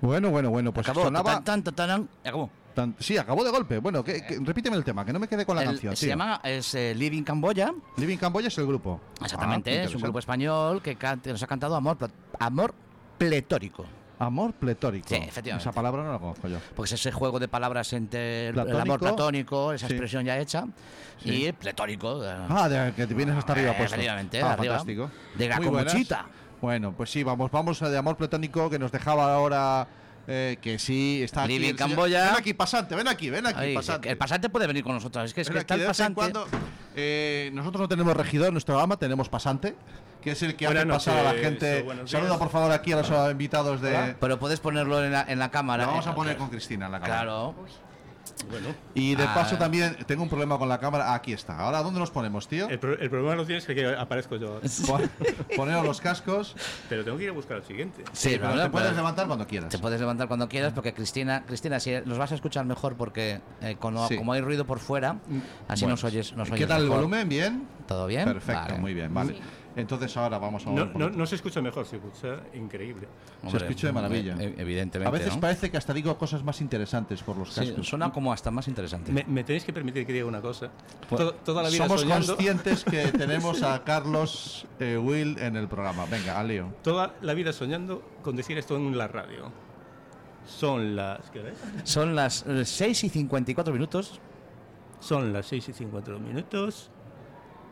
[SPEAKER 1] Bueno, bueno, bueno, pues
[SPEAKER 2] Acabó,
[SPEAKER 1] sonaba...
[SPEAKER 2] tan, tan, tan, tan, y acabó.
[SPEAKER 1] tan- sí, acabó de golpe. Bueno, que, que- repíteme el tema, que no me quede con la
[SPEAKER 2] El-
[SPEAKER 1] canción.
[SPEAKER 2] se
[SPEAKER 1] tío.
[SPEAKER 2] llama es, eh, Living Camboya.
[SPEAKER 1] Living Camboya es el grupo.
[SPEAKER 2] Exactamente,
[SPEAKER 1] Ah, qué
[SPEAKER 2] es un
[SPEAKER 1] interesante.
[SPEAKER 2] grupo español que canta- nos ha cantado Amor, pl- amor Pletórico.
[SPEAKER 1] Amor pletórico.
[SPEAKER 2] Sí, efectivamente.
[SPEAKER 1] Esa palabra no la conozco yo.
[SPEAKER 2] Pues ese juego de palabras entre el, el
[SPEAKER 1] Platónico.
[SPEAKER 2] amor platónico, esa
[SPEAKER 1] Sí.
[SPEAKER 2] expresión ya hecha, y el pletórico. eh,
[SPEAKER 1] Ah, de, que te vienes hasta arriba,
[SPEAKER 2] Eh,
[SPEAKER 1] pues.
[SPEAKER 2] efectivamente,
[SPEAKER 1] ah,
[SPEAKER 2] arriba.
[SPEAKER 1] fantástico.
[SPEAKER 2] De la
[SPEAKER 1] Muy buenas.
[SPEAKER 2] comuchita.
[SPEAKER 1] Bueno, pues sí, vamos, vamos a de amor platónico que nos dejaba ahora. eh, que sí, está aquí.
[SPEAKER 2] Living
[SPEAKER 1] el señor-
[SPEAKER 2] Camboya.
[SPEAKER 1] Ven aquí, pasante, ven aquí, ven aquí,
[SPEAKER 2] ahí,
[SPEAKER 1] pasante.
[SPEAKER 2] El pasante puede venir con nosotros. Es que, es
[SPEAKER 1] Ven
[SPEAKER 2] que está
[SPEAKER 1] aquí,
[SPEAKER 2] el
[SPEAKER 1] de vez en
[SPEAKER 2] pasante.
[SPEAKER 1] cuando, eh, nosotros no tenemos regidor en nuestro programa, tenemos pasante, que es el que
[SPEAKER 2] Buenas
[SPEAKER 1] hace pasar a la
[SPEAKER 2] noches,
[SPEAKER 1] gente.
[SPEAKER 2] buenos días.
[SPEAKER 1] Saluda por favor aquí a los invitados de.
[SPEAKER 2] Hola. Pero puedes ponerlo en la, en la cámara.
[SPEAKER 1] Lo vamos
[SPEAKER 2] eh,
[SPEAKER 1] a poner
[SPEAKER 2] eh,
[SPEAKER 1] con Cristina en la cámara.
[SPEAKER 2] Claro.
[SPEAKER 1] Y de
[SPEAKER 2] Ah.
[SPEAKER 1] paso también tengo un problema con la cámara. Aquí está. Ahora, ¿dónde nos ponemos, tío?
[SPEAKER 13] El, pro- el problema no tienes que, que aparezco yo.
[SPEAKER 1] Poneros los cascos.
[SPEAKER 13] Pero tengo que ir a buscar al siguiente.
[SPEAKER 2] no, no, pero-
[SPEAKER 1] cuando quieras.
[SPEAKER 2] Te puedes levantar cuando quieras porque Cristina, Cristina, si los vas a escuchar mejor porque eh, como,
[SPEAKER 1] Sí. Mm,
[SPEAKER 2] como hay ruido por fuera, así
[SPEAKER 1] Bueno,
[SPEAKER 2] nos oyes, nos
[SPEAKER 1] ¿Qué
[SPEAKER 2] oyes
[SPEAKER 1] tal el
[SPEAKER 2] mejor.
[SPEAKER 1] volumen? ¿Bien?
[SPEAKER 2] ¿Todo bien?
[SPEAKER 1] Perfecto,
[SPEAKER 2] Vale.
[SPEAKER 1] muy bien, vale.
[SPEAKER 2] Sí.
[SPEAKER 1] Entonces ahora vamos a
[SPEAKER 13] No,
[SPEAKER 1] por
[SPEAKER 13] no-
[SPEAKER 1] otro.
[SPEAKER 13] no se escucha mejor, se escucha increíble.
[SPEAKER 1] Se escucha de maravilla.
[SPEAKER 2] eh, evidentemente,
[SPEAKER 1] A veces
[SPEAKER 2] ¿no?
[SPEAKER 1] parece que hasta digo cosas más interesantes por los
[SPEAKER 2] Sí,
[SPEAKER 1] cascos.
[SPEAKER 2] suena como hasta más interesante.
[SPEAKER 13] Me, me tenéis que permitir que diga una cosa.
[SPEAKER 1] Pues,
[SPEAKER 13] To- toda la vida
[SPEAKER 1] Somos
[SPEAKER 13] soñando-
[SPEAKER 1] conscientes que tenemos a Carlos eh, Will en el programa. Venga, al lío.
[SPEAKER 13] Toda la vida soñando con decir esto en la radio. Son las. ¿Qué ves?
[SPEAKER 2] Son las eh, 6 y 54 minutos.
[SPEAKER 13] Son las 6 y 54 minutos.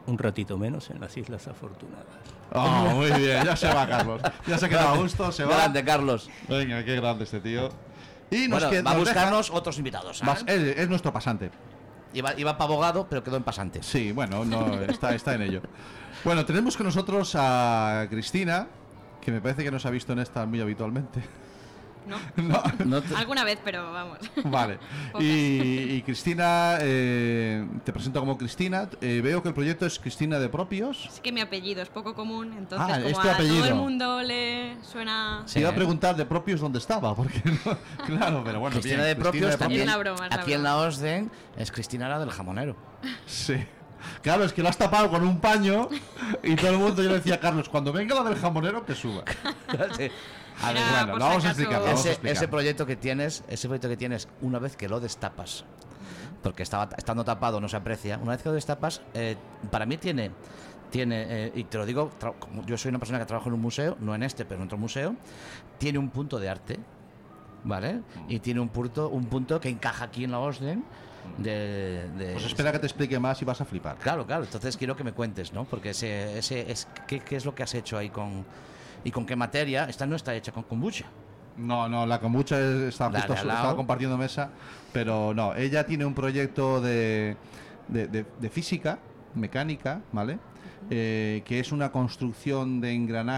[SPEAKER 13] un ratito menos en las Islas Afortunadas.
[SPEAKER 1] Oh, muy bien, ya se va Carlos. Ya se queda a gusto, se va.
[SPEAKER 2] Grande, Carlos.
[SPEAKER 1] Venga, qué grande este tío. Y nos
[SPEAKER 2] Bueno,
[SPEAKER 1] qued-
[SPEAKER 2] va a
[SPEAKER 1] nos deja-
[SPEAKER 2] buscarnos otros invitados. ¿eh?
[SPEAKER 1] Vas- él- es nuestro pasante.
[SPEAKER 2] Iba, iba para abogado, pero quedó en pasante.
[SPEAKER 1] Sí, bueno, no, está, está en ello. Bueno, tenemos con nosotros a Cristina, que me parece que nos ha visto en esta muy habitualmente. No.
[SPEAKER 14] Alguna vez, pero vamos.
[SPEAKER 1] Vale. Y, y Cristina, eh, te presento como Cristina. Eh, veo que el proyecto es Cristina de Propios.
[SPEAKER 14] Es que mi apellido es poco común, entonces
[SPEAKER 1] Ah,
[SPEAKER 14] como
[SPEAKER 1] este
[SPEAKER 14] a
[SPEAKER 1] apellido.
[SPEAKER 14] todo el mundo le suena...
[SPEAKER 1] Se iba a preguntar de Propios dónde estaba, porque no- claro, pero bueno,
[SPEAKER 2] Cristina
[SPEAKER 1] bien,
[SPEAKER 2] de Propios también.
[SPEAKER 14] Es una broma, es una
[SPEAKER 2] aquí en la OSDE es Cristina la del jamonero.
[SPEAKER 1] Sí. Claro, es que lo has tapado con un paño y todo el mundo yo le decía Carlos, cuando venga la del jamonero que suba.
[SPEAKER 2] A ver,
[SPEAKER 1] bueno, lo vamos a explicar, lo vamos a
[SPEAKER 2] Ese,
[SPEAKER 1] explicar.
[SPEAKER 2] ese proyecto que tienes, ese proyecto que tienes, una vez que lo destapas, porque estaba, estando tapado no se aprecia, una vez que lo destapas, eh, para mí tiene, tiene eh, y te lo digo, tra- como yo soy una persona que trabajo en un museo, no en este, pero en otro museo, tiene un punto de arte, ¿vale? Y tiene un punto, un punto que encaja aquí en la Osden. De, de-
[SPEAKER 1] Pues espera que te explique más y vas a flipar.
[SPEAKER 2] Claro, claro. Entonces quiero que me cuentes, ¿no? Porque ese, ese es, ¿qué, qué es lo que has hecho ahí con... ¿Y con qué materia? Esta no está hecha con kombucha.
[SPEAKER 1] No, no, la kombucha es- está
[SPEAKER 2] La
[SPEAKER 1] justo
[SPEAKER 2] de al
[SPEAKER 1] estaba
[SPEAKER 2] lado.
[SPEAKER 1] compartiendo mesa, pero no, ella tiene un proyecto de, de- de- de física, mecánica, ¿vale? Eh, que es una construcción de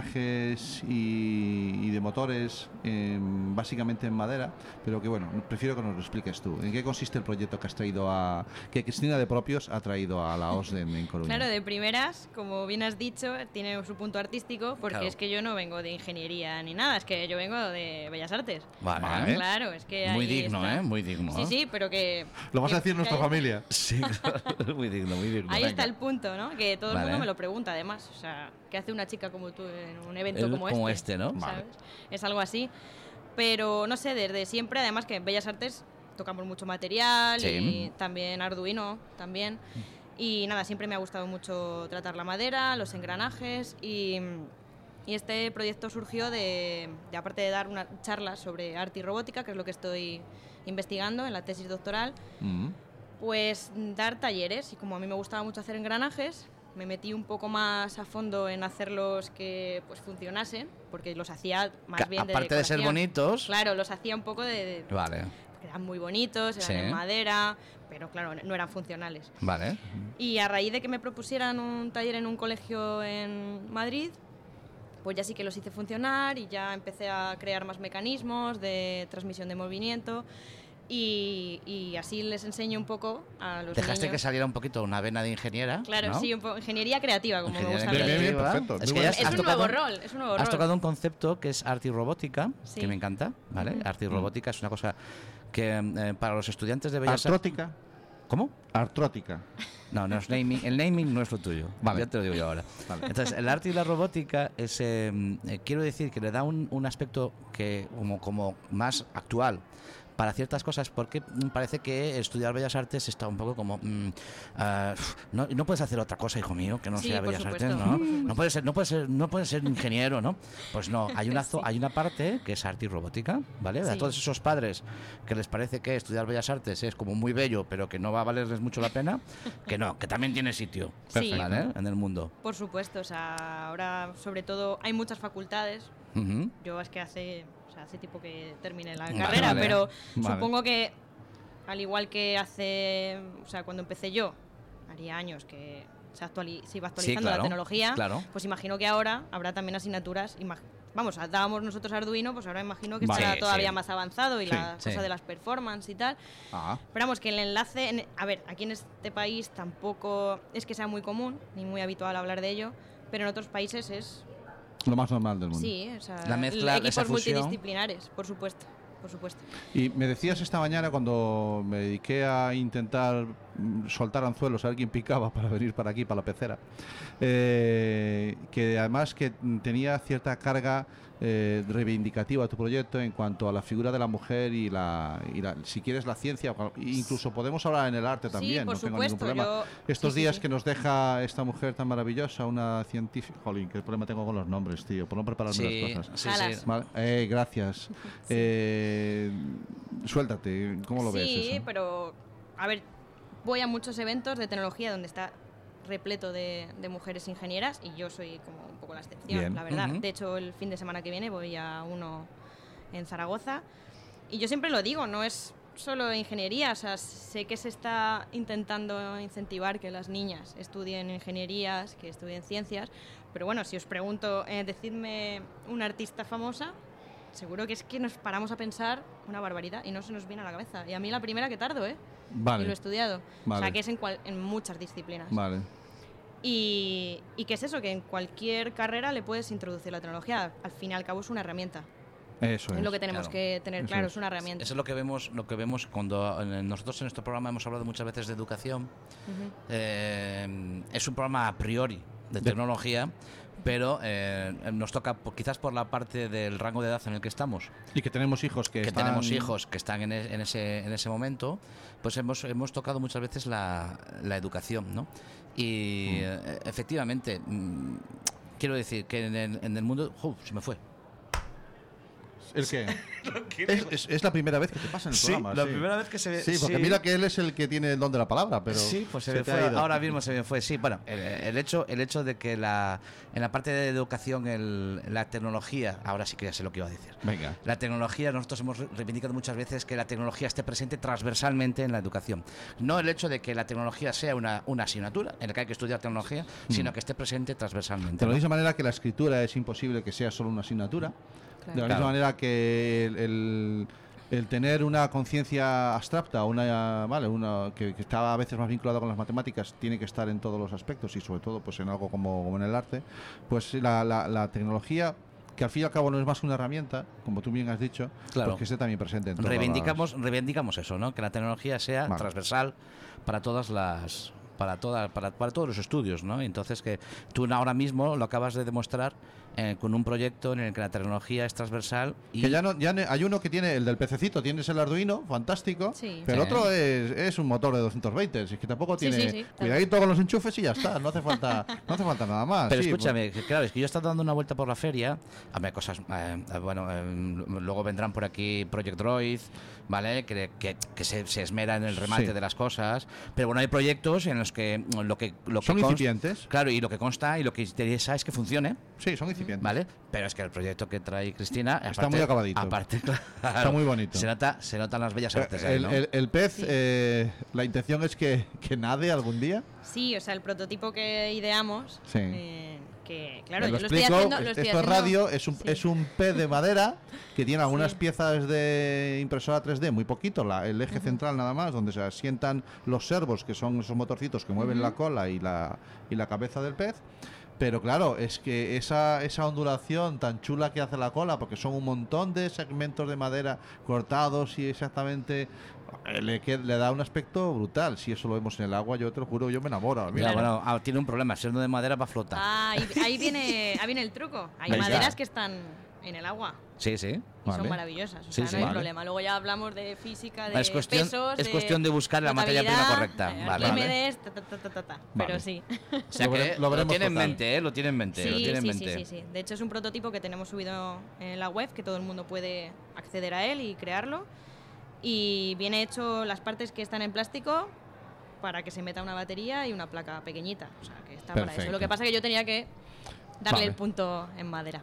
[SPEAKER 1] engranajes y, y de motores em, básicamente en madera, pero que bueno, prefiero que nos lo expliques tú. ¿En qué consiste el proyecto que has traído a... que Cristina de Propios ha traído a la OSDEN en Coruña?
[SPEAKER 14] Claro, de primeras, como bien has dicho, tiene su punto artístico, porque
[SPEAKER 1] Claro.
[SPEAKER 14] es que yo no vengo de ingeniería ni nada, es que yo vengo de Bellas Artes.
[SPEAKER 2] Vale.
[SPEAKER 14] Claro, Claro, es que
[SPEAKER 2] Muy
[SPEAKER 14] ahí
[SPEAKER 2] digno,
[SPEAKER 14] está.
[SPEAKER 2] ¿eh? Muy digno.
[SPEAKER 14] Sí,
[SPEAKER 2] ¿eh?
[SPEAKER 14] sí, pero que... que- que ahí-
[SPEAKER 1] familia.
[SPEAKER 2] Sí, claro, muy digno, muy digno.
[SPEAKER 14] Ahí
[SPEAKER 2] Venga.
[SPEAKER 14] está el punto, ¿no? Que todo
[SPEAKER 2] Vale.
[SPEAKER 14] el mundo me lo pregunta, además. O sea, ¿qué hace una chica como tú en un evento
[SPEAKER 2] El-
[SPEAKER 14] como,
[SPEAKER 2] como
[SPEAKER 14] este?
[SPEAKER 2] este, ¿no?
[SPEAKER 14] ¿Sabes?
[SPEAKER 2] Vale.
[SPEAKER 14] Es algo así. Pero, no sé, desde siempre, además que en Bellas Artes tocamos mucho material
[SPEAKER 2] Sí.
[SPEAKER 14] y también Arduino, también. Y nada, siempre me ha gustado mucho tratar la madera, los engranajes y... y este proyecto surgió de, de, aparte de dar una charla sobre arte y robótica, que es lo que estoy investigando en la tesis doctoral, pues dar talleres y como a mí me gustaba mucho hacer engranajes, me metí un poco más a fondo en hacerlos que pues funcionasen, porque los hacía más
[SPEAKER 2] Ca-
[SPEAKER 14] bien de
[SPEAKER 2] aparte de ser
[SPEAKER 14] decoración.
[SPEAKER 2] bonitos.
[SPEAKER 14] Claro, los hacía un poco de, de-
[SPEAKER 2] Vale,
[SPEAKER 14] eran muy bonitos, eran
[SPEAKER 2] Sí.
[SPEAKER 14] en madera, pero claro, no eran funcionales.
[SPEAKER 2] vale.
[SPEAKER 14] Y a raíz de que me propusieran un taller en un colegio en Madrid, pues ya sí que los hice funcionar y ya empecé a crear más mecanismos de transmisión de movimiento y, y así les enseño un poco a los
[SPEAKER 2] Dejaste que
[SPEAKER 14] niños.
[SPEAKER 2] saliera un poquito una vena de ingeniera.
[SPEAKER 14] Claro,
[SPEAKER 2] ¿no?
[SPEAKER 14] sí, un poco ingeniería creativa, como
[SPEAKER 2] Ingeniería
[SPEAKER 14] me gusta. a mí.
[SPEAKER 2] creativa. Es que ya has-
[SPEAKER 14] es
[SPEAKER 2] has
[SPEAKER 14] un nuevo
[SPEAKER 2] tocado-
[SPEAKER 14] rol, es un nuevo
[SPEAKER 2] Has
[SPEAKER 14] rol.
[SPEAKER 2] tocado un concepto que es arte y robótica,
[SPEAKER 14] Sí.
[SPEAKER 2] que me encanta, ¿vale?
[SPEAKER 14] Ujú.
[SPEAKER 2] Arte y robótica es una cosa que eh, para los estudiantes de Bellas Artes...
[SPEAKER 1] Artrótica.
[SPEAKER 2] ¿Cómo?
[SPEAKER 1] Artrótica.
[SPEAKER 2] No, no es naming, el naming no es lo tuyo. Ya te lo digo yo ahora. Entonces, el arte y la robótica es, eh, eh, quiero decir, que le da un, un aspecto que como, como más actual para ciertas cosas, porque mm, parece que estudiar Bellas Artes está un poco como... mm, ah, no, no puedes hacer otra cosa, hijo mío, que no
[SPEAKER 14] Sí,
[SPEAKER 2] sea
[SPEAKER 14] por
[SPEAKER 2] Bellas
[SPEAKER 14] supuesto.
[SPEAKER 2] Artes, ¿no?
[SPEAKER 14] Mm.
[SPEAKER 2] No puedes ser, no puedes ser, no puedes ser ingeniero, ¿no? Pues no, hay una, zo- hay una parte que es arte y robótica, ¿vale? A
[SPEAKER 14] Sí.
[SPEAKER 2] todos esos padres que les parece que estudiar Bellas Artes es como muy bello, pero que no va a valerles mucho la pena, que no, que también tiene sitio,
[SPEAKER 14] Sí.
[SPEAKER 2] ¿vale? En el mundo.
[SPEAKER 14] Por supuesto, o sea, ahora sobre todo hay muchas facultades.
[SPEAKER 2] Ujú.
[SPEAKER 14] Yo es que hace, o sea, hace tiempo que terminé la
[SPEAKER 2] Vale,
[SPEAKER 14] carrera,
[SPEAKER 2] vale.
[SPEAKER 14] pero
[SPEAKER 2] Vale.
[SPEAKER 14] supongo que al igual que hace, o sea, cuando empecé yo, haría años que se, actuali- se iba actualizando
[SPEAKER 2] claro,
[SPEAKER 14] la tecnología,
[SPEAKER 2] claro.
[SPEAKER 14] pues imagino que ahora habrá también asignaturas, imag- vamos, dábamos nosotros Arduino, pues ahora imagino que
[SPEAKER 2] Vale.
[SPEAKER 14] estará
[SPEAKER 2] Sí,
[SPEAKER 14] todavía
[SPEAKER 2] sí.
[SPEAKER 14] más avanzado y
[SPEAKER 2] Sí,
[SPEAKER 14] la
[SPEAKER 2] sí.
[SPEAKER 14] cosa de las performance y tal.
[SPEAKER 1] Ah.
[SPEAKER 14] Pero vamos, que el enlace, en- a ver, aquí en este país tampoco es que sea muy común ni muy habitual hablar de ello, pero en otros países es,
[SPEAKER 1] Lo más normal del mundo.
[SPEAKER 14] sí, o sea,
[SPEAKER 2] La mezcla,
[SPEAKER 14] equipos
[SPEAKER 2] esa fusión.
[SPEAKER 14] multidisciplinares, por supuesto, por supuesto.
[SPEAKER 1] Y me decías esta mañana cuando me dediqué a intentar mm, soltar anzuelos a ver quién picaba para venir para aquí, para la pecera, eh, que además que mm, tenía cierta carga eh, reivindicativa tu proyecto en cuanto a la figura de la mujer y, la, y la- si quieres la ciencia, o- incluso podemos hablar en el arte también,
[SPEAKER 14] por
[SPEAKER 1] no tengo ningún
[SPEAKER 14] supuesto,
[SPEAKER 1] problema.
[SPEAKER 14] yo-
[SPEAKER 1] Estos
[SPEAKER 14] sí, sí,
[SPEAKER 1] días
[SPEAKER 14] sí.
[SPEAKER 1] que nos deja esta mujer tan maravillosa, una científica... Jolín, qué problema tengo con los nombres, tío, por no prepararme
[SPEAKER 2] Sí,
[SPEAKER 1] las cosas.
[SPEAKER 2] sí, sí. Alas.
[SPEAKER 1] Vale, eh, gracias. Eh, suéltate, ¿cómo lo
[SPEAKER 14] sí,
[SPEAKER 1] ves? eso?
[SPEAKER 14] pero a ver, voy a muchos eventos de tecnología donde está repleto de, de mujeres ingenieras y yo soy como un poco la excepción,
[SPEAKER 8] Bien.
[SPEAKER 14] la verdad.
[SPEAKER 8] Ujú.
[SPEAKER 14] De hecho, el fin de semana que viene voy a uno en Zaragoza y yo siempre lo digo, no es solo ingeniería, o sea, sé que se está intentando incentivar que las niñas estudien ingenierías, que estudien ciencias, pero bueno, si os pregunto, eh, decidme una artista famosa, seguro que es que nos paramos a pensar una barbaridad y no se nos viene a la cabeza. Y a mí la primera que tardo, ¿eh?
[SPEAKER 1] Vale.
[SPEAKER 14] Y lo he estudiado. O
[SPEAKER 1] Vale.
[SPEAKER 14] sea, que es en, cual- en muchas disciplinas.
[SPEAKER 1] Vale.
[SPEAKER 14] Y, y que es eso, que en cualquier carrera le puedes introducir la tecnología. Al fin y al cabo es una herramienta.
[SPEAKER 2] Eso
[SPEAKER 14] Es lo que tenemos que tener
[SPEAKER 2] Eso
[SPEAKER 14] claro, es una herramienta.
[SPEAKER 2] Eso es lo que vemos, lo que vemos cuando eh, nosotros en nuestro programa hemos hablado muchas veces de educación.
[SPEAKER 14] Ujú.
[SPEAKER 2] Eh, es un programa a priori de tecnología, pero eh, nos toca po- quizás por la parte del rango de edad en el que estamos.
[SPEAKER 1] Y que tenemos hijos que,
[SPEAKER 2] que
[SPEAKER 1] están-
[SPEAKER 2] tenemos hijos que están en, e- en ese, en ese momento, pues hemos, hemos tocado muchas veces la, la educación, ¿no?
[SPEAKER 1] Mm.
[SPEAKER 2] Y eh, efectivamente, mm, quiero decir que en el, en el mundo... ¡Uf! se me fue.
[SPEAKER 1] ¿El qué? es, es- es la primera vez que te pasa en el
[SPEAKER 2] Sí,
[SPEAKER 1] programa.
[SPEAKER 2] la primera vez que se ve-
[SPEAKER 1] Sí, porque
[SPEAKER 2] sí.
[SPEAKER 1] mira que él es el que tiene el don de la palabra, pero.
[SPEAKER 2] sí, pues se, me
[SPEAKER 1] te ha
[SPEAKER 2] fue.
[SPEAKER 1] ido.
[SPEAKER 2] Ahora mismo se me fue. Sí, bueno, el, el hecho, el hecho de que la, en la parte de educación el- la tecnología, ahora sí que ya sé lo que iba a decir.
[SPEAKER 1] Venga.
[SPEAKER 2] La tecnología, nosotros hemos re- reivindicado muchas veces que la tecnología esté presente transversalmente en la educación. No el hecho de que la tecnología sea una, una asignatura en la que hay que estudiar tecnología,
[SPEAKER 1] Mm.
[SPEAKER 2] sino que esté presente transversalmente.
[SPEAKER 1] De
[SPEAKER 2] ¿no?
[SPEAKER 1] la misma manera que la escritura es imposible que sea solo una asignatura, de la
[SPEAKER 2] Claro.
[SPEAKER 1] misma manera que el, el- el tener una conciencia abstracta, una, vale, una que, que está a veces más vinculada con las matemáticas, tiene que estar en todos los aspectos y sobre todo pues en algo como, como en el arte, pues la, la- la tecnología que al fin y al cabo no es más que una herramienta, como tú bien has dicho,
[SPEAKER 2] Claro.
[SPEAKER 1] pues que esté también presente en todas las-
[SPEAKER 2] reivindicamos, reivindicamos eso, ¿no? Que la tecnología sea
[SPEAKER 1] Vale.
[SPEAKER 2] transversal para todas las para todas para, para todos los estudios, ¿no? Entonces que tú ahora mismo lo acabas de demostrar eh, con un proyecto en el que la tecnología es transversal y
[SPEAKER 1] Que ya no, ya ne- hay uno que tiene el del pececito, tienes el Arduino, fantástico. Pero
[SPEAKER 2] Sí.
[SPEAKER 1] otro es, es un motor de 220, es que tampoco
[SPEAKER 2] Sí,
[SPEAKER 1] tiene.
[SPEAKER 2] sí, sí, tal
[SPEAKER 1] cuidadito con los enchufes y ya está, no hace falta, no hace falta nada más.
[SPEAKER 2] Pero
[SPEAKER 1] Ah, sí, pues
[SPEAKER 2] escúchame, que claro, es que yo he estado dando una vuelta por la feria. A ver, cosas. eh, eh, bueno, eh, luego vendrán por aquí Project Droid, ¿vale? Que, que- que se, se esmera en el remate
[SPEAKER 1] Sí.
[SPEAKER 2] de las cosas. Pero bueno, hay proyectos en los que. mm, Lo que lo que
[SPEAKER 1] Son
[SPEAKER 2] const-
[SPEAKER 1] incipientes.
[SPEAKER 2] Claro, y lo que consta y lo que interesa es que funcione.
[SPEAKER 1] Sí, son incipientes.
[SPEAKER 2] ¿Vale? Pero es que el proyecto que trae Cristina.
[SPEAKER 1] Está muy acabadito.
[SPEAKER 2] Aparte, claro,
[SPEAKER 1] Está muy bonito.
[SPEAKER 2] Se, nota, se notan las bellas
[SPEAKER 1] pues,
[SPEAKER 2] artes. ahí,
[SPEAKER 1] el,
[SPEAKER 2] ¿no?
[SPEAKER 1] el- el pez, eh, la intención es que, que nade algún día.
[SPEAKER 14] Sí, o sea, el prototipo que ideamos,
[SPEAKER 1] Sí.
[SPEAKER 14] eh, que claro,
[SPEAKER 1] Eh,
[SPEAKER 14] yo lo estoy
[SPEAKER 1] explico,
[SPEAKER 14] haciendo... Lo
[SPEAKER 1] esto
[SPEAKER 14] estoy
[SPEAKER 1] es
[SPEAKER 14] haciendo-
[SPEAKER 1] radio, es un,
[SPEAKER 14] sí.
[SPEAKER 1] es un pez de madera que tiene algunas
[SPEAKER 14] Sí.
[SPEAKER 1] piezas de impresora 3D, muy poquito, la- el eje central nada más, donde se asientan los servos, que son esos motorcitos que mueven la cola y la, y la cabeza del pez. Pero claro, es que esa, esa ondulación tan chula que hace la cola, porque son un montón de segmentos de madera cortados y exactamente eh, le, que- le da un aspecto brutal. Si eso lo vemos en el agua, yo te lo juro, yo me enamoro.
[SPEAKER 2] Mira, bueno, ah, tiene un problema, siendo de madera va a flotar.
[SPEAKER 14] Ah, ahí, ahí viene, ahí viene el truco. Hay
[SPEAKER 2] Venga.
[SPEAKER 14] maderas que están en el agua
[SPEAKER 2] Sí, sí.
[SPEAKER 14] y son maravillosas, o
[SPEAKER 2] Sí,
[SPEAKER 14] sea,
[SPEAKER 2] sí.
[SPEAKER 14] no hay
[SPEAKER 2] Vale.
[SPEAKER 14] problema. Luego ya hablamos de física, de eh,
[SPEAKER 2] Es cuestión-
[SPEAKER 14] pesos,
[SPEAKER 2] es cuestión de buscar la materia prima
[SPEAKER 14] flotabilidad,
[SPEAKER 2] correcta. Vale.
[SPEAKER 14] Arquímedes, ta, ta, ta, ta, ta, ta.
[SPEAKER 2] Vale.
[SPEAKER 14] Pero sí.
[SPEAKER 2] O sea
[SPEAKER 1] Lo
[SPEAKER 2] que
[SPEAKER 1] vere- lo
[SPEAKER 2] lo,
[SPEAKER 1] veremos
[SPEAKER 2] tiene en
[SPEAKER 1] total.
[SPEAKER 2] mente, ¿eh? Lo tiene en mente.
[SPEAKER 14] Sí,
[SPEAKER 2] lo tiene
[SPEAKER 14] sí,
[SPEAKER 2] en
[SPEAKER 14] sí,
[SPEAKER 2] mente.
[SPEAKER 14] sí, sí. De hecho, es un prototipo que tenemos subido en la web, que todo el mundo puede acceder a él y crearlo. Y viene hecho las partes que están en plástico para que se meta una batería y una placa pequeñita. O sea, que está para eso.
[SPEAKER 1] Perfecto.
[SPEAKER 14] Lo que pasa es que yo tenía que darle
[SPEAKER 1] Vale.
[SPEAKER 14] el punto en madera.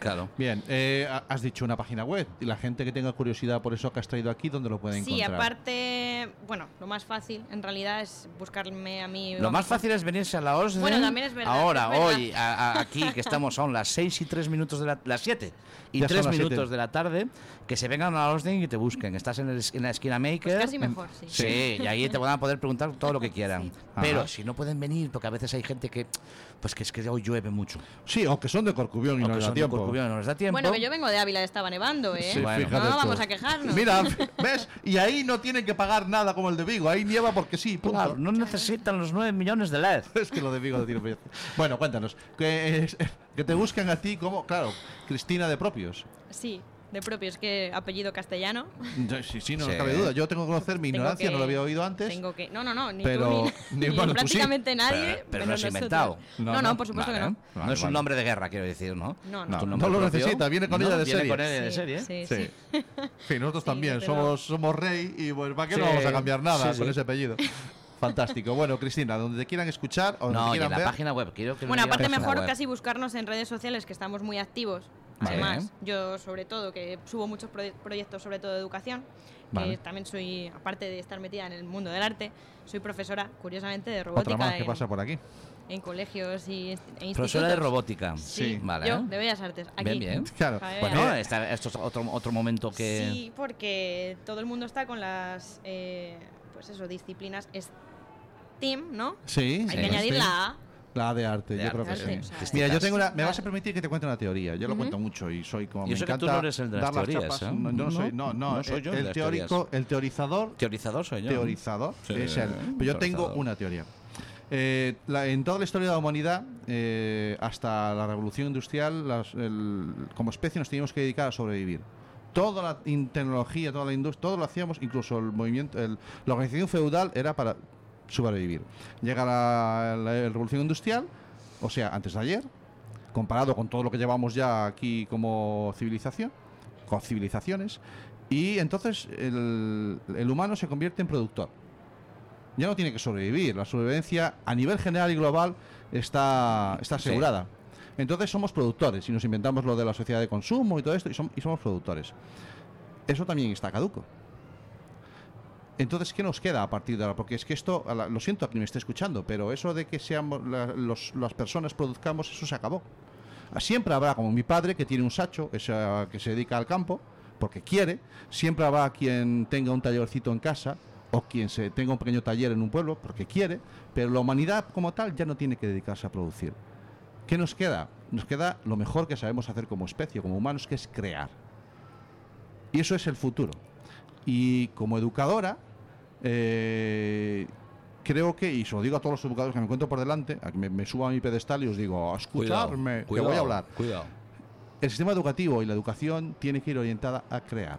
[SPEAKER 1] Claro. Bien, eh, ha- has dicho una página web y la gente que tenga curiosidad por eso que has traído aquí, ¿dónde lo puede
[SPEAKER 14] Sí,
[SPEAKER 1] encontrar?
[SPEAKER 14] aparte, bueno, lo más fácil en realidad es buscarme a mí.
[SPEAKER 2] Lo más fácil es venirse a la OSDE.
[SPEAKER 14] Bueno, también es verdad,
[SPEAKER 2] Ahora,
[SPEAKER 14] es verdad.
[SPEAKER 2] hoy, a- a- aquí, que estamos, son las 6 y 3 minutos de la... Las 7 y
[SPEAKER 1] Ya son
[SPEAKER 2] 3
[SPEAKER 1] las
[SPEAKER 2] minutos
[SPEAKER 1] siete.
[SPEAKER 2] de la tarde, que se vengan a la OSDE y te busquen. Estás en, el- en la esquina Maker.
[SPEAKER 14] Pues casi mejor, sí.
[SPEAKER 2] Sí, y ahí te van a poder preguntar todo lo que quieran. Pero
[SPEAKER 1] Ajá.
[SPEAKER 2] si no pueden venir, porque a veces hay gente que... Pues que es que hoy llueve mucho.
[SPEAKER 1] Sí, o que son de Corcubión y no
[SPEAKER 2] O que
[SPEAKER 1] les da
[SPEAKER 2] son de
[SPEAKER 1] tiempo.
[SPEAKER 2] Corcubión, no les da tiempo.
[SPEAKER 14] Bueno, que yo vengo de Ávila, estaba nevando, ¿eh?
[SPEAKER 1] Sí,
[SPEAKER 14] no
[SPEAKER 1] fíjate tú.
[SPEAKER 14] vamos a quejarnos.
[SPEAKER 1] Mira, ¿ves? Y ahí no tienen que pagar nada como el de Vigo. Ahí nieva porque sí, punto.
[SPEAKER 2] Claro, no necesitan los 9 millones de LED.
[SPEAKER 1] Es que lo de E Vigo lo tiene. Bueno, cuéntanos. Que, es- que te buscan a ti como, claro, Cristina de propios.
[SPEAKER 14] Sí, de propio, es que apellido castellano.
[SPEAKER 1] Ya, Sí, sí, no
[SPEAKER 2] Sí.
[SPEAKER 1] me cabe duda. Yo tengo que conocer mi
[SPEAKER 14] Tengo
[SPEAKER 1] ignorancia,
[SPEAKER 14] que-
[SPEAKER 1] no lo había oído antes.
[SPEAKER 14] Tengo que. No, no, no, ni
[SPEAKER 1] Pero-
[SPEAKER 14] tú
[SPEAKER 1] ni-
[SPEAKER 14] ni,
[SPEAKER 1] bueno, tú sí.
[SPEAKER 14] prácticamente nadie.
[SPEAKER 2] Pero, pero no
[SPEAKER 14] menos
[SPEAKER 2] es
[SPEAKER 14] nosotros.
[SPEAKER 2] inventado.
[SPEAKER 14] No no, por supuesto
[SPEAKER 2] Vale,
[SPEAKER 14] que no.
[SPEAKER 2] No es un nombre de guerra, quiero decir, ¿no?
[SPEAKER 14] No, no.
[SPEAKER 2] Es un
[SPEAKER 1] No,
[SPEAKER 2] nombre
[SPEAKER 1] lo
[SPEAKER 2] propio.
[SPEAKER 1] necesita, viene con
[SPEAKER 2] No,
[SPEAKER 1] ella de
[SPEAKER 2] viene
[SPEAKER 1] serie.
[SPEAKER 2] con ella de serie, ¿eh?
[SPEAKER 1] Sí. Sí, nosotros también
[SPEAKER 2] pero-
[SPEAKER 1] somos, somos rey y pues ¿para qué no
[SPEAKER 2] Sí,
[SPEAKER 1] vamos a cambiar nada
[SPEAKER 2] sí,
[SPEAKER 1] con
[SPEAKER 2] sí.
[SPEAKER 1] ese apellido? Fantástico. Bueno, Cristina, donde te quieran escuchar o donde
[SPEAKER 2] No,
[SPEAKER 1] te
[SPEAKER 2] y en
[SPEAKER 1] quieran
[SPEAKER 2] la
[SPEAKER 1] ver.
[SPEAKER 2] página web. Quiero que
[SPEAKER 14] Bueno,
[SPEAKER 2] me digas
[SPEAKER 14] aparte
[SPEAKER 2] la página
[SPEAKER 14] mejor
[SPEAKER 2] web.
[SPEAKER 14] casi buscarnos en redes sociales, que estamos muy activos.
[SPEAKER 2] Vale.
[SPEAKER 14] Además, yo sobre todo, que subo muchos proye- proyectos, sobre todo de educación, que
[SPEAKER 2] Vale.
[SPEAKER 14] también soy, aparte de estar metida en el mundo del arte, soy profesora, curiosamente, de robótica
[SPEAKER 1] Otra más que
[SPEAKER 14] en,
[SPEAKER 1] pasa por aquí.
[SPEAKER 14] en colegios y inst- e institutos.
[SPEAKER 2] Profesora de robótica.
[SPEAKER 14] Sí,
[SPEAKER 2] Vale.
[SPEAKER 14] yo, de Bellas Artes, aquí.
[SPEAKER 2] Bien, bien.
[SPEAKER 14] Para que
[SPEAKER 2] Bueno,
[SPEAKER 14] veas.
[SPEAKER 2] esta- esto es otro, otro momento que.
[SPEAKER 14] Sí, porque todo el mundo está con las, eh, pues eso, disciplinas STEAM, ¿no?
[SPEAKER 1] Sí,
[SPEAKER 14] Hay
[SPEAKER 1] sí.
[SPEAKER 14] que añadir la A.
[SPEAKER 1] La de arte, yo
[SPEAKER 2] arte,
[SPEAKER 1] creo que
[SPEAKER 14] arte, o
[SPEAKER 1] sí.
[SPEAKER 14] sea,
[SPEAKER 1] Mira, yo
[SPEAKER 14] Distintas.
[SPEAKER 1] tengo una. Me vas a permitir que te cuente una teoría. Yo lo
[SPEAKER 14] Ujú.
[SPEAKER 1] cuento mucho y soy como.
[SPEAKER 2] Y
[SPEAKER 1] me
[SPEAKER 2] eso que tú
[SPEAKER 1] encanta
[SPEAKER 2] no eres el de las
[SPEAKER 1] dar las
[SPEAKER 2] teorías,
[SPEAKER 1] tapas.
[SPEAKER 2] ¿eh?
[SPEAKER 1] No, yo no soy. No, no,
[SPEAKER 2] soy yo el de
[SPEAKER 1] El
[SPEAKER 2] las
[SPEAKER 1] teórico, el teorizador.
[SPEAKER 2] Teorizador soy yo. ¿eh?
[SPEAKER 1] Teorizador.
[SPEAKER 2] Sí,
[SPEAKER 1] es él. Pero yo tengo
[SPEAKER 2] teorizador.
[SPEAKER 1] una teoría. Eh, la- en toda la historia de la humanidad, eh, hasta la revolución industrial, las- el- como especie nos teníamos que dedicar a sobrevivir. Toda la in- tecnología, toda la industria, todo lo hacíamos, incluso el movimiento, el- la organización feudal era para sobrevivir. Llega la, la revolución industrial, o sea, antes de ayer, comparado con todo lo que llevamos ya aquí como civilización, con civilizaciones, y entonces el- el humano se convierte en productor ya no tiene que sobrevivir. La sobrevivencia a nivel general y global está, está
[SPEAKER 2] Sí.
[SPEAKER 1] asegurada. Entonces somos productores y nos inventamos lo de la sociedad de consumo y todo esto y, som- y somos productores. Eso también está caduco. Entonces, ¿qué nos queda a partir de ahora? Porque es que esto, a la- lo siento a quien me esté escuchando, pero eso de que seamos la- los- las personas produzcamos, eso se acabó. Siempre habrá, como mi padre, que tiene un sacho, es, eh, que se dedica al campo, porque quiere. Siempre habrá quien tenga un tallercito en casa o quien se tenga un pequeño taller en un pueblo, porque quiere. Pero la humanidad como tal ya no tiene que dedicarse a producir. ¿Qué nos queda? Nos queda lo mejor que sabemos hacer como especie, como humanos, que es crear. Y eso es el futuro. Y como educadora, eh, creo que, y se lo digo a todos los educadores que me encuentro por delante, a que me, me subo a mi pedestal y os digo, escucharme, que voy a hablar.
[SPEAKER 2] Cuidado.
[SPEAKER 1] El sistema educativo y la educación tiene que ir orientada a crear.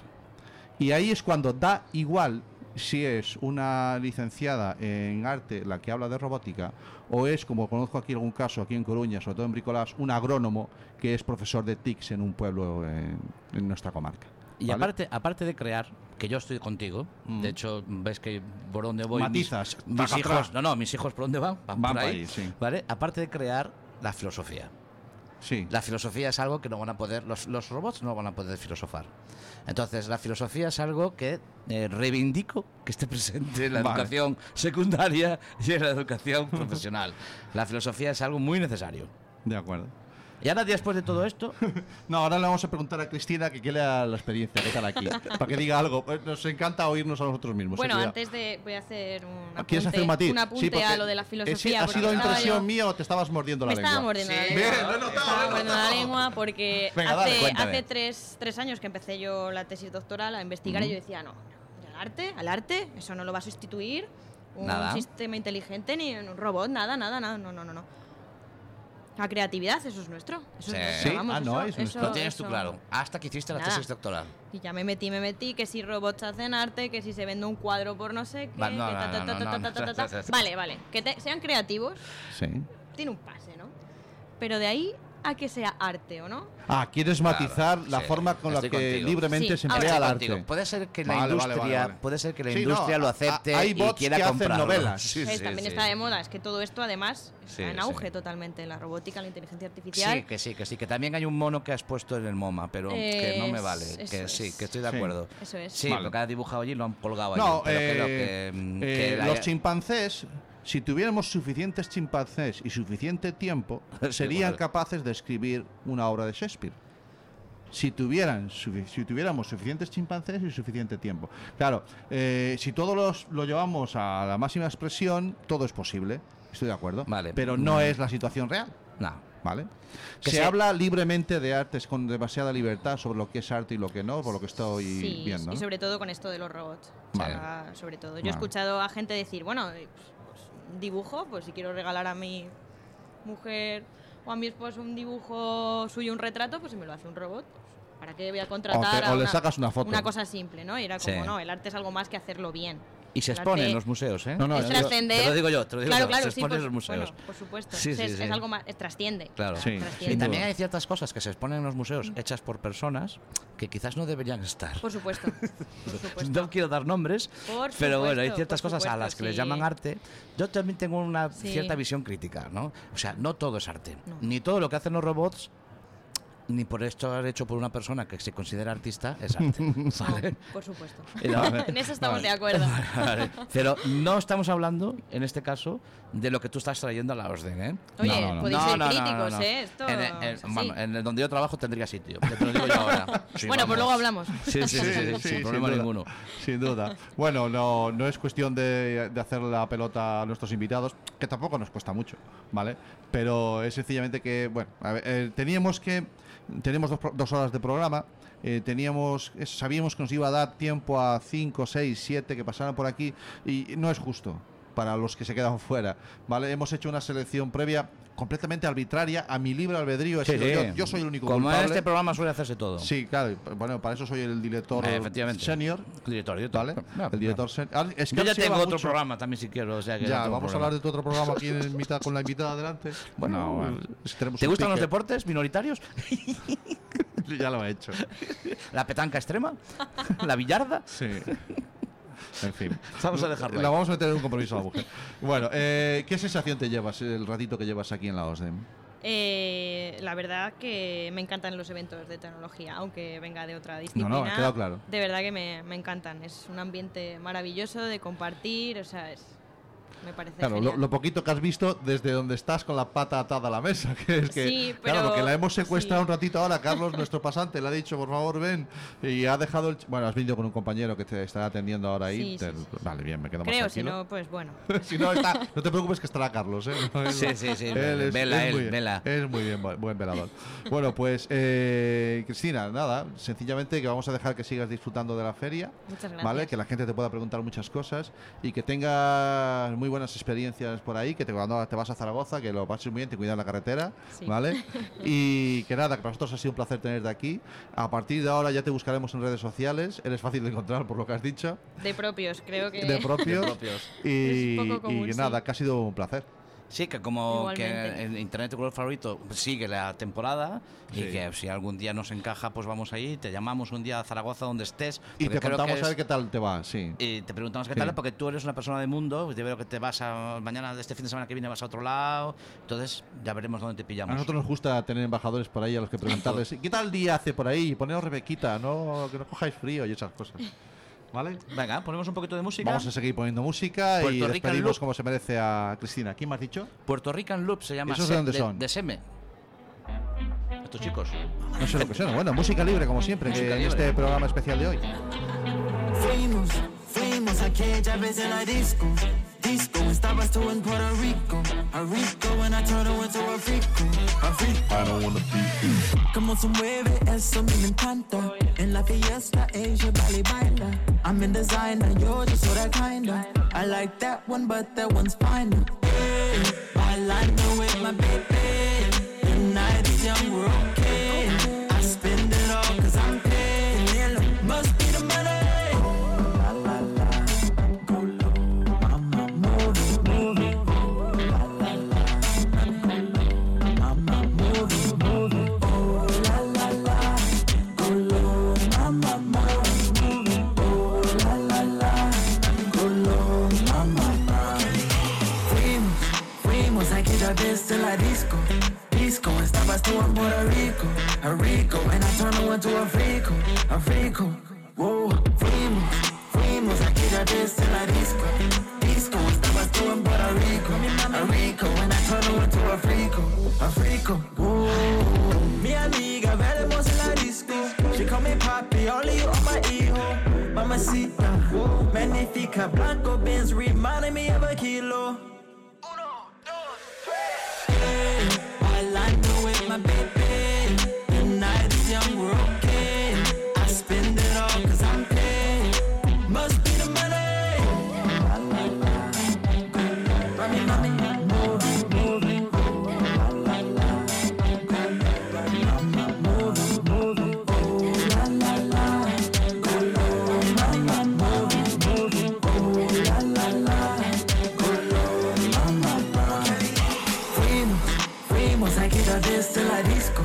[SPEAKER 1] Y ahí es cuando da igual si es una licenciada en arte la que habla de robótica o es, como conozco aquí algún caso aquí en Coruña, sobre todo en Bricolás, un agrónomo que es profesor de TICS en un pueblo en, en nuestra comarca.
[SPEAKER 2] Y
[SPEAKER 1] ¿vale? Mm.
[SPEAKER 2] aparte, aparte de crear, que yo estoy contigo, de hecho, ves que por dónde voy. mis-
[SPEAKER 1] Matizas,
[SPEAKER 2] Mis,
[SPEAKER 1] taca,
[SPEAKER 2] hijos,
[SPEAKER 1] tra.
[SPEAKER 2] no, no, mis hijos por dónde van. Van,
[SPEAKER 1] Van
[SPEAKER 2] por
[SPEAKER 1] pa'
[SPEAKER 2] ahí.
[SPEAKER 1] ahí, sí.
[SPEAKER 2] ¿Vale? Aparte de crear la filosofía.
[SPEAKER 1] Sí.
[SPEAKER 2] La filosofía es algo que no van a poder, los, los robots no van a poder filosofar. Entonces, la filosofía es algo que eh, reivindico que esté presente en la
[SPEAKER 1] Vale.
[SPEAKER 2] educación secundaria y en la educación profesional. La filosofía es algo muy necesario.
[SPEAKER 1] De acuerdo.
[SPEAKER 2] Y ahora, después de todo esto,
[SPEAKER 1] No, ahora le vamos a preguntar a Cristina que qué le da la experiencia, qué tal aquí, para que diga algo. Eh, Nos encanta oírnos a nosotros mismos. eh,
[SPEAKER 14] Bueno,
[SPEAKER 1] cuidado.
[SPEAKER 14] antes de. Voy a hacer un apunte,
[SPEAKER 1] Ah, ¿Quieres hacer un matiz?
[SPEAKER 14] apunte
[SPEAKER 1] porque
[SPEAKER 14] a lo de la
[SPEAKER 1] ese
[SPEAKER 14] filosofía.
[SPEAKER 1] ¿Ha
[SPEAKER 14] porque
[SPEAKER 1] sido
[SPEAKER 14] estaba
[SPEAKER 1] impresión
[SPEAKER 14] yo-
[SPEAKER 1] mía o te estabas mordiendo la
[SPEAKER 14] Me estaba
[SPEAKER 1] lengua?
[SPEAKER 14] mordiendo la lengua.
[SPEAKER 1] Bien, lo he
[SPEAKER 14] Me
[SPEAKER 1] notado, lo
[SPEAKER 14] estaba
[SPEAKER 1] he
[SPEAKER 14] mordiendo
[SPEAKER 1] notado.
[SPEAKER 14] la lengua porque
[SPEAKER 1] Venga, dale,
[SPEAKER 14] hace,
[SPEAKER 1] cuéntame.
[SPEAKER 14] hace tres, tres años que empecé yo la tesis doctoral a investigar y yo decía, no, no, al arte, al arte, eso no lo va a sustituir un
[SPEAKER 2] Nada.
[SPEAKER 14] sistema inteligente ni un robot, nada, nada, nada, no, no, no, no. La creatividad, eso es nuestro. Eso es nuestro, vamos,
[SPEAKER 2] ah, no,
[SPEAKER 14] eso-
[SPEAKER 2] es nuestro.
[SPEAKER 14] eso-
[SPEAKER 2] Lo tienes tú
[SPEAKER 14] eso-
[SPEAKER 2] claro. Hasta que hiciste la
[SPEAKER 14] Nada.
[SPEAKER 2] tesis doctoral.
[SPEAKER 14] Y ya me metí, me metí, que si robots hacen arte, que si se vende un cuadro por no sé qué.
[SPEAKER 2] Va, no,
[SPEAKER 14] que
[SPEAKER 2] no,
[SPEAKER 14] ta, ta,
[SPEAKER 2] no, no,
[SPEAKER 14] ta,
[SPEAKER 2] no,
[SPEAKER 14] ta, ta, ta,
[SPEAKER 2] no,
[SPEAKER 14] ta,
[SPEAKER 2] no, no,
[SPEAKER 14] ta.
[SPEAKER 2] no.
[SPEAKER 14] Vale, vale. Que te- sean creativos,
[SPEAKER 1] Sí.
[SPEAKER 14] tiene un pase, ¿no? Pero de ahí a que sea arte, ¿o no?
[SPEAKER 1] Ah, quieres matizar la forma con la que
[SPEAKER 2] Estoy contigo.
[SPEAKER 1] libremente
[SPEAKER 14] Sí,
[SPEAKER 1] se
[SPEAKER 14] ahora
[SPEAKER 1] emplea el
[SPEAKER 14] estoy
[SPEAKER 1] arte.
[SPEAKER 2] contigo. Puede ser que la
[SPEAKER 1] Vale, vale,
[SPEAKER 2] industria,
[SPEAKER 1] vale, vale.
[SPEAKER 2] Puede ser que la
[SPEAKER 1] Sí, no,
[SPEAKER 2] industria lo
[SPEAKER 1] a- a-
[SPEAKER 2] acepte
[SPEAKER 1] hay
[SPEAKER 2] y
[SPEAKER 1] bots
[SPEAKER 2] quiera
[SPEAKER 1] que hacen
[SPEAKER 2] comprarlo.
[SPEAKER 1] novelas.
[SPEAKER 2] Sí,
[SPEAKER 14] ¿Sabes?
[SPEAKER 2] sí,
[SPEAKER 14] También
[SPEAKER 2] sí.
[SPEAKER 14] está de moda, es que todo esto además
[SPEAKER 2] Sí,
[SPEAKER 14] está en
[SPEAKER 2] sí.
[SPEAKER 14] auge totalmente, la robótica, la inteligencia artificial.
[SPEAKER 2] Sí, que sí, que sí, que también hay un mono que has puesto en el MoMA, pero que no me
[SPEAKER 14] Es-
[SPEAKER 2] vale, que
[SPEAKER 14] Eh, eso
[SPEAKER 2] sí,
[SPEAKER 14] es.
[SPEAKER 2] que estoy de
[SPEAKER 14] Sí.
[SPEAKER 2] acuerdo.
[SPEAKER 14] Eso es.
[SPEAKER 2] Sí,
[SPEAKER 1] Vale.
[SPEAKER 2] lo que ha dibujado allí lo han colgado allí.
[SPEAKER 1] No,
[SPEAKER 2] pero creo
[SPEAKER 1] eh,
[SPEAKER 2] que, mm,
[SPEAKER 1] eh,
[SPEAKER 2] que la-
[SPEAKER 1] los chimpancés, si tuviéramos suficientes chimpancés y suficiente tiempo, serían
[SPEAKER 2] bueno.
[SPEAKER 1] capaces de escribir una obra de Shakespeare. Si, tuvieran, sufi- si tuviéramos suficientes chimpancés y suficiente tiempo. Claro, eh, si todos los, lo llevamos a la máxima expresión, todo es posible. Estoy de acuerdo.
[SPEAKER 2] Vale. Mm.
[SPEAKER 1] Pero no es la situación real.
[SPEAKER 2] No.
[SPEAKER 1] ¿Vale?
[SPEAKER 2] Que
[SPEAKER 1] se
[SPEAKER 2] se-
[SPEAKER 1] habla libremente de artes con demasiada libertad sobre lo que es arte y lo que no, por lo que estoy
[SPEAKER 14] Sí,
[SPEAKER 1] viendo.
[SPEAKER 14] y
[SPEAKER 1] ¿no?
[SPEAKER 14] sobre todo con esto de los robots. O
[SPEAKER 1] Vale.
[SPEAKER 14] sea, sobre todo. Yo
[SPEAKER 1] Vale.
[SPEAKER 14] he escuchado a gente decir, bueno, eh, pues, pues, dibujo, pues si quiero regalar a mi mujer o a mi esposo un dibujo suyo, un retrato, pues si me lo hace un robot. pues, ¿Para qué voy a contratar
[SPEAKER 1] O te-
[SPEAKER 14] a
[SPEAKER 1] o le
[SPEAKER 14] una-
[SPEAKER 1] sacas una foto.
[SPEAKER 14] Una cosa simple, ¿no? Y era como,
[SPEAKER 2] Sí.
[SPEAKER 14] no, el arte es algo más que hacerlo bien.
[SPEAKER 2] Y se
[SPEAKER 14] Trate-
[SPEAKER 2] expone en los museos, ¿eh?
[SPEAKER 14] No, no, Es yo- trascender-
[SPEAKER 2] Te lo digo yo, te lo digo
[SPEAKER 14] Claro,
[SPEAKER 2] yo,
[SPEAKER 14] claro,
[SPEAKER 2] se
[SPEAKER 14] sí,
[SPEAKER 2] expone
[SPEAKER 14] por-
[SPEAKER 2] en los museos.
[SPEAKER 14] bueno, por supuesto.
[SPEAKER 2] Sí,
[SPEAKER 14] Es-
[SPEAKER 2] sí,
[SPEAKER 14] es,
[SPEAKER 2] sí.
[SPEAKER 14] algo más, eh, trasciende.
[SPEAKER 2] Claro.
[SPEAKER 14] tra-
[SPEAKER 2] Y
[SPEAKER 14] trasciende.
[SPEAKER 2] también hay ciertas cosas que se exponen en los
[SPEAKER 14] Mm.
[SPEAKER 2] museos hechas por personas que quizás no deberían estar.
[SPEAKER 14] Por supuesto. por supuesto.
[SPEAKER 2] No quiero dar nombres,
[SPEAKER 14] Por
[SPEAKER 2] pero bueno, hay
[SPEAKER 14] supuesto,
[SPEAKER 2] ciertas
[SPEAKER 14] por
[SPEAKER 2] cosas a
[SPEAKER 14] supuesto,
[SPEAKER 2] las que les
[SPEAKER 14] sí.
[SPEAKER 2] llaman arte. Yo también tengo una
[SPEAKER 14] Sí.
[SPEAKER 2] cierta visión crítica, ¿no? O sea, no todo es arte. Ni todo lo que hacen los robots, ni por esto hecho por una persona que se considera artista, es arte. ¿vale?
[SPEAKER 14] Por supuesto.
[SPEAKER 2] Y no, vale.
[SPEAKER 14] en eso estamos
[SPEAKER 2] Vale.
[SPEAKER 14] de acuerdo.
[SPEAKER 2] Vale, vale. Pero no estamos hablando, en este caso, de lo que tú estás trayendo a la orden, ¿eh?
[SPEAKER 14] Oye, podéis ser críticos, ¿eh? Esto
[SPEAKER 2] En, en-
[SPEAKER 14] es así.
[SPEAKER 2] vamos, en el donde yo trabajo tendría sitio, ya te lo digo yo ahora. Sí,
[SPEAKER 14] Bueno,
[SPEAKER 2] vamos.
[SPEAKER 14] pues luego hablamos.
[SPEAKER 2] Sí, sí, sí, sí, sin problema
[SPEAKER 1] duda,
[SPEAKER 2] ninguno.
[SPEAKER 1] Sin duda. Bueno, no, no es cuestión de, de hacer la pelota a nuestros invitados, que tampoco nos cuesta mucho, ¿vale? Pero es sencillamente que, bueno, a ver, eh, teníamos que, tenemos dos, pro- dos horas de programa, eh, teníamos, eh, sabíamos que nos iba a dar tiempo a 5, 6, 7 que pasaran por aquí y no es justo para los que se quedan fuera, ¿vale? Hemos hecho una selección previa completamente arbitraria, a mi libre albedrío. he
[SPEAKER 2] Sí,
[SPEAKER 1] sido
[SPEAKER 2] sí.
[SPEAKER 1] Yo, yo soy el único
[SPEAKER 2] Como en
[SPEAKER 1] culpable.
[SPEAKER 2] este programa suele hacerse todo.
[SPEAKER 1] Sí, claro. y p- Bueno, para eso soy el director
[SPEAKER 2] Eh, efectivamente.
[SPEAKER 1] senior.
[SPEAKER 2] Director,
[SPEAKER 1] ¿Vale? el director senior. Ah, es que
[SPEAKER 2] Yo ya
[SPEAKER 1] os lleva
[SPEAKER 2] tengo otro
[SPEAKER 1] mucho-
[SPEAKER 2] programa también si quiero. O sea que
[SPEAKER 1] Ya,
[SPEAKER 2] no tengo
[SPEAKER 1] vamos a
[SPEAKER 2] problema.
[SPEAKER 1] hablar de tu otro programa aquí en mitad, con la invitada adelante.
[SPEAKER 2] Bueno, bueno.
[SPEAKER 1] es que tenemos
[SPEAKER 2] ¿Te
[SPEAKER 1] un
[SPEAKER 2] gustan los
[SPEAKER 1] pique.
[SPEAKER 2] deportes minoritarios?
[SPEAKER 1] ya lo he hecho.
[SPEAKER 2] ¿La petanca extrema? ¿La billarda?
[SPEAKER 1] Sí. En fin.
[SPEAKER 2] Vamos a dejarlo ahí.
[SPEAKER 1] La vamos a meter en un compromiso a la mujer. Bueno, eh, ¿qué sensación te llevas el ratito que llevas aquí en la OSDEM?
[SPEAKER 14] Eh, la verdad que me encantan los eventos de tecnología, aunque venga de otra
[SPEAKER 1] No,
[SPEAKER 14] disciplina.
[SPEAKER 1] no, ha quedado claro.
[SPEAKER 14] De verdad que me, me encantan. Es un ambiente maravilloso de compartir, o sea, es, me parece
[SPEAKER 1] Claro, lo,
[SPEAKER 14] genial.
[SPEAKER 1] lo poquito que has visto desde donde estás con la pata atada a la mesa, que es que,
[SPEAKER 14] Sí,
[SPEAKER 1] claro,
[SPEAKER 14] pero-
[SPEAKER 1] porque la hemos secuestrado un
[SPEAKER 14] sí.
[SPEAKER 1] ratito ahora, Carlos, nuestro pasante, le ha dicho, por favor, ven, y ha dejado el... ch- Bueno, has venido con un compañero que te estará atendiendo ahora ahí.
[SPEAKER 14] Sí, sí,
[SPEAKER 1] te-
[SPEAKER 14] sí,
[SPEAKER 1] Vale, bien, me quedo
[SPEAKER 14] Creo,
[SPEAKER 1] más
[SPEAKER 14] si
[SPEAKER 1] tranquilo.
[SPEAKER 14] no, pues bueno.
[SPEAKER 1] Si no, está- no te preocupes que estará Carlos, ¿eh? No, él-
[SPEAKER 2] Sí, sí, sí, vela él,
[SPEAKER 1] muy bien,
[SPEAKER 2] vela.
[SPEAKER 1] Es muy bien, bu- buen velador. Bueno, pues, eh, Cristina, nada, sencillamente que vamos a dejar que sigas disfrutando de la feria.
[SPEAKER 14] Muchas gracias.
[SPEAKER 1] ¿Vale? Que la gente te pueda preguntar muchas cosas y que tengas muy buenas experiencias por ahí, que te, cuando te vas a Zaragoza, que lo pases muy bien, te cuidas la carretera,
[SPEAKER 14] Sí.
[SPEAKER 1] ¿vale? Y que nada, que para nosotros ha sido un placer tenerte aquí. A partir de ahora ya te buscaremos en redes sociales, eres fácil de encontrar por lo que has dicho,
[SPEAKER 14] De propios, creo que.
[SPEAKER 1] de propios.
[SPEAKER 14] Es
[SPEAKER 1] Y,
[SPEAKER 14] un poco
[SPEAKER 1] y
[SPEAKER 14] común, sí.
[SPEAKER 2] este.
[SPEAKER 1] nada, que ha sido un placer.
[SPEAKER 2] Sí, que como que
[SPEAKER 14] Igualmente.
[SPEAKER 2] en Internet tu color favorito sigue la temporada
[SPEAKER 1] Sí.
[SPEAKER 2] y que si algún día nos encaja, pues vamos ahí, te llamamos un día a Zaragoza donde estés.
[SPEAKER 1] Y
[SPEAKER 2] porque
[SPEAKER 1] te
[SPEAKER 2] creo que
[SPEAKER 1] contamos a ver
[SPEAKER 2] es-
[SPEAKER 1] qué tal te va, sí.
[SPEAKER 2] Y te preguntamos qué
[SPEAKER 1] Sí.
[SPEAKER 2] tal, porque tú eres una persona de mundo, te veo que te vas a, mañana, este fin de semana que viene vas a otro lado, entonces ya veremos dónde te
[SPEAKER 1] A
[SPEAKER 2] pillamos.
[SPEAKER 1] nosotros nos gusta tener embajadores por ahí a los que preguntarles ¿qué tal día hace por ahí? Poneos Rebequita, no, que no cojáis frío y esas cosas. ¿Vale?
[SPEAKER 2] Venga, ponemos un poquito de música.
[SPEAKER 1] Vamos a seguir poniendo música y
[SPEAKER 2] Puerto Rican
[SPEAKER 1] despedimos
[SPEAKER 2] Loop.
[SPEAKER 1] como se merece a Cristina. ¿Quién me has dicho?
[SPEAKER 2] Puerto Rican Loop se llama.
[SPEAKER 1] ¿Esos de
[SPEAKER 2] Se-
[SPEAKER 1] dónde son?
[SPEAKER 2] De Seme. Estos chicos.
[SPEAKER 1] No sé lo que suena. Bueno, música libre como siempre que
[SPEAKER 2] Música
[SPEAKER 1] en
[SPEAKER 2] libre.
[SPEAKER 1] este programa especial de hoy.
[SPEAKER 8] Fuimos, fuimos aquella vez en la disco. Disco, estabas tú en Puerto Rico. A Rico, and I turned her into a Rico. A Rico. I don't wanna Como se mueve, eso a mí me encanta. En la fiesta, ella vale y baila. I'm in designer, yo just so that kinda. I like that one, but that one's finer. Hey, bailando with my baby. The night is young, we're okay. I spend it all cause I'm paid. Must be the money. La la la. Go low, mama. Move it, move it. Oh, la la la. Go low, mama. Move it, move it. Oh, la la la. Go low, mama. Move it, move it. Oh, la la la. Go low, mama. Fuimos, fuimos aquella vez en la disco. Disco, estabas tú en Puerto Rico. A Rico, and I turned you into a frico. A frico. Whoa, fuimos, fuimos aquella vez en la disco. Disco, estabas tú en Puerto Rico. A Rico, and I turned you into a frico. A frico. Whoa. Mi amiga, er veremos en la disco. She call me papi, only you are my hijo. Mamacita, magnifica, blanco beans, reminding me of a kilo. Hey, bailando with my baby. The night is young, we're okay. I spend it all cause I'm paid. Must be the money. La, la, la. Rami, mami, move it, move it. La, la, la. Mama, move it, move it. Oh, la, la, la. Go low, mama, move it, move it. Oh, la, fuimos aquella desde la disco.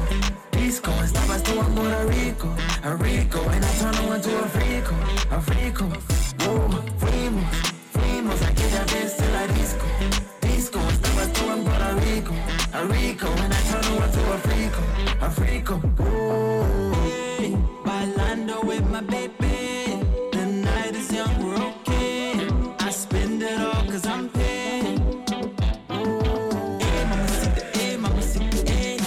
[SPEAKER 8] Disco, estabas tú en Puerto Rico. A rico, en Atono en tu africo. Africo, wow, fuimos. Fuimos aquella desde la disco. Disco, estabas tú en Puerto Rico. A rico, en Atono en tu africo. Africo, wow.
[SPEAKER 12] Bailando with my baby. The night is young, we're okay. I spend it all cause I'm paid. Hey, mamacita, hey, mamacita, hey,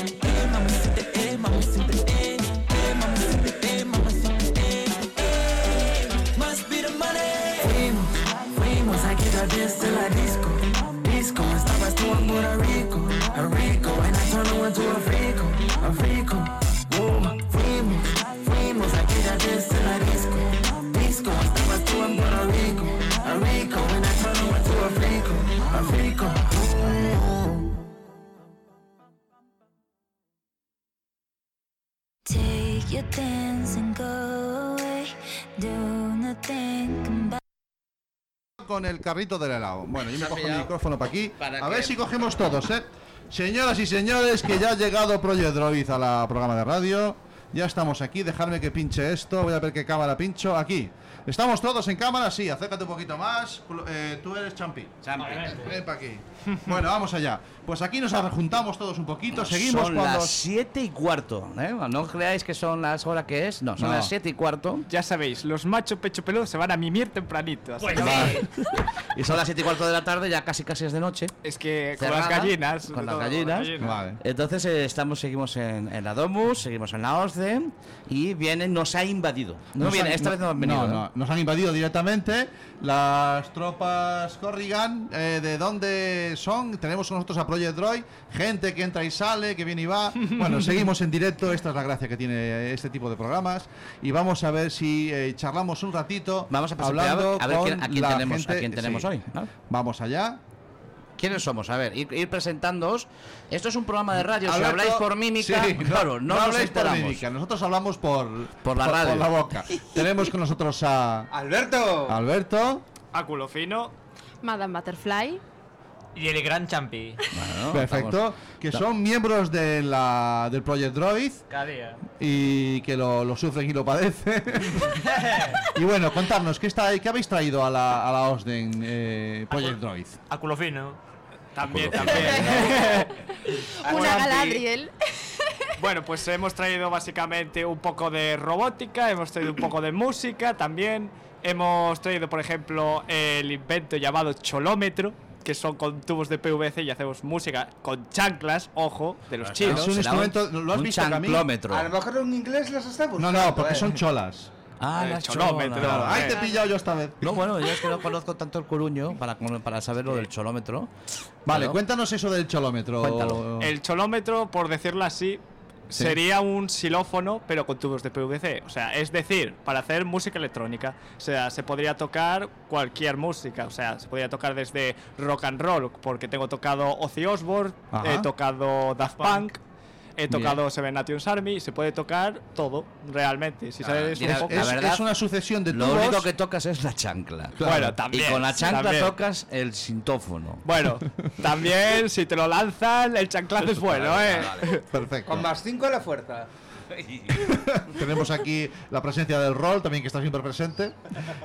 [SPEAKER 12] mamacita, hey, hey, mamacita, hey, mamacita, hey, hey, must be the money.
[SPEAKER 8] Fuimos, fuimos aquella desde la disco. Disco, estabas tú en Puerto Rico. A rico, en Atono en tu africo. Africo, wow. Fuimos, fuimos aquella desde la disco. Disco, estabas tú en Puerto Rico. A rico, en Atono en tu africo. Africo, wow.
[SPEAKER 3] Take your things and go away. Do not think about
[SPEAKER 1] con el carrito del helado. Bueno, yo me
[SPEAKER 15] Se ha
[SPEAKER 1] cojo el
[SPEAKER 15] pillado.
[SPEAKER 1] micrófono para aquí.
[SPEAKER 15] Para
[SPEAKER 1] a
[SPEAKER 15] que-
[SPEAKER 1] ver si cogemos todos, ¿eh? Señoras y señores, que ya ha llegado Project Droid a la programa de radio. Ya estamos aquí, dejadme que pinche esto. Voy a ver qué cámara pincho. Aquí. ¿Estamos todos en cámara? Sí, acércate un poquito más. Clo- eh, tú eres Champi. Champi. Ven para aquí. Bueno, vamos allá. Pues aquí nos rejuntamos todos un poquito. Seguimos
[SPEAKER 2] son
[SPEAKER 1] con
[SPEAKER 2] las
[SPEAKER 1] los-
[SPEAKER 2] 7 y cuarto. ¿eh? No creáis que son las horas que es. No, son
[SPEAKER 16] No.
[SPEAKER 2] las 7 y cuarto.
[SPEAKER 16] Ya sabéis, los machos pecho peludo se van a mimir tempranito. así que-
[SPEAKER 2] Y son las 7 y cuarto de la tarde, ya casi casi es de noche.
[SPEAKER 16] Es que con
[SPEAKER 2] Cerrada,
[SPEAKER 16] las gallinas. sobre
[SPEAKER 2] Con las
[SPEAKER 16] todo,
[SPEAKER 2] gallinas. Entonces eh, estamos, seguimos en, en la Domus, seguimos en la OSCE y vienen, nos ha invadido. No
[SPEAKER 1] Nos
[SPEAKER 2] viene,
[SPEAKER 1] han-
[SPEAKER 2] esta vez no han
[SPEAKER 1] no,
[SPEAKER 2] venido. ¿eh?
[SPEAKER 1] no, nos han invadido directamente las tropas Corrigan. eh, ¿De dónde son? Tenemos con nosotros a Project Droid, gente que entra y sale, que viene y va. Bueno, seguimos en directo. Esta es la gracia que tiene este tipo de programas. Y vamos a ver si eh, charlamos un ratito. Vamos a
[SPEAKER 2] Pues,
[SPEAKER 1] hablando
[SPEAKER 2] a ver
[SPEAKER 1] con
[SPEAKER 2] quién- a quién
[SPEAKER 1] la
[SPEAKER 2] tenemos, a
[SPEAKER 1] gente-
[SPEAKER 2] quién tenemos
[SPEAKER 1] sí.
[SPEAKER 2] hoy.
[SPEAKER 1] Vamos allá.
[SPEAKER 2] ¿Quiénes somos? A ver, ir, ir presentándoos. Esto es un programa de radio.
[SPEAKER 1] Alberto,
[SPEAKER 2] si habláis por mímica,
[SPEAKER 1] sí,
[SPEAKER 2] claro, no, nos
[SPEAKER 1] habláis por
[SPEAKER 2] enteramos.
[SPEAKER 1] mímica. Nosotros hablamos por,
[SPEAKER 2] Por la radio.
[SPEAKER 1] la boca. tenemos con nosotros a
[SPEAKER 16] Alberto.
[SPEAKER 1] Alberto.
[SPEAKER 16] A culo fino.
[SPEAKER 17] Madame Butterfly.
[SPEAKER 16] Y el gran champi.
[SPEAKER 1] Perfecto. Que son miembros de la, del Project Droid
[SPEAKER 16] Cada día.
[SPEAKER 1] y que lo, lo sufren y lo padecen. y bueno, contadnos, ¿qué, está, qué habéis traído a la, a la OSDEN eh, Project Droid?
[SPEAKER 16] A culo fino. También,
[SPEAKER 1] A culo
[SPEAKER 16] también.
[SPEAKER 17] Una Galadriel.
[SPEAKER 16] Bueno, pues hemos traído básicamente un poco de robótica, hemos traído un poco de música también. Hemos traído, por ejemplo, el invento llamado cholómetro, que son con tubos de PVC y hacemos música con chanclas, ojo, de los chinos.
[SPEAKER 1] Es un instrumento, ¿lo has visto, Camil?
[SPEAKER 16] A lo mejor-
[SPEAKER 15] mejor en inglés las está
[SPEAKER 1] No,
[SPEAKER 15] buscando.
[SPEAKER 1] no, porque
[SPEAKER 15] eh.
[SPEAKER 1] son cholas.
[SPEAKER 2] Ah,
[SPEAKER 16] Eh,
[SPEAKER 2] las
[SPEAKER 16] cholómetro,
[SPEAKER 2] cholonas.
[SPEAKER 16] claro.
[SPEAKER 1] Ahí te he pillado yo esta vez.
[SPEAKER 2] No, bueno, yo es que no conozco tanto el coruño para, para saber lo del cholómetro.
[SPEAKER 1] Vale,
[SPEAKER 2] Claro.
[SPEAKER 1] cuéntanos eso del cholómetro.
[SPEAKER 2] Cuéntalo.
[SPEAKER 16] El cholómetro, por decirlo así,
[SPEAKER 1] Sí.
[SPEAKER 16] sería un xilófono, pero con tubos de PVC. O sea, es decir, para hacer música electrónica. O sea, se podría tocar cualquier música. O sea, se podría tocar desde rock and roll, porque tengo tocado Ozzy Osbourne,
[SPEAKER 1] Ajá.
[SPEAKER 16] he tocado Daft Punk. He
[SPEAKER 1] Bien.
[SPEAKER 16] tocado Seven Nations Army, se puede tocar todo, realmente. Si sabes un
[SPEAKER 2] mira,
[SPEAKER 16] poco-
[SPEAKER 2] la verdad,
[SPEAKER 1] Ah, Es una sucesión de
[SPEAKER 2] Lo
[SPEAKER 1] tubos.
[SPEAKER 2] único que tocas es la chancla.
[SPEAKER 16] Claro. Bueno, también,
[SPEAKER 2] Y con la chancla
[SPEAKER 16] también.
[SPEAKER 2] tocas el sintófono.
[SPEAKER 16] Bueno, también si te lo lanzan, el chanclazo es bueno,
[SPEAKER 2] Vale,
[SPEAKER 16] ¿eh?
[SPEAKER 1] Perfecto.
[SPEAKER 15] Con más 5 a la fuerza.
[SPEAKER 1] Tenemos aquí la presencia del rol, también que está siempre presente.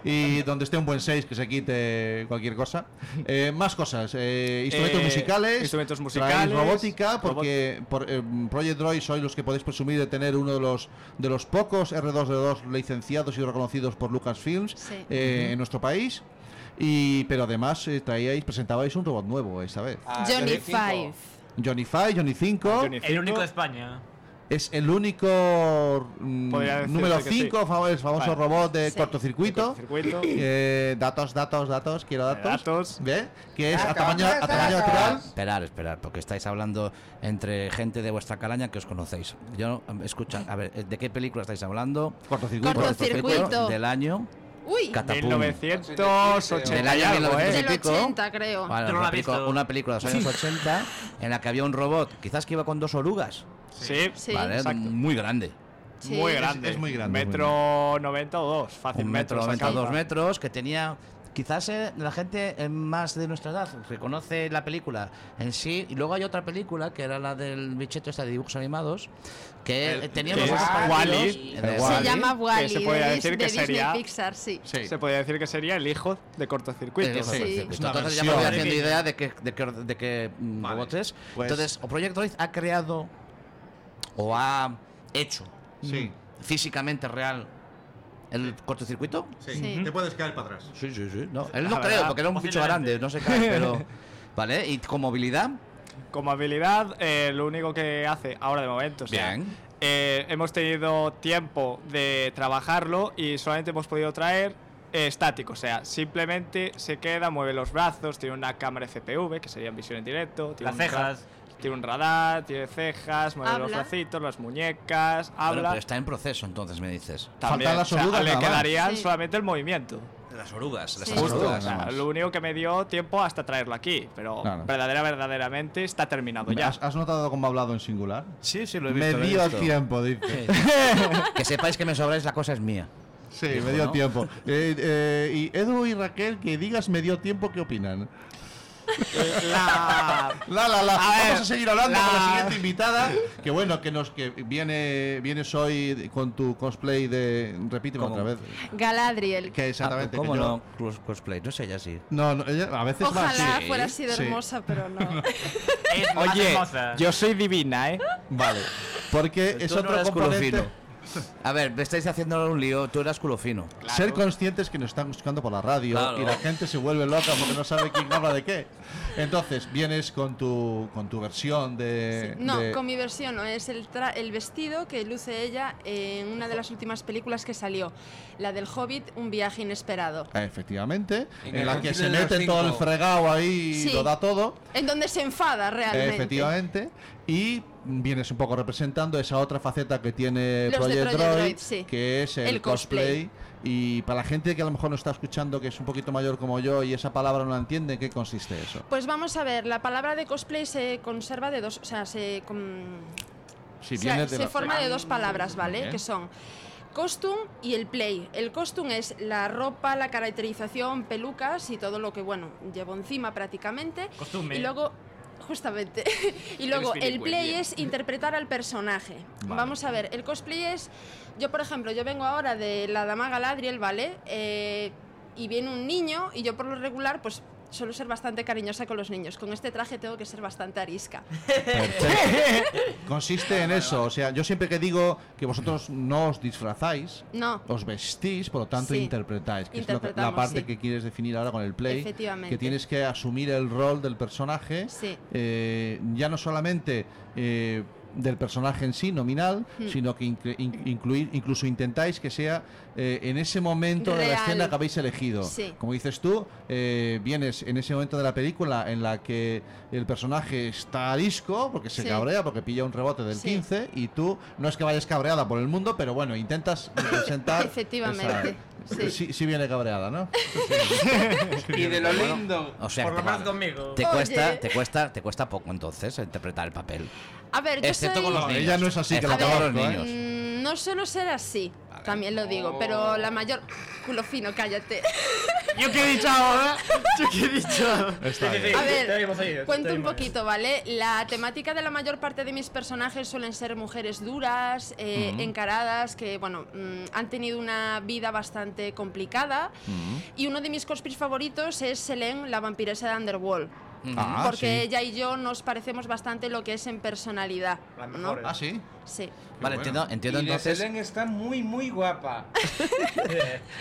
[SPEAKER 1] Y donde esté un buen 6, que se quite cualquier cosa. Eh, más cosas. eh, instrumentos
[SPEAKER 16] Eh,
[SPEAKER 1] musicales.
[SPEAKER 16] instrumentos
[SPEAKER 1] traéis
[SPEAKER 16] musicales,
[SPEAKER 1] robótica, porque por, eh, Project Droid sois los que podéis presumir de tener uno de los, de los pocos R2D2 licenciados y reconocidos por Lucasfilms
[SPEAKER 17] Sí.
[SPEAKER 1] eh,
[SPEAKER 17] Ujú.
[SPEAKER 1] en nuestro país. Y, pero además eh, traíais, presentabais un robot nuevo esta vez.
[SPEAKER 18] Ah,
[SPEAKER 17] Johnny Five.
[SPEAKER 1] Johnny 5, Johnny 5.
[SPEAKER 19] El único de España.
[SPEAKER 1] Es el único mm,
[SPEAKER 19] Podría decirse
[SPEAKER 1] número
[SPEAKER 19] que sí.
[SPEAKER 1] 5, famoso,
[SPEAKER 19] Vale.
[SPEAKER 1] robot de
[SPEAKER 19] Sí.
[SPEAKER 1] cortocircuito.
[SPEAKER 19] De cortocircuito.
[SPEAKER 1] Eh, datos, datos, datos, quiero datos. ¿Ve? Que es a
[SPEAKER 19] Datos,
[SPEAKER 1] tamaño, a
[SPEAKER 19] datos.
[SPEAKER 1] tamaño natural.
[SPEAKER 2] Esperar, esperar, porque estáis hablando entre gente de vuestra calaña que os conocéis. Yo, escucha, a ver, ¿de qué película estáis hablando?
[SPEAKER 1] Cortocircuito.
[SPEAKER 17] Cortocircuito.
[SPEAKER 2] Del año.
[SPEAKER 17] Uy.
[SPEAKER 2] Catapum.
[SPEAKER 16] 1980
[SPEAKER 2] Del año
[SPEAKER 16] y algo, ¿eh?
[SPEAKER 2] 1980 y
[SPEAKER 17] Del
[SPEAKER 2] pico.
[SPEAKER 17] 80, creo.
[SPEAKER 2] Bueno,
[SPEAKER 17] Pero no
[SPEAKER 2] una,
[SPEAKER 17] la he
[SPEAKER 2] película,
[SPEAKER 17] visto.
[SPEAKER 2] una película de los años 80 en la que había un robot, quizás que iba con dos orugas.
[SPEAKER 16] Sí,
[SPEAKER 17] Sí.
[SPEAKER 2] Vale,
[SPEAKER 16] exacto.
[SPEAKER 2] muy grande.
[SPEAKER 17] Sí.
[SPEAKER 16] Muy
[SPEAKER 17] Es-
[SPEAKER 16] grande.
[SPEAKER 2] es muy grande,
[SPEAKER 16] Metro 90 o 2, fácil
[SPEAKER 2] Un metro,
[SPEAKER 16] metro.
[SPEAKER 2] 92
[SPEAKER 16] sacaba.
[SPEAKER 2] metros, que tenía quizás eh, la gente eh, más de nuestra edad reconoce la película en sí. Y luego hay otra película que era la del bicheto esta de dibujos animados que eh, tenía
[SPEAKER 16] que es
[SPEAKER 2] muchos parecidos.
[SPEAKER 16] Wall-E.
[SPEAKER 2] Eh,
[SPEAKER 16] El
[SPEAKER 17] Se
[SPEAKER 16] Wall-E,
[SPEAKER 17] llama
[SPEAKER 16] que
[SPEAKER 17] Wally.
[SPEAKER 16] se podría decir que sería-
[SPEAKER 17] Pixar, sí.
[SPEAKER 16] Se podría decir que sería el hijo de cortocircuito.
[SPEAKER 2] Sí. Entonces ya me voy haciendo idea de qué de qué- de qué, mm, robot es. Entonces, o Project Droid ha creado o ha hecho
[SPEAKER 1] Sí.
[SPEAKER 2] mm, físicamente real el cortocircuito.
[SPEAKER 1] Sí. Te puedes caer para atrás.
[SPEAKER 2] Sí, sí, sí. No, él no
[SPEAKER 1] La
[SPEAKER 2] creo,
[SPEAKER 1] verdad,
[SPEAKER 2] porque era un bicho
[SPEAKER 1] posiblemente.
[SPEAKER 2] grande, no sé cae, pero. ¿Vale? ¿Y con movilidad?
[SPEAKER 16] Como habilidad, eh, lo único que hace ahora de momento. o sea, eh, hemos tenido tiempo de trabajarlo y solamente hemos podido traer eh, estático. O sea, simplemente se queda, mueve los brazos, tiene una cámara FPV, que sería en visión en directo. Tiene
[SPEAKER 19] Las
[SPEAKER 16] un ra-
[SPEAKER 19] cejas.
[SPEAKER 16] Tiene un radar, tiene cejas, mueve los
[SPEAKER 19] Habla.
[SPEAKER 16] bracitos, las muñecas,
[SPEAKER 2] Bueno,
[SPEAKER 16] habla.
[SPEAKER 2] pero está en proceso, entonces me dices.
[SPEAKER 16] También, o sea, le quedarían solamente el movimiento.
[SPEAKER 2] Las orugas, las
[SPEAKER 16] Justo,
[SPEAKER 2] orugas,
[SPEAKER 16] o sea,
[SPEAKER 2] nada más.
[SPEAKER 16] lo único que me dio tiempo hasta traerlo aquí, pero
[SPEAKER 1] Claro.
[SPEAKER 16] verdadera, verdaderamente está terminado ya.
[SPEAKER 1] ¿Has, has notado cómo ha hablado en singular?
[SPEAKER 2] Ah, pues Sí, sí, lo
[SPEAKER 1] Me dio tiempo, dice.
[SPEAKER 2] que sepáis que me sobráis, la cosa es mía.
[SPEAKER 1] Sí,
[SPEAKER 2] Dijo,
[SPEAKER 1] me dio
[SPEAKER 2] ¿no?
[SPEAKER 1] tiempo. Eh, eh, y Edu y Raquel, que digas me dio tiempo, ¿qué opinan?
[SPEAKER 2] Ah.
[SPEAKER 1] La, la, la. Vamos a seguir hablando con la siguiente invitada. Que bueno, que nos que viene vienes hoy con tu cosplay de. Repíteme otra vez.
[SPEAKER 17] Galadriel.
[SPEAKER 1] Que
[SPEAKER 17] Ah,
[SPEAKER 1] exactamente.
[SPEAKER 2] Ah, ¿Cómo
[SPEAKER 1] que yo-
[SPEAKER 2] no? Cos- Cosplay, no sé, ya sí.
[SPEAKER 1] No, no, ella a
[SPEAKER 17] pues,
[SPEAKER 1] veces va
[SPEAKER 17] Ojalá
[SPEAKER 1] así.
[SPEAKER 17] fuera así de
[SPEAKER 1] Sí.
[SPEAKER 17] hermosa, pero no.
[SPEAKER 16] Oye, yo soy divina, ¿eh?
[SPEAKER 1] Vale. Porque es
[SPEAKER 2] Tú no
[SPEAKER 1] otro
[SPEAKER 2] eras culo
[SPEAKER 1] componente.
[SPEAKER 2] fino. A ver, me estáis haciendo un lío, tú eras culo fino.
[SPEAKER 1] Ser conscientes que nos están buscando por la radio
[SPEAKER 2] Claro.
[SPEAKER 1] y la gente se vuelve loca porque no sabe quién habla de qué. Entonces, vienes con tu, con tu versión de.
[SPEAKER 18] No,
[SPEAKER 1] de-
[SPEAKER 18] con mi versión no, es el, tra- el vestido que luce ella en una de las últimas películas que salió, la del Hobbit, Un viaje inesperado,
[SPEAKER 1] Ah, Efectivamente,
[SPEAKER 19] En
[SPEAKER 1] en
[SPEAKER 19] el
[SPEAKER 1] la que se
[SPEAKER 19] Argentina de los
[SPEAKER 1] mete todo el
[SPEAKER 19] cinco.
[SPEAKER 1] fregado ahí y
[SPEAKER 18] Sí.
[SPEAKER 1] lo da todo.
[SPEAKER 18] en donde se enfada realmente.
[SPEAKER 1] Efectivamente. Y vienes un poco representando esa otra faceta que tiene
[SPEAKER 18] Los de
[SPEAKER 1] Project
[SPEAKER 18] Project
[SPEAKER 1] Droid,
[SPEAKER 18] Droid, sí.
[SPEAKER 1] que es el,
[SPEAKER 18] El
[SPEAKER 1] cosplay.
[SPEAKER 18] cosplay.
[SPEAKER 1] Y para la gente que a lo mejor no está escuchando, que es un poquito mayor como yo y esa palabra no la entiende, ¿en qué consiste eso?
[SPEAKER 18] Pues vamos a ver, la palabra de cosplay se conserva de dos, o sea, se, com-
[SPEAKER 1] Si
[SPEAKER 18] se-
[SPEAKER 1] vienes
[SPEAKER 18] se
[SPEAKER 1] la-
[SPEAKER 18] forma de dos palabras, ¿vale?
[SPEAKER 1] Bien.
[SPEAKER 18] Que son costume y el play. El costume es la ropa, la caracterización, pelucas y todo lo que, bueno, llevo encima prácticamente.
[SPEAKER 19] Costume.
[SPEAKER 18] Y luego, justamente, y luego el
[SPEAKER 19] bilingüe,
[SPEAKER 18] play
[SPEAKER 19] bien.
[SPEAKER 18] es interpretar al personaje.
[SPEAKER 19] Vale.
[SPEAKER 18] Vamos a ver, el cosplay es, yo por ejemplo, yo vengo ahora de la dama Galadriel, ¿vale? Eh, y viene un niño y yo por lo regular, pues... Suelo ser bastante cariñosa con los niños. Con este traje tengo que ser bastante arisca.
[SPEAKER 1] Consiste en eso, o sea, yo siempre que digo que vosotros no os disfrazáis,
[SPEAKER 18] No.
[SPEAKER 1] os vestís, por lo tanto
[SPEAKER 18] Sí.
[SPEAKER 1] interpretáis, que es lo que- la
[SPEAKER 18] Interpretamos,
[SPEAKER 1] parte
[SPEAKER 18] sí.
[SPEAKER 1] que quieres definir ahora con el play,
[SPEAKER 18] Efectivamente.
[SPEAKER 1] que tienes que asumir el rol del personaje,
[SPEAKER 18] Sí.
[SPEAKER 1] eh, ya no solamente eh, del personaje en sí nominal,
[SPEAKER 18] Hmm.
[SPEAKER 1] sino que incre- in- incluir, incluso intentáis que sea eh, en ese momento de la
[SPEAKER 18] Real.
[SPEAKER 1] escena que habéis elegido.
[SPEAKER 18] Sí.
[SPEAKER 1] Como dices tú, eh, vienes en ese momento de la película en la que el personaje está arisco, porque se
[SPEAKER 18] Sí.
[SPEAKER 1] cabrea, porque pilla un rebote del
[SPEAKER 18] Sí.
[SPEAKER 1] 15, y tú no es que vayas cabreada por el mundo, pero bueno, intentas representar.
[SPEAKER 18] Efectivamente,
[SPEAKER 1] esa-
[SPEAKER 18] sí.
[SPEAKER 1] Sí, sí viene cabreada, ¿no?
[SPEAKER 19] Y de lo
[SPEAKER 2] Bueno,
[SPEAKER 19] lindo.
[SPEAKER 2] O sea,
[SPEAKER 19] por
[SPEAKER 2] que
[SPEAKER 19] lo
[SPEAKER 2] te-
[SPEAKER 19] menos conmigo.
[SPEAKER 2] Te
[SPEAKER 18] Oye.
[SPEAKER 2] cuesta, te cuesta, te cuesta poco entonces interpretar el papel.
[SPEAKER 18] A ver, yo
[SPEAKER 2] Excepto
[SPEAKER 18] soy-
[SPEAKER 2] con los niños.
[SPEAKER 1] ella no es así, que la
[SPEAKER 2] Excepto con los
[SPEAKER 1] conozco, ¿eh?
[SPEAKER 2] niños.
[SPEAKER 18] Mm, No suelo ser así, también lo digo, pero la mayor... Culo fino, cállate.
[SPEAKER 19] ¿Yo qué he dicho ahora? ¿eh? ¿Yo qué he dicho?
[SPEAKER 1] Está
[SPEAKER 19] Sí, sí,
[SPEAKER 18] A
[SPEAKER 19] sí,
[SPEAKER 18] ver,
[SPEAKER 19] te oímos, oímos, te
[SPEAKER 18] Cuento un
[SPEAKER 19] oímos.
[SPEAKER 18] poquito, ¿vale? La temática de la mayor parte de mis personajes suelen ser mujeres duras, eh,
[SPEAKER 19] Ujú.
[SPEAKER 18] encaradas, que, bueno, mm, han tenido una vida bastante complicada. Y uno de mis cosplays favoritos es Selene, la vampiresa de Underworld.
[SPEAKER 1] Ah,
[SPEAKER 18] porque
[SPEAKER 1] sí.
[SPEAKER 18] ella y yo nos parecemos bastante lo que es en personalidad. ¿no?
[SPEAKER 1] Ah, sí.
[SPEAKER 18] Sí.
[SPEAKER 2] Vale, entiendo, entiendo
[SPEAKER 19] y
[SPEAKER 2] entonces.
[SPEAKER 19] Selene está muy, muy guapa.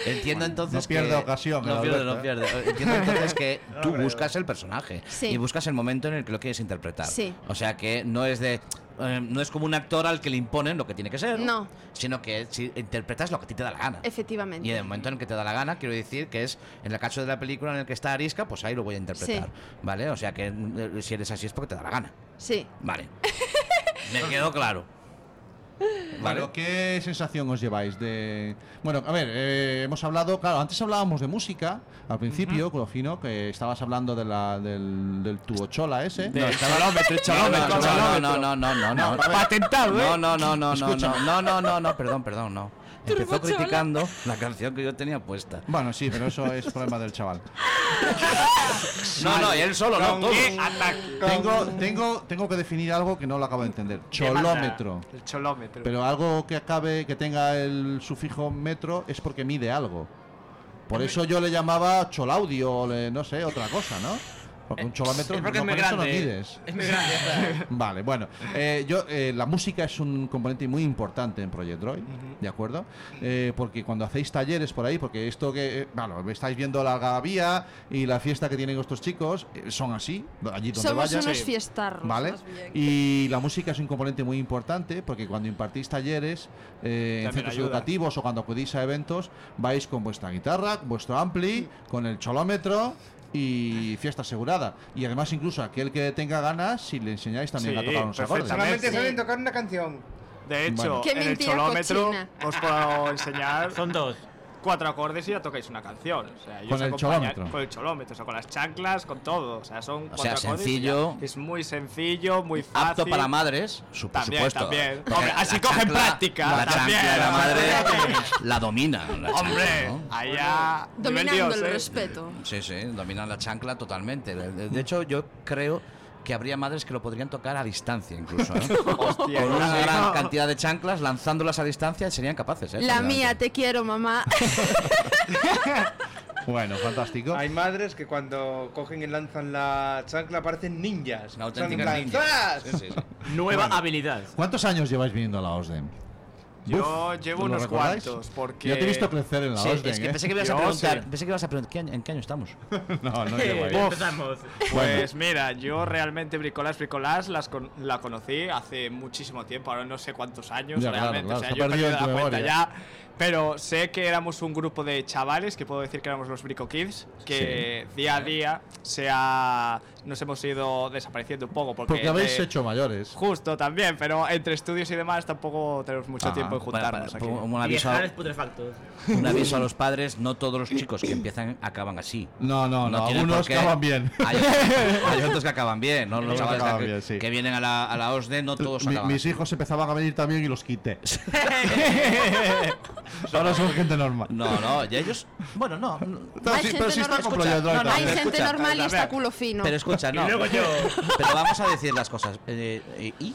[SPEAKER 2] Entiendo entonces
[SPEAKER 1] no pierde
[SPEAKER 2] que-
[SPEAKER 1] ocasión,
[SPEAKER 2] No pierde,
[SPEAKER 1] Alberto,
[SPEAKER 2] no
[SPEAKER 1] ¿eh?
[SPEAKER 2] pierde. Entiendo entonces que
[SPEAKER 1] No
[SPEAKER 2] tú
[SPEAKER 1] creo.
[SPEAKER 2] buscas el personaje
[SPEAKER 18] Sí.
[SPEAKER 2] y buscas el momento en el que lo quieres interpretar.
[SPEAKER 18] Sí.
[SPEAKER 2] O sea que no es de eh, no es como un actor al que le imponen lo que tiene que ser,
[SPEAKER 18] No.
[SPEAKER 2] sino que si interpretas lo que a ti te da la gana.
[SPEAKER 18] Efectivamente.
[SPEAKER 2] Y en el momento en el que te da la gana, quiero decir que es en el caso de la película en el que está Arisca, pues ahí lo voy a interpretar. ¿Vale? O sea que eh, si eres así es porque te da la gana.
[SPEAKER 18] Sí.
[SPEAKER 2] Vale. Me quedó claro.
[SPEAKER 1] Claro, ¿qué sensación os lleváis de...? Bueno, a ver, eh, hemos hablado, claro, antes hablábamos de música, al principio, con lo fino, que estabas hablando de la, del, del tubo chola ese.
[SPEAKER 2] No, estaba- No, no, no, no, no, no, no, no, no.
[SPEAKER 1] Patentado, ¿eh?
[SPEAKER 2] No, no, no, no, no,
[SPEAKER 1] Escucha.
[SPEAKER 2] no, no, no, no, no, perdón, perdón, no. empezó
[SPEAKER 1] Turbochola.
[SPEAKER 2] criticando la canción que yo tenía puesta.
[SPEAKER 1] Bueno, sí, pero eso es problema del chaval.
[SPEAKER 2] No, no, y él solo, no,
[SPEAKER 1] Con
[SPEAKER 2] todos.
[SPEAKER 1] qué Tengo, tengo, tengo que definir algo que no lo acabo de entender. Cholómetro.
[SPEAKER 16] El cholómetro.
[SPEAKER 1] Pero algo que acabe, que tenga el sufijo metro, es porque mide algo. Por eso yo le llamaba cholaudio, o le- no sé, otra cosa, ¿no? Porque un
[SPEAKER 2] Eh,
[SPEAKER 1] cholómetro
[SPEAKER 20] es
[SPEAKER 1] no,
[SPEAKER 20] porque es
[SPEAKER 1] con
[SPEAKER 20] muy
[SPEAKER 1] eso no
[SPEAKER 20] grande.
[SPEAKER 1] mides.
[SPEAKER 20] Es muy grande.
[SPEAKER 1] Vale, bueno, eh, yo eh, la música es un componente muy importante en Project Droid, ¿de acuerdo? Eh, porque cuando hacéis talleres por ahí, porque esto que, eh, bueno, estáis viendo la gavía y la fiesta que tienen estos chicos, eh, son así, allí donde
[SPEAKER 19] Somos
[SPEAKER 1] vayan.
[SPEAKER 19] unos Sí. fiestarros,
[SPEAKER 1] ¿Vale?
[SPEAKER 19] más bien.
[SPEAKER 1] Y la música es un componente muy importante porque cuando impartís talleres eh, en
[SPEAKER 16] También
[SPEAKER 1] centros
[SPEAKER 16] ayuda.
[SPEAKER 1] educativos o cuando acudís a eventos, vais con vuestra guitarra, vuestro ampli, con el cholómetro y fiesta asegurada. Y además incluso aquel que tenga ganas, si le enseñáis también
[SPEAKER 16] Sí,
[SPEAKER 1] a tocar unos acordes.
[SPEAKER 16] perfectamente.
[SPEAKER 15] Solamente
[SPEAKER 16] Sí.
[SPEAKER 15] saben tocar una canción.
[SPEAKER 16] De hecho,
[SPEAKER 1] Bueno.
[SPEAKER 15] Qué
[SPEAKER 16] en el
[SPEAKER 15] mentira
[SPEAKER 16] cholómetro
[SPEAKER 15] cochina.
[SPEAKER 16] os puedo enseñar.
[SPEAKER 20] Son dos.
[SPEAKER 16] Cuatro acordes y ya tocáis una canción. O sea, ellos
[SPEAKER 1] Con el
[SPEAKER 16] acompañan-
[SPEAKER 1] cholómetro.
[SPEAKER 16] Con el cholómetro, o sea, con las chanclas, con todo. O sea, son
[SPEAKER 2] O
[SPEAKER 16] cuatro
[SPEAKER 2] sea,
[SPEAKER 16] acordes. y
[SPEAKER 2] sencillo.
[SPEAKER 16] ya. Es muy sencillo, muy fácil.
[SPEAKER 2] Apto para madres, su- por
[SPEAKER 16] También,
[SPEAKER 2] supuesto.
[SPEAKER 16] también.
[SPEAKER 2] Porque
[SPEAKER 16] Hombre,
[SPEAKER 2] la
[SPEAKER 16] así cogen
[SPEAKER 2] chancla-
[SPEAKER 16] práctica,
[SPEAKER 2] La
[SPEAKER 16] también.
[SPEAKER 2] chancla de la madre la domina.
[SPEAKER 16] Hombre, allá. nivel
[SPEAKER 18] Dominando
[SPEAKER 16] Dios,
[SPEAKER 18] el
[SPEAKER 16] ¿eh?
[SPEAKER 18] respeto.
[SPEAKER 2] Sí, sí, dominan la chancla totalmente. De- De de hecho, yo creo que habría madres que lo podrían tocar a distancia incluso. ¿eh? Con una
[SPEAKER 18] no.
[SPEAKER 2] gran cantidad de chanclas, lanzándolas a distancia, serían capaces. ¿eh?
[SPEAKER 18] La
[SPEAKER 2] Seguramente.
[SPEAKER 18] mía, te quiero, mamá.
[SPEAKER 1] Bueno, fantástico.
[SPEAKER 15] Hay madres que cuando cogen y lanzan la chancla parecen ninjas.
[SPEAKER 2] Una
[SPEAKER 15] Son en
[SPEAKER 2] auténtica
[SPEAKER 15] plan,
[SPEAKER 2] ninja.
[SPEAKER 15] ¡zas!
[SPEAKER 2] Sí, sí, sí.
[SPEAKER 20] Nueva habilidad.
[SPEAKER 1] ¿Cuántos años lleváis viniendo a la OSDEM?
[SPEAKER 16] Yo
[SPEAKER 1] Buf,
[SPEAKER 16] llevo
[SPEAKER 1] ¿lo
[SPEAKER 16] unos
[SPEAKER 1] recordáis?
[SPEAKER 16] cuantos, porque-
[SPEAKER 1] Yo te he visto crecer en la
[SPEAKER 2] Sí,
[SPEAKER 1] OSDEM.
[SPEAKER 2] es que pensé que
[SPEAKER 1] ¿eh?
[SPEAKER 2] ibas a
[SPEAKER 16] Yo
[SPEAKER 2] preguntar,
[SPEAKER 16] sí.
[SPEAKER 2] pensé que ibas a preguntar ¿qué año- en qué año estamos.
[SPEAKER 1] No, no llevo ahí.
[SPEAKER 16] Uf.
[SPEAKER 20] Empezamos.
[SPEAKER 16] Pues mira, yo realmente Bricolás Bricolás las con- la conocí hace muchísimo tiempo, ahora no sé cuántos años
[SPEAKER 1] Ya, claro,
[SPEAKER 16] realmente,
[SPEAKER 1] claro,
[SPEAKER 16] o sea,
[SPEAKER 1] se ha
[SPEAKER 16] yo he perdido
[SPEAKER 1] perdido en
[SPEAKER 16] la
[SPEAKER 1] tu
[SPEAKER 16] cuenta
[SPEAKER 1] memoria.
[SPEAKER 16] ya, pero sé que éramos un grupo de chavales, que puedo decir que éramos los Brico Kids, que día a día se ha- nos hemos ido desapareciendo un poco porque,
[SPEAKER 1] Porque habéis
[SPEAKER 16] eh,
[SPEAKER 1] hecho mayores.
[SPEAKER 16] Justo también, pero entre estudios y demás tampoco tenemos mucho
[SPEAKER 2] Ah,
[SPEAKER 16] tiempo en
[SPEAKER 2] para- para-
[SPEAKER 16] juntarnos
[SPEAKER 2] para-
[SPEAKER 16] aquí.
[SPEAKER 2] un aviso a-
[SPEAKER 20] Viajar es putrefacto.
[SPEAKER 2] Un aviso a los padres, no todos los chicos que empiezan acaban así.
[SPEAKER 1] No, no, no,
[SPEAKER 2] tienen por
[SPEAKER 1] algunos
[SPEAKER 2] qué.
[SPEAKER 1] acaban bien.
[SPEAKER 2] Hay, hay otros que acaban bien, ¿no?
[SPEAKER 1] Algunos
[SPEAKER 2] Los chavales que-
[SPEAKER 1] acaban
[SPEAKER 2] que,
[SPEAKER 1] bien, sí.
[SPEAKER 2] que vienen a la, a la OSDE, no todos
[SPEAKER 1] Mi-
[SPEAKER 2] acaban
[SPEAKER 1] mis hijos empezaban a venir también y los quité. Ahora son gente normal.
[SPEAKER 2] No, no, y ellos. Bueno, no. no.
[SPEAKER 1] Pero sí- pero sí está con Project Droid también.
[SPEAKER 18] hay gente
[SPEAKER 2] escucha,
[SPEAKER 18] normal y
[SPEAKER 2] a
[SPEAKER 18] está
[SPEAKER 2] ver,
[SPEAKER 18] culo fino.
[SPEAKER 2] Pero escucha, no.
[SPEAKER 18] Y luego yo.
[SPEAKER 2] Pero vamos a decir las cosas. eh, eh, ¿Y?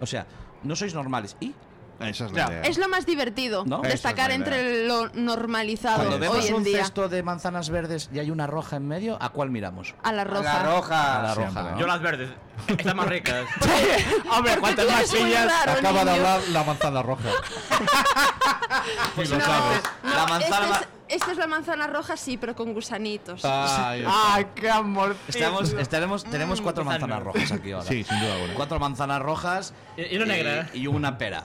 [SPEAKER 2] O sea, no sois normales. ¿Y?
[SPEAKER 1] Esa
[SPEAKER 2] es
[SPEAKER 1] la idea.
[SPEAKER 18] Es lo más divertido,
[SPEAKER 2] ¿No?
[SPEAKER 18] destacar
[SPEAKER 2] Esa es la
[SPEAKER 18] entre lo normalizado
[SPEAKER 2] Cuando vemos
[SPEAKER 18] hoy en
[SPEAKER 2] un
[SPEAKER 18] día.
[SPEAKER 2] cesto de manzanas verdes y hay una roja en medio, ¿a cuál miramos?
[SPEAKER 18] A la roja.
[SPEAKER 2] A la roja. ¿no?
[SPEAKER 20] Yo las verdes. Están más ricas.
[SPEAKER 16] Hombre, cuantas más sillas.
[SPEAKER 1] Acaba de hablar la manzana roja.
[SPEAKER 16] Pues
[SPEAKER 1] Y lo sabes.
[SPEAKER 18] No,
[SPEAKER 2] La manzana
[SPEAKER 18] esta, es, esta es la manzana roja, sí, pero con gusanitos.
[SPEAKER 1] Ay,
[SPEAKER 16] ¡Ah, qué amor!
[SPEAKER 2] Estamos,
[SPEAKER 20] Mm,
[SPEAKER 2] estaremos, tenemos cuatro
[SPEAKER 20] quizás
[SPEAKER 2] manzanas
[SPEAKER 20] no.
[SPEAKER 2] rojas aquí ahora.
[SPEAKER 1] Sí, sin duda alguna.
[SPEAKER 2] Cuatro manzanas rojas.
[SPEAKER 20] Y- y una negra.
[SPEAKER 2] Y, una pera.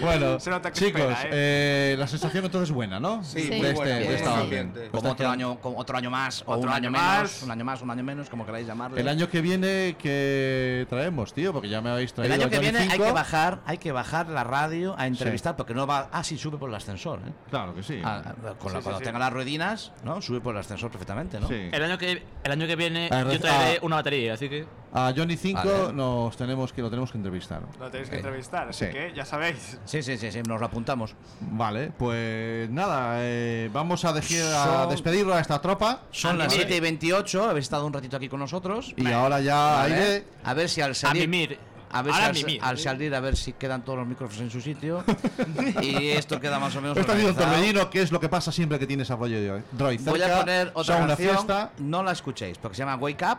[SPEAKER 1] Bueno,
[SPEAKER 16] Se nota que
[SPEAKER 1] chicos,
[SPEAKER 16] espera,
[SPEAKER 1] eh, la sensación entonces es buena, ¿no?
[SPEAKER 15] Sí, muy
[SPEAKER 1] de este,
[SPEAKER 15] buena,
[SPEAKER 1] de
[SPEAKER 15] muy
[SPEAKER 1] esta
[SPEAKER 15] buena.
[SPEAKER 1] orden.
[SPEAKER 15] Bien.
[SPEAKER 2] Como otro año, como otro año más, o
[SPEAKER 16] Otro
[SPEAKER 2] un año
[SPEAKER 16] año
[SPEAKER 2] menos,
[SPEAKER 16] más.
[SPEAKER 2] un año más, un año menos, como queráis llamarle.
[SPEAKER 1] El año que viene que traemos, tío, porque ya me habéis
[SPEAKER 2] El
[SPEAKER 1] traído.
[SPEAKER 2] año que
[SPEAKER 1] Johnny
[SPEAKER 2] viene hay
[SPEAKER 1] Cinco.
[SPEAKER 2] que bajar, hay que bajar la radio a entrevistar, porque no va. Ah, sí, sube por el ascensor, ¿eh?
[SPEAKER 1] Claro que sí.
[SPEAKER 2] Ah, ah, con
[SPEAKER 16] Sí,
[SPEAKER 2] la-
[SPEAKER 16] sí,
[SPEAKER 2] cuando
[SPEAKER 16] sí.
[SPEAKER 2] tenga las ruedinas, ¿no? Sube por el ascensor perfectamente, ¿no?
[SPEAKER 1] Sí.
[SPEAKER 20] El año que, el año que viene
[SPEAKER 1] Ah,
[SPEAKER 20] yo traeré
[SPEAKER 1] ah.
[SPEAKER 20] una batería, así que.
[SPEAKER 1] A Johnny 5
[SPEAKER 2] Vale.
[SPEAKER 1] nos tenemos que lo tenemos que entrevistar.
[SPEAKER 16] Lo tenéis que
[SPEAKER 2] Eh, Sí.
[SPEAKER 16] entrevistar, así
[SPEAKER 1] Sí.
[SPEAKER 16] que ya sabéis.
[SPEAKER 2] Sí, sí, sí, sí, nos lo apuntamos.
[SPEAKER 1] Vale, pues nada, eh, vamos a, dejar, a
[SPEAKER 2] Son-
[SPEAKER 1] despedirlo a esta tropa.
[SPEAKER 2] Son
[SPEAKER 20] A
[SPEAKER 2] las
[SPEAKER 20] mimir.
[SPEAKER 2] 7 y 28, habéis estado un ratito aquí con nosotros.
[SPEAKER 1] Y ahora ya
[SPEAKER 2] Vale.
[SPEAKER 1] aire.
[SPEAKER 2] A ver si al
[SPEAKER 20] A
[SPEAKER 2] salir.
[SPEAKER 20] mimir.
[SPEAKER 2] A ver si
[SPEAKER 20] Ahora
[SPEAKER 2] al,
[SPEAKER 20] mimir.
[SPEAKER 2] al salir, a ver si quedan todos los micrófonos en su sitio. y esto queda más o menos.
[SPEAKER 1] Esto ha sido un
[SPEAKER 2] organizado.
[SPEAKER 1] torbellino, que es lo que pasa siempre que tienes a rollo de hoy. Droid
[SPEAKER 2] Voy
[SPEAKER 1] cerca,
[SPEAKER 2] a poner otra
[SPEAKER 1] son una
[SPEAKER 2] canción.
[SPEAKER 1] fiesta,
[SPEAKER 2] No la escuchéis, porque se llama Wake Up.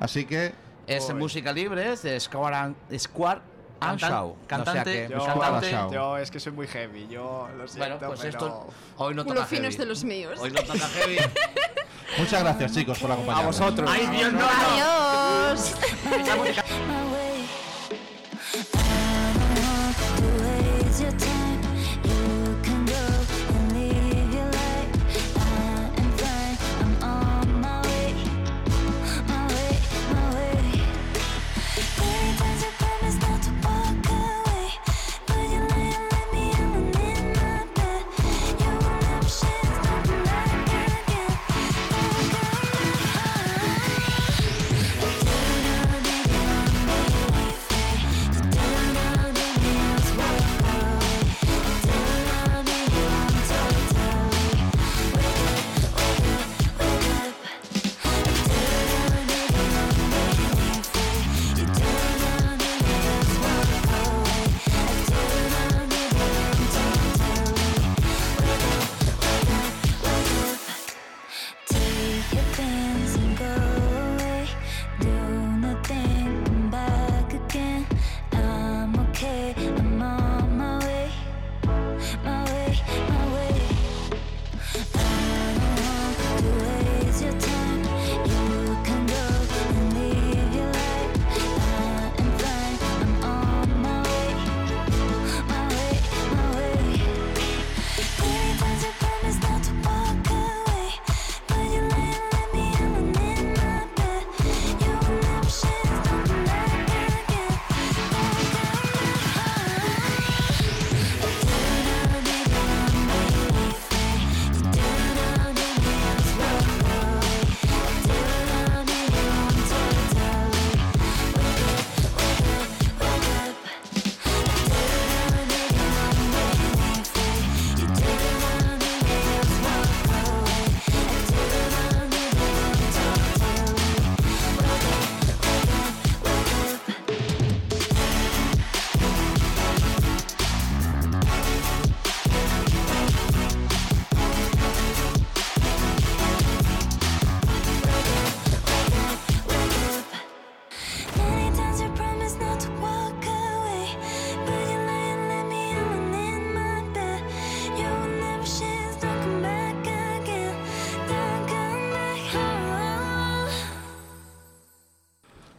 [SPEAKER 1] así que
[SPEAKER 2] Es
[SPEAKER 16] Uy.
[SPEAKER 2] música libre, es de Square and, Square and
[SPEAKER 20] Cantan-
[SPEAKER 2] Shaw.
[SPEAKER 20] cantante,
[SPEAKER 2] O sea que-
[SPEAKER 16] Yo,
[SPEAKER 1] cantante.
[SPEAKER 16] yo es que soy muy heavy, yo lo siento,
[SPEAKER 2] Bueno, pues
[SPEAKER 16] pero...
[SPEAKER 2] esto hoy no
[SPEAKER 18] Culo
[SPEAKER 2] toca
[SPEAKER 18] fino
[SPEAKER 2] heavy.
[SPEAKER 18] es de los míos.
[SPEAKER 2] Hoy no toca heavy.
[SPEAKER 1] muchas gracias chicos por
[SPEAKER 16] A
[SPEAKER 1] acompañarnos.
[SPEAKER 16] vosotros.
[SPEAKER 20] Ay, Dios, no, no.
[SPEAKER 18] Adiós.
[SPEAKER 3] My way. I don't want to waste your time. You can go and live your life. I am fine. I'm on my way. My way, my way. Three times you promised not to walk away. But you lay and let me alone in my bed. You will never share something like that again. Oh, come on. Oh, baby,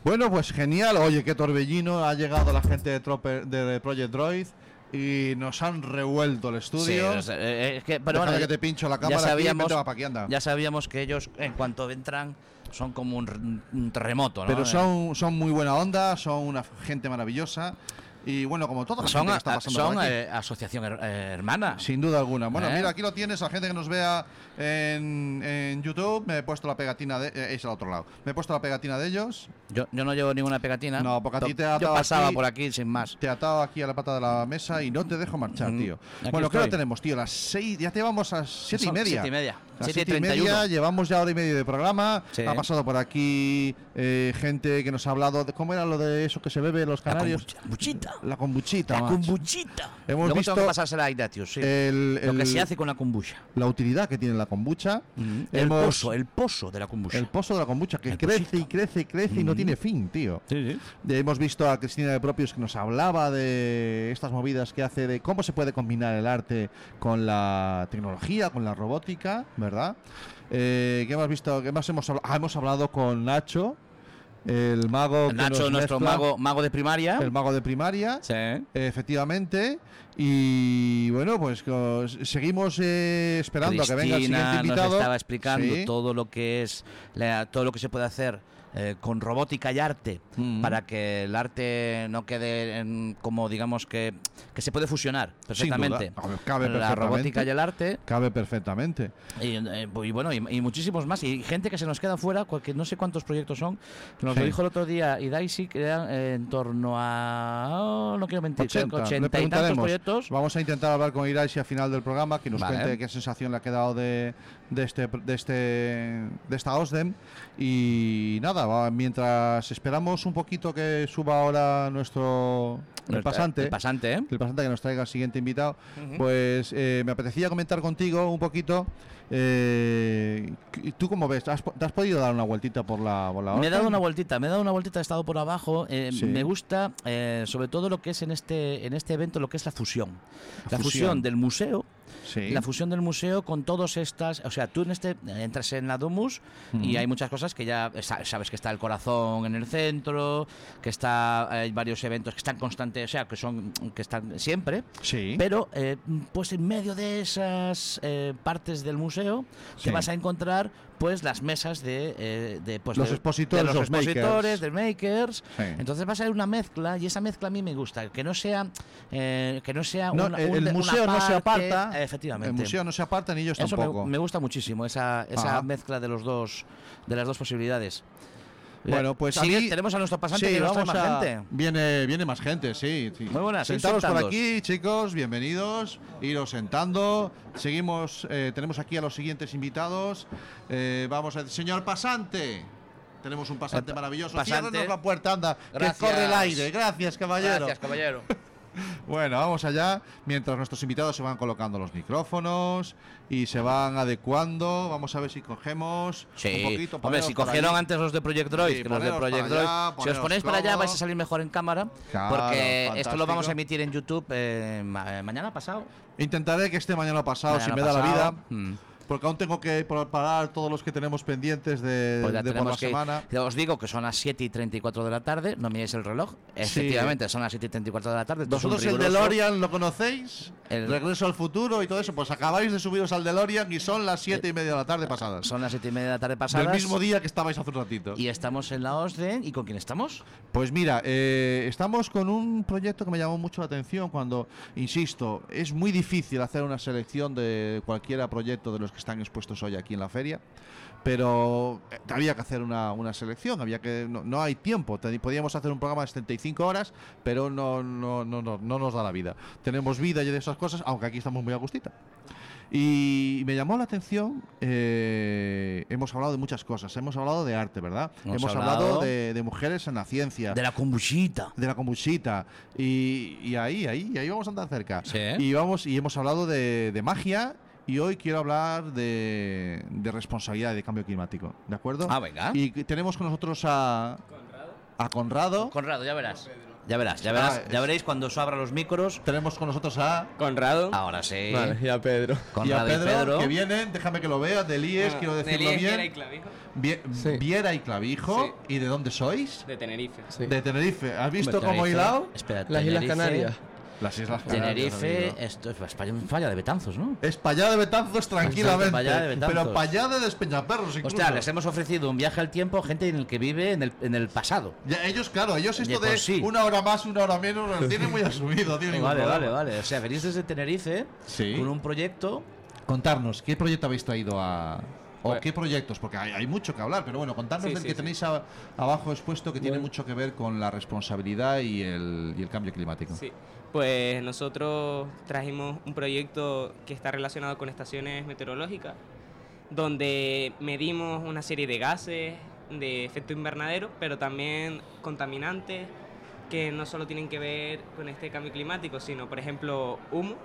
[SPEAKER 1] Bueno, pues genial. Oye, qué torbellino. Ha llegado la gente de, Trope- de Project Droid y nos han revuelto el estudio.
[SPEAKER 2] Sí, o sea, eh, es que, pero
[SPEAKER 1] Déjame
[SPEAKER 2] bueno,
[SPEAKER 1] que te pincho la cámara
[SPEAKER 2] ya sabíamos,
[SPEAKER 1] aquí y vete pa' aquí, anda.
[SPEAKER 2] ya sabíamos que ellos, en cuanto entran, son como un, r- un terremoto, ¿no?
[SPEAKER 1] Pero
[SPEAKER 2] Eh,
[SPEAKER 1] son, son muy buena onda, son una gente maravillosa. Y bueno, como toda la
[SPEAKER 2] son,
[SPEAKER 1] gente que está
[SPEAKER 2] a-
[SPEAKER 1] pasando
[SPEAKER 2] son,
[SPEAKER 1] por aquí.
[SPEAKER 2] eh, asociación her- eh, hermana.
[SPEAKER 1] Sin duda alguna. Bueno,
[SPEAKER 2] ¿Eh?
[SPEAKER 1] mira, aquí lo tienes, la gente que nos vea en, en YouTube, me he puesto la pegatina de... eh, es al otro lado. Me he puesto la pegatina de ellos.
[SPEAKER 2] Yo, yo no llevo ninguna pegatina.
[SPEAKER 1] No, porque a
[SPEAKER 2] To-
[SPEAKER 1] ti te ha
[SPEAKER 2] Yo
[SPEAKER 1] atado
[SPEAKER 2] pasaba
[SPEAKER 1] aquí-
[SPEAKER 2] por aquí sin más.
[SPEAKER 1] Te he atado aquí a la pata de la mesa y no te dejo marchar, tío.
[SPEAKER 2] aquí
[SPEAKER 1] Bueno, ¿qué hora
[SPEAKER 2] estoy.
[SPEAKER 1] tenemos, tío? Las seis, ya te vamos a siete y
[SPEAKER 2] Son
[SPEAKER 1] media.
[SPEAKER 2] siete y media.
[SPEAKER 1] Las
[SPEAKER 2] Siete y
[SPEAKER 1] siete y
[SPEAKER 2] treinta y
[SPEAKER 1] media,
[SPEAKER 2] uno.
[SPEAKER 1] llevamos ya hora y media de programa.
[SPEAKER 2] Sí.
[SPEAKER 1] Ha pasado por aquí eh, gente que nos ha hablado de cómo era lo de eso que se bebe los canarios. La
[SPEAKER 2] kombuchita.
[SPEAKER 1] La kombuchita.
[SPEAKER 2] La
[SPEAKER 1] macho.
[SPEAKER 2] kombuchita.
[SPEAKER 1] Hemos
[SPEAKER 2] Luego
[SPEAKER 1] visto
[SPEAKER 2] tengo que pasársela a Ignatius, sí.
[SPEAKER 1] el-
[SPEAKER 2] Lo que
[SPEAKER 1] el-
[SPEAKER 2] se hace con la kombucha.
[SPEAKER 1] La utilidad que tiene la kombucha.
[SPEAKER 2] El
[SPEAKER 1] Hemos-
[SPEAKER 2] pozo, el pozo de la kombucha.
[SPEAKER 1] El pozo de la kombucha que crece y crece y crece y no tiene fin, tío. Eh, Hemos visto a Cristina de Propios que nos hablaba de estas movidas que hace de cómo se puede combinar el arte con la tecnología, con la robótica, ¿verdad? Eh, ¿Qué hemos visto? ¿Qué más hemos hablado? hemos hablado con Nacho, el mago. que
[SPEAKER 2] Nacho,
[SPEAKER 1] nos
[SPEAKER 2] nuestro
[SPEAKER 1] mezcla-
[SPEAKER 2] mago, mago de primaria.
[SPEAKER 1] el mago de primaria. Efectivamente. Y bueno, pues co- seguimos eh, esperando a que venga el siguiente
[SPEAKER 2] Cristina
[SPEAKER 1] invitado.
[SPEAKER 2] nos estaba explicando
[SPEAKER 1] Sí.
[SPEAKER 2] todo lo que es la- todo lo que se puede hacer eh, con robótica y arte
[SPEAKER 1] Mm.
[SPEAKER 2] para que el arte no quede en- como digamos que, que se puede fusionar
[SPEAKER 1] Sin duda.
[SPEAKER 2] perfectamente
[SPEAKER 1] A ver, Cabe
[SPEAKER 2] la
[SPEAKER 1] perfectamente.
[SPEAKER 2] robótica y el arte
[SPEAKER 1] Cabe perfectamente.
[SPEAKER 2] y, eh, y bueno y, y muchísimos más y gente que se nos queda fuera cual- que no sé cuántos proyectos son nos
[SPEAKER 1] Sí.
[SPEAKER 2] lo dijo el otro día y Daisy que eran eh, en torno a oh, no quiero mentir creo que
[SPEAKER 1] 80, le
[SPEAKER 2] 80 y tantos
[SPEAKER 1] preguntaremos.
[SPEAKER 2] proyectos
[SPEAKER 1] Vamos a intentar hablar con Iraisi al final del programa, que nos
[SPEAKER 2] Vale.
[SPEAKER 1] cuente qué sensación le ha quedado de, de este, de este, de esta OSDEM. Y nada, va- mientras esperamos un poquito que suba ahora nuestro el
[SPEAKER 2] Nuestra-
[SPEAKER 1] pasante,
[SPEAKER 2] el pasante, ¿eh?
[SPEAKER 1] el pasante que nos traiga el siguiente invitado,
[SPEAKER 2] Ujú.
[SPEAKER 1] pues eh, me apetecía comentar contigo un poquito. eh, ¿y ¿Tú cómo ves? ¿Has po- ¿Te has podido dar una vueltita por la, por la
[SPEAKER 2] Me he dado
[SPEAKER 1] OSDEM?
[SPEAKER 2] una vueltita, me he dado una vueltita, he estado por abajo. eh,
[SPEAKER 1] Sí.
[SPEAKER 2] Me gusta eh, sobre todo lo que es en este, en este evento, lo que es la fusión. La, fusión.
[SPEAKER 1] fusión.
[SPEAKER 2] del museo.
[SPEAKER 1] Sí.
[SPEAKER 2] La fusión del museo con todas estas, o sea, tú en este entras en la Domus y
[SPEAKER 1] Ujú.
[SPEAKER 2] hay muchas cosas que ya sa- sabes que está el corazón en el centro, que está hay varios eventos que están constantes, o sea, que son que están siempre.
[SPEAKER 1] Sí.
[SPEAKER 2] Pero eh, pues en medio de esas eh, partes del museo
[SPEAKER 1] Sí.
[SPEAKER 2] te vas a encontrar pues las mesas de, eh, de, pues,
[SPEAKER 1] Los
[SPEAKER 2] de-
[SPEAKER 1] expositores,
[SPEAKER 2] de los,
[SPEAKER 1] los makers.
[SPEAKER 2] expositores, de makers.
[SPEAKER 1] Sí.
[SPEAKER 2] Entonces va a ser una mezcla y esa mezcla a mí me gusta, que no sea eh, que no sea
[SPEAKER 1] No,
[SPEAKER 2] una-
[SPEAKER 1] el,
[SPEAKER 2] un-
[SPEAKER 1] el
[SPEAKER 2] una
[SPEAKER 1] museo no se
[SPEAKER 2] parte-
[SPEAKER 1] aparta.
[SPEAKER 2] efectivamente.
[SPEAKER 1] El museo no se aparta ni ellos
[SPEAKER 2] Eso me-
[SPEAKER 1] tampoco.
[SPEAKER 2] Me, gusta muchísimo esa, esa
[SPEAKER 1] Ajá.
[SPEAKER 2] mezcla de los dos de las dos posibilidades.
[SPEAKER 1] Bueno, pues
[SPEAKER 2] Sigue,
[SPEAKER 1] aquí-
[SPEAKER 2] tenemos a nuestro pasante
[SPEAKER 1] Sí,
[SPEAKER 2] que nos trae
[SPEAKER 1] vamos
[SPEAKER 2] más
[SPEAKER 1] a-
[SPEAKER 2] gente.
[SPEAKER 1] Viene, viene más gente, sí. sí.
[SPEAKER 2] Muy buenas, sois
[SPEAKER 1] Sentaros por
[SPEAKER 2] sentados.
[SPEAKER 1] aquí, chicos, bienvenidos. Iros sentando. Seguimos, eh, tenemos aquí a los siguientes invitados. Eh, vamos a señor pasante. Tenemos un pasante
[SPEAKER 2] Eh, pa-
[SPEAKER 1] maravilloso.
[SPEAKER 2] pasante.
[SPEAKER 1] Ciérrenos la puerta, anda,
[SPEAKER 2] Gracias.
[SPEAKER 1] que corre el aire. Gracias, caballero.
[SPEAKER 2] Gracias, caballero.
[SPEAKER 1] Bueno, vamos allá. Mientras nuestros invitados se van colocando los micrófonos y se van adecuando, vamos a ver si cogemos
[SPEAKER 2] Sí.
[SPEAKER 1] un poquito.
[SPEAKER 2] Hombre,
[SPEAKER 1] poneros
[SPEAKER 2] si
[SPEAKER 1] por
[SPEAKER 2] cogieron
[SPEAKER 1] ahí.
[SPEAKER 2] antes los de Project Droid,
[SPEAKER 1] Sí,
[SPEAKER 2] que los de
[SPEAKER 1] poneros para
[SPEAKER 2] Project Droid,
[SPEAKER 1] allá,
[SPEAKER 2] si os
[SPEAKER 1] poneros
[SPEAKER 2] ponéis para allá
[SPEAKER 1] cómodos.
[SPEAKER 2] vais a salir mejor en cámara,
[SPEAKER 1] Claro,
[SPEAKER 2] porque esto
[SPEAKER 1] fantástico.
[SPEAKER 2] lo vamos a emitir en YouTube eh, ma- eh, mañana pasado.
[SPEAKER 1] Intentaré que este mañana pasado,
[SPEAKER 2] Mañana
[SPEAKER 1] si me da la
[SPEAKER 2] pasado. Hmm.
[SPEAKER 1] vida. Porque aún tengo que preparar todos los que tenemos pendientes de,
[SPEAKER 2] Pues ya
[SPEAKER 1] eh, de por la
[SPEAKER 2] tenemos que-
[SPEAKER 1] semana.
[SPEAKER 2] ya Os digo que son las 7 y 34 de la tarde, no miréis el reloj. Efectivamente, son las 7 y 34 de la tarde. esto es un
[SPEAKER 1] Vosotros el
[SPEAKER 2] riguroso-
[SPEAKER 1] DeLorean lo conocéis,
[SPEAKER 2] El-
[SPEAKER 1] Regreso al futuro y todo eso. Pues acabáis de subiros al DeLorean y son las siete y media de la tarde pasadas.
[SPEAKER 2] Eh, Son las 7 y media de la tarde pasadas.
[SPEAKER 1] Del mismo día que estabais hace un ratito.
[SPEAKER 2] Y estamos en la OSDE. ¿Y con quién estamos?
[SPEAKER 1] Pues mira, eh, estamos con un proyecto que me llamó mucho la atención cuando, insisto, es muy difícil hacer una selección de cualquiera proyecto de los que están expuestos hoy aquí en la feria, pero eh, había que hacer una, una selección, había que no, no hay tiempo, Te- podíamos hacer un programa de 75 horas, pero no, no, no, no, no nos da la vida. Tenemos vida y de esas cosas, aunque aquí estamos muy a gustita. Y me llamó la atención, eh, hemos hablado de muchas cosas, hemos hablado de arte, ¿verdad?
[SPEAKER 2] Hemos
[SPEAKER 1] hemos hablado,
[SPEAKER 2] hablado
[SPEAKER 1] de, de mujeres en la ciencia.
[SPEAKER 2] De la kombuchita.
[SPEAKER 1] De la kombuchita. Y, y ahí, ahí, ahí vamos a andar cerca. Y, vamos, y hemos hablado de, de magia. Y hoy quiero hablar de, de responsabilidad y de cambio climático. ¿De acuerdo?
[SPEAKER 2] Ah, venga.
[SPEAKER 1] Y tenemos con nosotros a. A Conrado.
[SPEAKER 2] Conrado, ya verás. ya verás, ya verás,
[SPEAKER 1] Ah,
[SPEAKER 2] ya veréis cuando os abra los micros.
[SPEAKER 1] Tenemos con nosotros a
[SPEAKER 2] Conrado. Ahora sí.
[SPEAKER 1] Vale,
[SPEAKER 15] y a Pedro.
[SPEAKER 1] y a
[SPEAKER 2] Conrado
[SPEAKER 1] Pedro, que vienen, déjame que lo vea, del
[SPEAKER 21] Ah,
[SPEAKER 1] IES, quiero decirlo bien. Vie- Viera y Clavijo. ¿Y de dónde sois?
[SPEAKER 21] De Tenerife.
[SPEAKER 1] De Tenerife. ¿Has visto
[SPEAKER 2] Hombre,
[SPEAKER 1] cómo he
[SPEAKER 2] Tenerife-
[SPEAKER 1] hilado?
[SPEAKER 2] Espera, Tenerife-
[SPEAKER 1] Las Islas Canarias.
[SPEAKER 2] Tenerife,
[SPEAKER 1] amigo.
[SPEAKER 2] esto es España, falla de Betanzos, ¿no?
[SPEAKER 1] Es para allá de Betanzos tranquilamente.
[SPEAKER 2] Para allá de Betanzos.
[SPEAKER 1] Pero para allá de Despeñaperros incluso.
[SPEAKER 2] Hostia, les hemos ofrecido un viaje al tiempo a gente en el que vive en el, en el pasado.
[SPEAKER 1] Ya, ellos, claro, ellos
[SPEAKER 2] De
[SPEAKER 1] esto
[SPEAKER 2] por
[SPEAKER 1] de
[SPEAKER 2] sí.
[SPEAKER 1] una hora más, una hora menos, lo tienen muy asumido, tío. ningún
[SPEAKER 2] vale,
[SPEAKER 1] problema.
[SPEAKER 2] vale, vale. O sea, venís desde Tenerife con un proyecto.
[SPEAKER 1] Contarnos, ¿qué proyecto habéis traído a.? ¿O qué proyectos? Porque hay, hay mucho que hablar, pero bueno, contarnos
[SPEAKER 21] Sí,
[SPEAKER 1] del
[SPEAKER 21] sí,
[SPEAKER 1] que
[SPEAKER 21] sí.
[SPEAKER 1] tenéis a- abajo expuesto que tiene mucho que ver con la responsabilidad y el, y el cambio climático.
[SPEAKER 21] Sí. Pues nosotros trajimos un proyecto que está relacionado con estaciones meteorológicas, donde medimos una serie de gases de efecto invernadero, pero también contaminantes que no solo tienen que ver con este cambio climático, sino, por ejemplo, humo,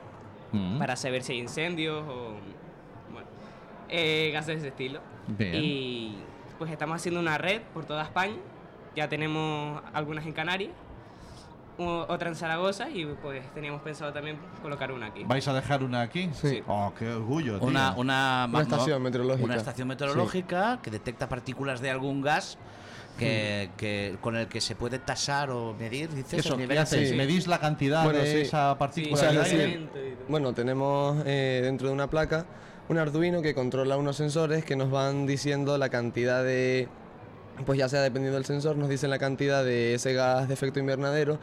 [SPEAKER 1] Mm.
[SPEAKER 21] para saber si hay incendios o bueno, eh, gases de ese estilo.
[SPEAKER 1] Bien.
[SPEAKER 21] Y pues estamos haciendo una red por toda España. Ya tenemos algunas en Canarias, o- otra en Zaragoza y pues teníamos pensado también colocar una aquí.
[SPEAKER 1] ¿Vais a dejar una aquí?
[SPEAKER 21] Sí.
[SPEAKER 1] Oh, qué orgullo, tío.
[SPEAKER 2] Una, una,
[SPEAKER 21] Una estación
[SPEAKER 15] meteorológica.
[SPEAKER 2] Una estación meteorológica que detecta partículas de algún gas que,
[SPEAKER 1] Hmm.
[SPEAKER 2] que- con el que se puede tasar o medir, dices,
[SPEAKER 1] Eso,
[SPEAKER 2] el
[SPEAKER 1] ¿qué
[SPEAKER 2] nivel
[SPEAKER 1] hacéis?
[SPEAKER 2] de-
[SPEAKER 1] ¿Medís la cantidad de
[SPEAKER 15] sí.
[SPEAKER 1] esa partícula
[SPEAKER 15] O sea,
[SPEAKER 1] de
[SPEAKER 15] es decir,
[SPEAKER 1] aire?
[SPEAKER 15] bueno, tenemos eh, dentro de una placa un Arduino que controla unos sensores que nos van diciendo la cantidad de. Pues ya sea dependiendo del sensor, nos dicen la cantidad de ese gas de efecto invernadero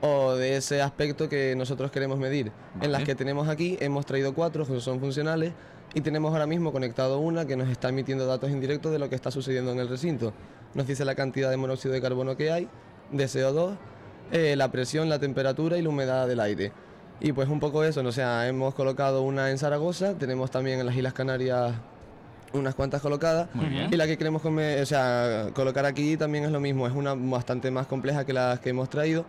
[SPEAKER 15] o de ese aspecto que nosotros queremos medir. En las que tenemos aquí hemos traído cuatro, que son funcionales, y tenemos ahora mismo conectado una que nos está emitiendo datos indirectos de lo que está sucediendo en el recinto. Nos dice la cantidad de monóxido de carbono que hay, de CO2, eh, la presión, la temperatura y la humedad del aire. Y pues un poco eso, ¿no? o sea, hemos colocado una en Zaragoza, tenemos también en las Islas Canarias unas cuantas colocadas
[SPEAKER 1] Muy bien.
[SPEAKER 15] y la que queremos come- o sea, colocar aquí también es lo mismo, es una bastante más compleja que las que hemos traído,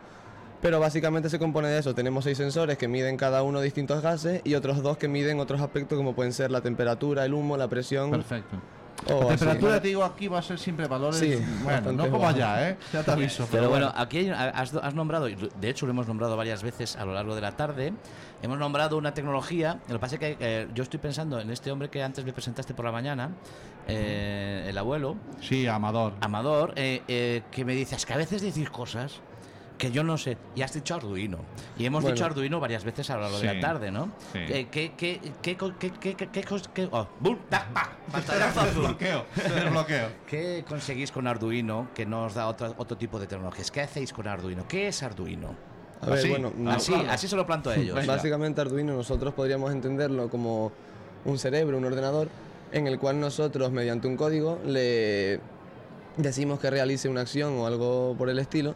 [SPEAKER 15] pero básicamente se compone de eso, tenemos seis sensores que miden cada uno distintos gases y otros dos que miden otros aspectos como pueden ser la temperatura, el humo, la presión.
[SPEAKER 1] Perfecto.
[SPEAKER 15] o
[SPEAKER 1] La
[SPEAKER 15] así.
[SPEAKER 1] temperatura, te digo, aquí va a ser siempre valores.
[SPEAKER 15] Sí,
[SPEAKER 1] bueno, no
[SPEAKER 15] bastante
[SPEAKER 1] como
[SPEAKER 15] baja.
[SPEAKER 1] allá, ¿eh? Ya te aviso.
[SPEAKER 2] Pero bueno, aquí hay- has, has nombrado, y de hecho lo hemos nombrado varias veces a lo largo de la tarde, hemos nombrado una tecnología, lo que pasa es que eh, yo estoy pensando en este hombre que antes me presentaste por la mañana, eh, el abuelo.
[SPEAKER 1] Sí, Amador.
[SPEAKER 2] Amador, eh, eh, que me dice, es que a veces decís cosas que yo no sé, y has dicho Arduino, y hemos
[SPEAKER 15] Bueno.
[SPEAKER 2] dicho Arduino varias veces a lo largo de
[SPEAKER 15] Sí,
[SPEAKER 2] la tarde, ¿no?
[SPEAKER 15] sí.
[SPEAKER 2] Eh, ¿Qué, qué, qué, co- qué, qué, qué, qué cos- qué- oh, ¡Bum! ¡Tac! ¡Pac! Pantallazos
[SPEAKER 1] Desbloqueo, desbloqueo.
[SPEAKER 2] ¿Qué conseguís con Arduino que no os da otra- otro tipo de tecnologías? ¿Qué hacéis con Arduino? ¿Qué es Arduino?
[SPEAKER 15] A ver, bueno,
[SPEAKER 2] así,
[SPEAKER 15] claro.
[SPEAKER 2] así se lo planto a ellos.
[SPEAKER 15] Básicamente Arduino nosotros podríamos entenderlo como un cerebro, un ordenador, en el cual nosotros mediante un código le decimos que realice una acción o algo por el estilo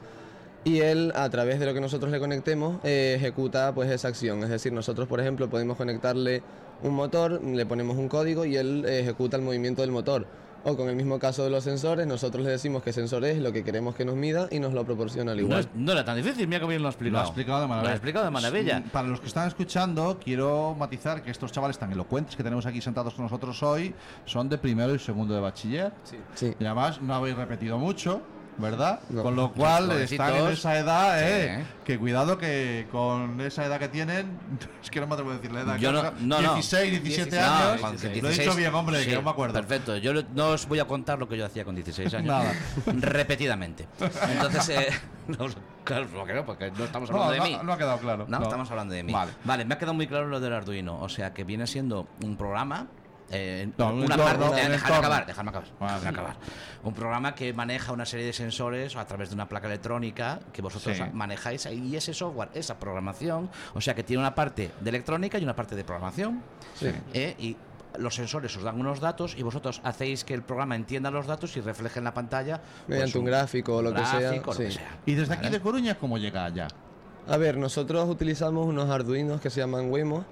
[SPEAKER 15] y él a través de lo que nosotros le conectemos eh, ejecuta pues esa acción. Es decir, nosotros por ejemplo podemos conectarle un motor, le ponemos un código y él eh, ejecuta el movimiento del motor. O con el mismo caso de los sensores, nosotros le decimos qué sensor es, lo que queremos que nos mida y nos lo proporciona al
[SPEAKER 2] No,
[SPEAKER 15] igual.
[SPEAKER 2] es- no era tan difícil, mira que bien lo
[SPEAKER 1] Lo
[SPEAKER 2] ha explicado.
[SPEAKER 1] ha explicado de maravilla.
[SPEAKER 2] Lo ha explicado de maravilla.
[SPEAKER 1] Sí, Para los que están escuchando, quiero matizar que estos chavales tan elocuentes que tenemos aquí sentados con nosotros hoy son de primero y segundo de bachiller. Y además no habéis repetido mucho, ¿verdad? Con lo cual
[SPEAKER 2] Los
[SPEAKER 1] están en
[SPEAKER 2] jovencitos.
[SPEAKER 1] esa edad,
[SPEAKER 2] Sí,
[SPEAKER 1] ¿eh?
[SPEAKER 2] ¿eh?
[SPEAKER 1] Que cuidado que con esa edad que tienen, es que no me atrevo a decir la edad.
[SPEAKER 2] Yo no,
[SPEAKER 1] claro,
[SPEAKER 2] no, no.
[SPEAKER 1] 16, 17
[SPEAKER 2] No,
[SPEAKER 1] años.
[SPEAKER 2] con
[SPEAKER 1] Lo he
[SPEAKER 2] 16,
[SPEAKER 1] dicho bien, hombre,
[SPEAKER 2] sí,
[SPEAKER 1] que no me acuerdo.
[SPEAKER 2] Perfecto, yo lo- no os voy a contar lo que yo hacía con 16 años.
[SPEAKER 1] Nada.
[SPEAKER 2] Repetidamente. Entonces, eh, no, claro, porque no, porque no estamos hablando
[SPEAKER 1] No,
[SPEAKER 2] de
[SPEAKER 1] no,
[SPEAKER 2] mí.
[SPEAKER 1] no ha quedado claro.
[SPEAKER 2] No,
[SPEAKER 1] No.
[SPEAKER 2] estamos hablando de mí.
[SPEAKER 1] Vale.
[SPEAKER 2] Vale. me ha quedado muy claro lo del Arduino. O sea, que viene siendo un programa. eh,
[SPEAKER 1] No, un
[SPEAKER 2] una
[SPEAKER 1] entorno,
[SPEAKER 2] parte,
[SPEAKER 1] un
[SPEAKER 2] eh,
[SPEAKER 1] entorno.
[SPEAKER 2] dejadme acabar, dejadme acabar, dejadme acabar. Un programa que maneja una serie de sensores a través de una placa electrónica que vosotros
[SPEAKER 1] Sí.
[SPEAKER 2] manejáis ahí. Y ese software, esa programación, o sea que tiene una parte de electrónica y una parte de programación.
[SPEAKER 1] Sí.
[SPEAKER 2] ¿eh? Y los sensores os dan unos datos y vosotros hacéis que el programa entienda los datos y refleje en la pantalla. pues,
[SPEAKER 15] Mediante un gráfico o lo que sea,
[SPEAKER 2] gráfico, lo que
[SPEAKER 15] sí.
[SPEAKER 2] sea.
[SPEAKER 1] ¿Y desde aquí de Coruña cómo llega allá?
[SPEAKER 15] A ver, nosotros utilizamos unos arduinos que se llaman Wemos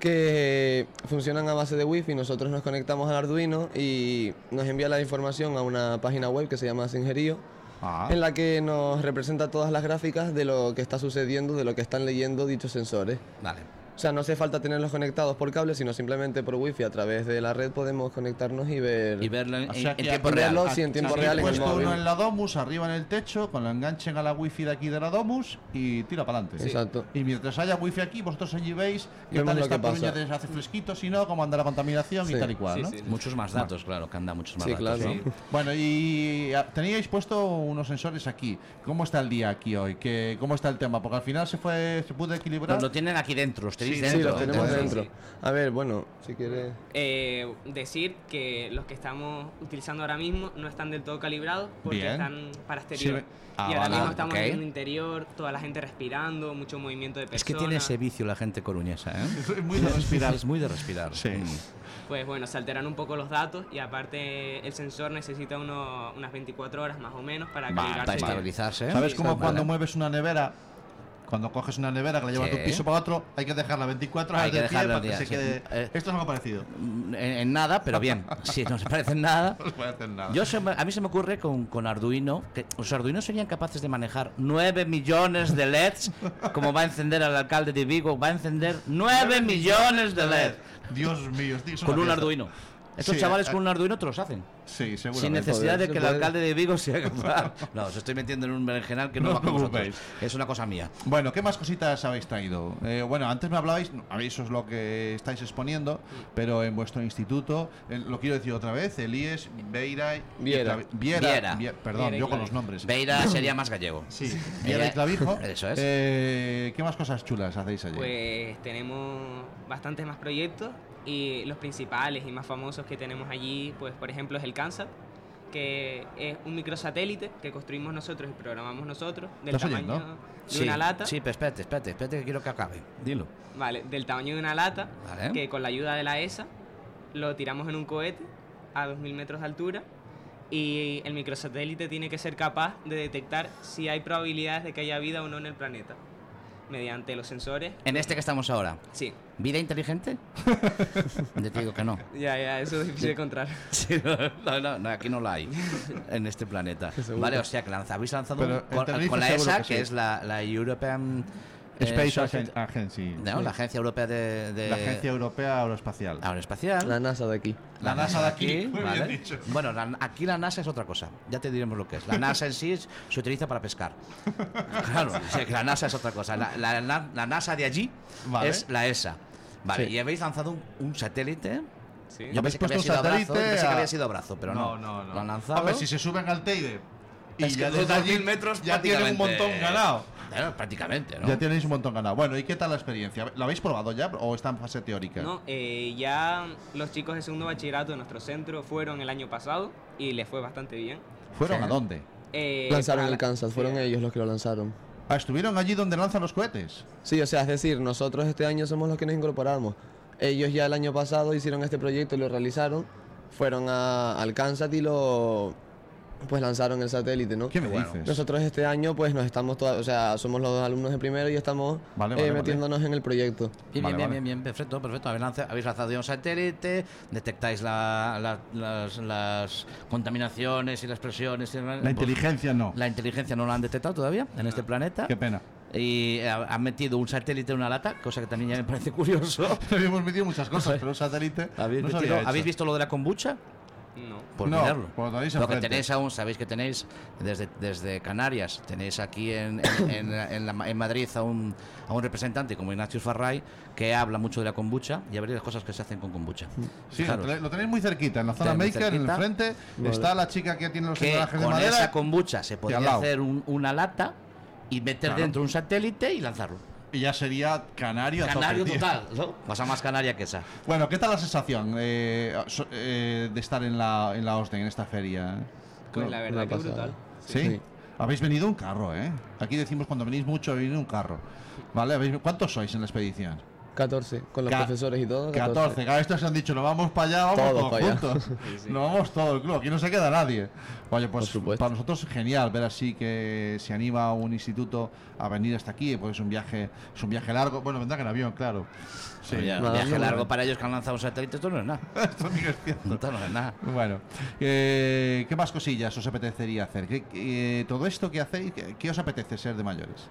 [SPEAKER 15] que funcionan a base de wifi. Nosotros nos conectamos al arduino y nos envía la información a una página web que se llama Singerío,
[SPEAKER 1] Ah.
[SPEAKER 15] en la que nos representa todas las gráficas de lo que está sucediendo, de lo que están leyendo dichos sensores.
[SPEAKER 2] Vale.
[SPEAKER 15] O sea, no hace falta tenerlos conectados por cable, sino simplemente por wifi a través de la red podemos conectarnos y ver y verlo
[SPEAKER 2] en- O sea, en que tiempo real.
[SPEAKER 15] sí, en tiempo
[SPEAKER 1] Aquí
[SPEAKER 15] real ¿eh? en el
[SPEAKER 1] puesto
[SPEAKER 15] móvil.
[SPEAKER 1] uno en la Domus, arriba en el techo, con lo enganchen a la wifi de aquí de la Domus y tira para adelante.
[SPEAKER 15] Sí. Exacto.
[SPEAKER 1] Y mientras haya wifi aquí, vosotros allí veis qué
[SPEAKER 15] Vemos
[SPEAKER 1] tal
[SPEAKER 15] lo
[SPEAKER 1] está
[SPEAKER 15] que
[SPEAKER 1] Coruña,
[SPEAKER 15] pasa.
[SPEAKER 1] se hace fresquito, si no, cómo anda la contaminación y tal y cual, ¿no?
[SPEAKER 2] Muchos más datos, claro, que anda muchos más
[SPEAKER 1] Sí,
[SPEAKER 2] datos.
[SPEAKER 1] claro.
[SPEAKER 2] ¿no?
[SPEAKER 1] Bueno, y ah, teníais puesto unos sensores aquí. ¿Cómo está el día aquí hoy? ¿Qué, ¿Cómo está el tema? Porque al final se fue, se pudo equilibrar.
[SPEAKER 2] Nos lo tienen aquí dentro, los tenéis
[SPEAKER 1] Sí, sí,
[SPEAKER 2] dentro.
[SPEAKER 1] los tenemos
[SPEAKER 2] entonces.
[SPEAKER 1] dentro.
[SPEAKER 15] A ver, bueno, si quieres...
[SPEAKER 21] Eh, decir que los que estamos utilizando ahora mismo no están del todo calibrados porque
[SPEAKER 15] Bien.
[SPEAKER 21] están para exterior.
[SPEAKER 2] Sí, ah,
[SPEAKER 21] y ahora
[SPEAKER 2] vale,
[SPEAKER 21] mismo estamos
[SPEAKER 2] ok.
[SPEAKER 21] en un interior, toda la gente respirando, mucho movimiento de personas.
[SPEAKER 2] Es que tiene ese vicio la gente coruñesa, ¿eh?
[SPEAKER 1] Es muy de respirar.
[SPEAKER 2] Es muy de respirar. Mm.
[SPEAKER 21] Pues bueno, se alteran un poco los datos y aparte el sensor necesita uno- unas 24 horas más o menos para calibrarse. bien.
[SPEAKER 1] ¿Sabes
[SPEAKER 21] Sí.
[SPEAKER 1] cómo cuando mueves una nevera? Cuando coges una nevera que la llevas de un
[SPEAKER 2] Sí.
[SPEAKER 1] piso para otro, hay que dejarla 24 horas
[SPEAKER 2] Hay que
[SPEAKER 1] de pie
[SPEAKER 2] dejarlo
[SPEAKER 1] para que
[SPEAKER 2] día,
[SPEAKER 1] se
[SPEAKER 2] sí.
[SPEAKER 1] quede-
[SPEAKER 2] Eh, mm,
[SPEAKER 1] Esto es algo parecido.
[SPEAKER 2] en, en nada, pero bien. Si no se parece en nada.
[SPEAKER 1] No se parece en nada.
[SPEAKER 2] Yo se me- a mí se me ocurre con, con Arduino que los Arduinos serían capaces de manejar 9 millones de LEDs, como va a encender el alcalde de Vigo, va a encender 9 millones de E LEDs.
[SPEAKER 1] Dios mío, esto es una
[SPEAKER 2] Con un
[SPEAKER 1] fiesta.
[SPEAKER 2] Arduino. Estos
[SPEAKER 1] Sí,
[SPEAKER 2] chavales
[SPEAKER 1] eh,
[SPEAKER 2] con un Arduino te los hacen.
[SPEAKER 1] Sí, seguro.
[SPEAKER 2] Sin necesidad de que el alcalde de Vigo sea capaz. No, os estoy metiendo en un berenjenal que no,
[SPEAKER 1] No
[SPEAKER 2] va con
[SPEAKER 1] os
[SPEAKER 2] vosotros.
[SPEAKER 1] preocupéis.
[SPEAKER 2] Es una cosa mía.
[SPEAKER 1] Bueno, ¿qué más cositas habéis traído? Eh, bueno, antes me hablabais, a ver, eso es lo que estáis exponiendo, pero en vuestro instituto, eh, lo quiero decir otra vez, Elías, Beira y
[SPEAKER 2] Viera.
[SPEAKER 1] Clavi- Viera.
[SPEAKER 2] Viera.
[SPEAKER 1] Vie- perdón,
[SPEAKER 2] Viera y
[SPEAKER 1] yo con
[SPEAKER 2] Clavijo.
[SPEAKER 1] los nombres.
[SPEAKER 2] Beira sería más gallego.
[SPEAKER 1] Sí, Viera y Clavijo.
[SPEAKER 2] Eso es.
[SPEAKER 1] Eh, ¿Qué más cosas chulas hacéis allí?
[SPEAKER 21] Pues tenemos bastantes más proyectos y los principales y más famosos que tenemos allí, pues por ejemplo es el CANSAT, que es un microsatélite que construimos nosotros y programamos nosotros del
[SPEAKER 2] ¿Estás
[SPEAKER 21] tamaño
[SPEAKER 2] oyendo?
[SPEAKER 21] de una lata.
[SPEAKER 2] Sí, pero espérate, espérate, espérate que quiero que acabe. Dilo.
[SPEAKER 21] Vale, del tamaño de una lata,
[SPEAKER 2] Vale.
[SPEAKER 21] que con la ayuda de la ESA lo tiramos en un cohete a 2.000 metros de altura y el microsatélite tiene que ser capaz de detectar si hay probabilidades de que haya vida o no en el planeta, mediante los sensores.
[SPEAKER 2] En este que estamos ahora.
[SPEAKER 21] Sí.
[SPEAKER 2] ¿Vida inteligente? Yo te digo que no.
[SPEAKER 21] Ya, ya, eso es difícil de encontrar.
[SPEAKER 2] Sí, no, no, no, aquí no la hay. En este planeta.
[SPEAKER 21] Seguro.
[SPEAKER 2] Vale, o sea que lanza- habéis lanzado
[SPEAKER 1] Pero
[SPEAKER 2] un-
[SPEAKER 1] en
[SPEAKER 2] con,
[SPEAKER 1] Tenerife
[SPEAKER 2] con la
[SPEAKER 1] seguro
[SPEAKER 2] ESA,
[SPEAKER 1] que
[SPEAKER 2] que,
[SPEAKER 1] sí.
[SPEAKER 2] es la, la European eh,
[SPEAKER 1] Space
[SPEAKER 2] Society-
[SPEAKER 1] Agen- Agency.
[SPEAKER 2] No,
[SPEAKER 1] Sí.
[SPEAKER 2] la Agencia Europea de, de-
[SPEAKER 1] La Agencia Europea Aeroespacial.
[SPEAKER 2] Aeroespacial.
[SPEAKER 15] La NASA de aquí.
[SPEAKER 2] La NASA de aquí,
[SPEAKER 1] Muy bien
[SPEAKER 2] ¿vale?
[SPEAKER 1] dicho.
[SPEAKER 2] Bueno, la- aquí la NASA es otra cosa. Ya te diremos lo que es. La NASA en sí es- se utiliza para pescar. Claro, o sea, que la NASA es otra cosa. La, la- la- la NASA de allí
[SPEAKER 1] Vale.
[SPEAKER 2] es la ESA. Vale,
[SPEAKER 1] Sí.
[SPEAKER 2] y habéis lanzado un, un satélite.
[SPEAKER 21] Sí.
[SPEAKER 2] Yo
[SPEAKER 1] Habéis
[SPEAKER 2] pensé que había
[SPEAKER 1] puesto
[SPEAKER 2] sido
[SPEAKER 1] un
[SPEAKER 2] abrazo,
[SPEAKER 1] satélite
[SPEAKER 2] pensé que
[SPEAKER 1] a-
[SPEAKER 2] había sido abrazo, pero
[SPEAKER 1] No,
[SPEAKER 2] no.
[SPEAKER 1] no, no.
[SPEAKER 2] Lo han lanzado.
[SPEAKER 1] Hombre, si se suben al Teide y
[SPEAKER 2] Es que
[SPEAKER 1] ya
[SPEAKER 2] de
[SPEAKER 1] desde
[SPEAKER 2] 2.000
[SPEAKER 1] allí
[SPEAKER 2] metros
[SPEAKER 1] ya tienen un
[SPEAKER 2] prácticamente-
[SPEAKER 1] montón ganado.
[SPEAKER 2] Claro, prácticamente, ¿no?
[SPEAKER 1] Ya tenéis un montón ganado. Bueno, ¿y qué tal la experiencia? ¿Lo habéis probado ya o está en fase teórica?
[SPEAKER 21] No, eh, ya los chicos de segundo bachillerato de nuestro centro fueron el año pasado y les fue bastante bien.
[SPEAKER 1] ¿Fueron a dónde?
[SPEAKER 21] Eh,
[SPEAKER 15] lanzaron
[SPEAKER 21] para
[SPEAKER 15] el
[SPEAKER 21] la-
[SPEAKER 15] Kansas, fueron ellos los que lo lanzaron.
[SPEAKER 1] Ah, estuvieron allí donde lanzan los cohetes.
[SPEAKER 15] Sí, o sea, es decir, nosotros este año somos los que nos incorporamos. Ellos ya el año pasado hicieron este proyecto y lo realizaron. Fueron a, al Kansas y lo pues lanzaron el satélite, ¿no?
[SPEAKER 1] ¿Qué me Bueno. dices?
[SPEAKER 15] Nosotros este año pues nos estamos toda- o sea, somos los alumnos de primero y estamos
[SPEAKER 2] Vale,
[SPEAKER 15] eh,
[SPEAKER 2] vale, vale.
[SPEAKER 15] metiéndonos en el proyecto.
[SPEAKER 2] Bien, bien, bien, bien, bien, perfecto, perfecto. Habéis lanza- habéis lanzado ya un satélite, detectáis la- la- las, las contaminaciones y las presiones. y-
[SPEAKER 1] La inteligencia no.
[SPEAKER 2] La inteligencia no la han detectado todavía en este planeta.
[SPEAKER 1] Qué pena.
[SPEAKER 2] Y eh, ha- han metido un satélite en una lata, cosa que también ya me parece curioso.
[SPEAKER 1] Habíamos metido muchas cosas, pero un satélite.
[SPEAKER 2] ¿Habéis,
[SPEAKER 1] no se
[SPEAKER 2] metido-
[SPEAKER 1] había hecho.
[SPEAKER 2] ¿habéis visto lo de la kombucha?
[SPEAKER 21] No.
[SPEAKER 2] Pues
[SPEAKER 1] No,
[SPEAKER 2] mirarlo.
[SPEAKER 1] pues lo tenéis
[SPEAKER 2] Lo que
[SPEAKER 1] enfrente.
[SPEAKER 2] tenéis aún, sabéis que tenéis desde, desde Canarias, tenéis aquí en, en, en- en la- en Madrid a un, a un representante como Ignacio Farray que habla mucho de la kombucha y a ver las cosas que se hacen con kombucha.
[SPEAKER 1] Sí, lo
[SPEAKER 2] Fijaros,
[SPEAKER 1] tenéis- lo tenéis muy cerquita, en la zona
[SPEAKER 2] Tenéis muy
[SPEAKER 1] maker, en el
[SPEAKER 2] cerquita.
[SPEAKER 1] frente,
[SPEAKER 2] Vale.
[SPEAKER 1] está la chica que tiene los
[SPEAKER 2] que
[SPEAKER 1] engranajes de
[SPEAKER 2] con
[SPEAKER 1] madera.
[SPEAKER 2] esa kombucha se
[SPEAKER 1] al
[SPEAKER 2] podría
[SPEAKER 1] lado.
[SPEAKER 2] hacer un- una lata y meter
[SPEAKER 1] Claro.
[SPEAKER 2] dentro un satélite y lanzarlo.
[SPEAKER 1] Y ya sería canario a tope,
[SPEAKER 2] Canario
[SPEAKER 1] tío.
[SPEAKER 2] total, ¿no? Vas a más canaria que esa.
[SPEAKER 1] Bueno, ¿qué tal la sensación eh, so- eh, de estar en la, en la OSDEN, en esta feria? eh?
[SPEAKER 21] Pues la verdad que brutal.
[SPEAKER 1] ¿Sí?
[SPEAKER 21] Sí.
[SPEAKER 1] Habéis venido un carro, ¿eh? Aquí decimos cuando venís mucho, venid un carro. ¿Vale? ¿Habéis- ¿Cuántos sois en la expedición?
[SPEAKER 15] 14, con los
[SPEAKER 1] Ca-
[SPEAKER 15] profesores y todo.
[SPEAKER 1] 14.
[SPEAKER 15] 14.
[SPEAKER 1] Claro, estos se han dicho, nos vamos para allá, vamos
[SPEAKER 15] Todos
[SPEAKER 1] todos,
[SPEAKER 15] para allá.
[SPEAKER 1] juntos. Nos vamos todo el club, aquí no se queda nadie. Oye, pues para nosotros es genial ver así que se anima un instituto a venir hasta aquí, porque es un viaje, es un viaje largo. Bueno, vendrán en avión, claro. Sí.
[SPEAKER 2] Oye,
[SPEAKER 1] Nada,
[SPEAKER 2] viaje
[SPEAKER 1] no,
[SPEAKER 2] largo
[SPEAKER 1] bueno.
[SPEAKER 2] para ellos que han lanzado un satélite, esto no es nada.
[SPEAKER 1] esto no es cierto.
[SPEAKER 2] Esto no es nada.
[SPEAKER 1] Bueno, eh, ¿qué más cosillas eh, os apetecería hacer? ¿Qué, qué- todo esto que hacéis, ¿qué, qué os apetece ser de mayores?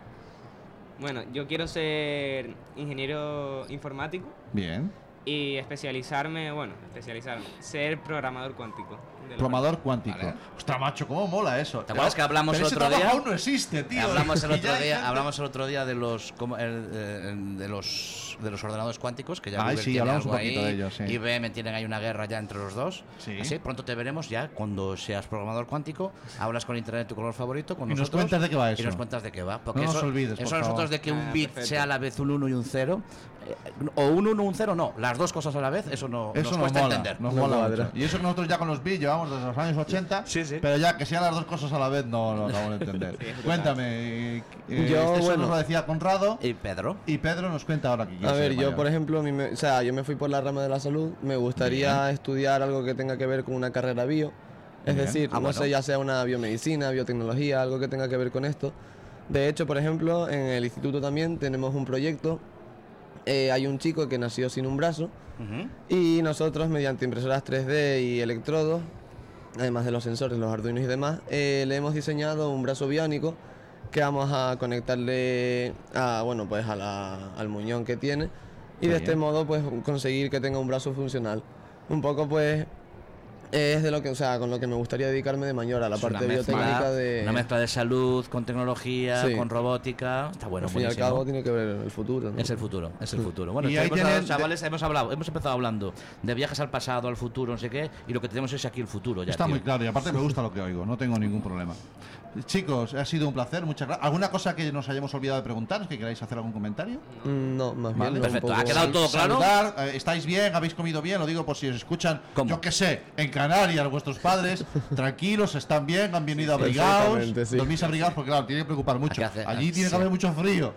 [SPEAKER 21] Bueno, yo quiero ser ingeniero informático
[SPEAKER 1] Bien.
[SPEAKER 21] y especializarme, bueno, especializarme, ser programador cuántico. de la
[SPEAKER 1] Programador cuántico. Ostras, macho, cómo mola eso.
[SPEAKER 2] ¿Te acuerdas que hablamos
[SPEAKER 1] Pero
[SPEAKER 2] el
[SPEAKER 1] ese
[SPEAKER 2] otro
[SPEAKER 1] trabajo
[SPEAKER 2] día?
[SPEAKER 1] aún no existe, tío.
[SPEAKER 2] Hablamos el
[SPEAKER 1] Y
[SPEAKER 2] otro
[SPEAKER 1] ya hay
[SPEAKER 2] día,
[SPEAKER 1] gente-
[SPEAKER 2] hablamos el otro día de los como, el, eh, de los de los ordenadores cuánticos que ya
[SPEAKER 1] Ay,
[SPEAKER 2] Google
[SPEAKER 1] sí,
[SPEAKER 2] tiene
[SPEAKER 1] hablamos un
[SPEAKER 2] algo
[SPEAKER 1] poquito
[SPEAKER 2] ahí,
[SPEAKER 1] de ellos, sí.
[SPEAKER 2] IBM tienen ahí una guerra ya entre los dos. Así, pronto te veremos ya cuando seas programador cuántico, hablas con internet tu color favorito con
[SPEAKER 1] Y nos
[SPEAKER 2] nosotros
[SPEAKER 1] cuentas de qué va
[SPEAKER 2] Y
[SPEAKER 1] eso.
[SPEAKER 2] nos cuentas de qué va, porque
[SPEAKER 1] No nos
[SPEAKER 2] eso,
[SPEAKER 1] olvides, por
[SPEAKER 2] eso
[SPEAKER 1] favor.
[SPEAKER 2] nosotros de que
[SPEAKER 1] Ah,
[SPEAKER 2] un bit
[SPEAKER 1] perfecto.
[SPEAKER 2] sea a la vez un 1 y un 0 o un 1 un 0 no, las dos cosas a la vez, eso no
[SPEAKER 1] Eso
[SPEAKER 2] nos
[SPEAKER 1] nos
[SPEAKER 2] cuesta
[SPEAKER 1] mola,
[SPEAKER 2] entender.
[SPEAKER 1] nos mola mucho. Y eso que nosotros ya con los bills llevamos desde los años 80, pero ya que sean las dos cosas a la vez no lo acabamos de entender.
[SPEAKER 2] Sí, es verdad.
[SPEAKER 1] Cuéntame, eh,
[SPEAKER 15] Yo,
[SPEAKER 1] este solo
[SPEAKER 15] bueno.
[SPEAKER 1] nos lo decía Conrado.
[SPEAKER 2] Y Pedro.
[SPEAKER 1] Y Pedro nos cuenta ahora que quiere
[SPEAKER 15] A
[SPEAKER 1] ser
[SPEAKER 15] ver, yo
[SPEAKER 1] mayor.
[SPEAKER 15] por ejemplo, a mí me- o sea, yo me fui por la rama de la salud, me gustaría
[SPEAKER 1] Bien.
[SPEAKER 15] estudiar algo que tenga que ver con una carrera bio, es
[SPEAKER 1] Bien.
[SPEAKER 15] decir,
[SPEAKER 1] Ah,
[SPEAKER 15] no
[SPEAKER 1] bueno.
[SPEAKER 15] sé, ya sea una biomedicina, biotecnología, algo que tenga que ver con esto. De hecho, por ejemplo, en el instituto también tenemos un proyecto, eh, hay un chico que nació sin un brazo y nosotros mediante impresoras 3D y electrodos, además de los sensores, los arduinos y demás, eh, le hemos diseñado un brazo biónico que vamos a conectarle a, bueno, pues a la- al muñón que tiene y
[SPEAKER 1] Muy
[SPEAKER 15] de este
[SPEAKER 1] bien.
[SPEAKER 15] modo pues conseguir que tenga un brazo funcional. Un poco pues es de lo que, o sea, con lo que me gustaría dedicarme de mayor a la
[SPEAKER 2] Es una
[SPEAKER 15] parte
[SPEAKER 2] mezcla-
[SPEAKER 15] biotécnica de
[SPEAKER 2] una mezcla de salud con tecnología,
[SPEAKER 15] Sí.
[SPEAKER 2] con robótica, está bueno,
[SPEAKER 15] al fin y al
[SPEAKER 2] buenísimo.
[SPEAKER 15] cabo tiene que ver el futuro. ¿no?
[SPEAKER 2] Es el futuro, es el futuro. Bueno,
[SPEAKER 15] Y
[SPEAKER 2] entonces,
[SPEAKER 15] ahí
[SPEAKER 2] hemos hablado,
[SPEAKER 15] tienen-
[SPEAKER 2] chavales, hemos hablado, hemos empezado hablando de viajes al pasado, al futuro, no sé qué, y lo que tenemos es aquí el futuro ya.
[SPEAKER 1] Está
[SPEAKER 2] tío.
[SPEAKER 1] muy claro y aparte me gusta lo que oigo, no tengo ningún problema. Chicos, ha sido un placer, muchas gracias. ¿Alguna cosa que nos hayamos olvidado de preguntaros, que queráis hacer algún comentario?
[SPEAKER 15] Mm, No, más bien.
[SPEAKER 1] Vale,
[SPEAKER 15] un
[SPEAKER 2] Perfecto,
[SPEAKER 15] poco-
[SPEAKER 2] ¿ha quedado todo claro?
[SPEAKER 1] Saludar, eh, ¿Estáis bien? ¿Habéis comido bien? Lo digo por si os escuchan, yo qué sé, en Canarias, vuestros padres, tranquilos, están bien, han venido
[SPEAKER 15] Sí,
[SPEAKER 1] abrigados.
[SPEAKER 15] perfectamente, sí.
[SPEAKER 1] Dormís abrigados porque, claro, tiene que preocupar mucho. Allí tiene
[SPEAKER 21] sí.
[SPEAKER 1] que haber mucho frío.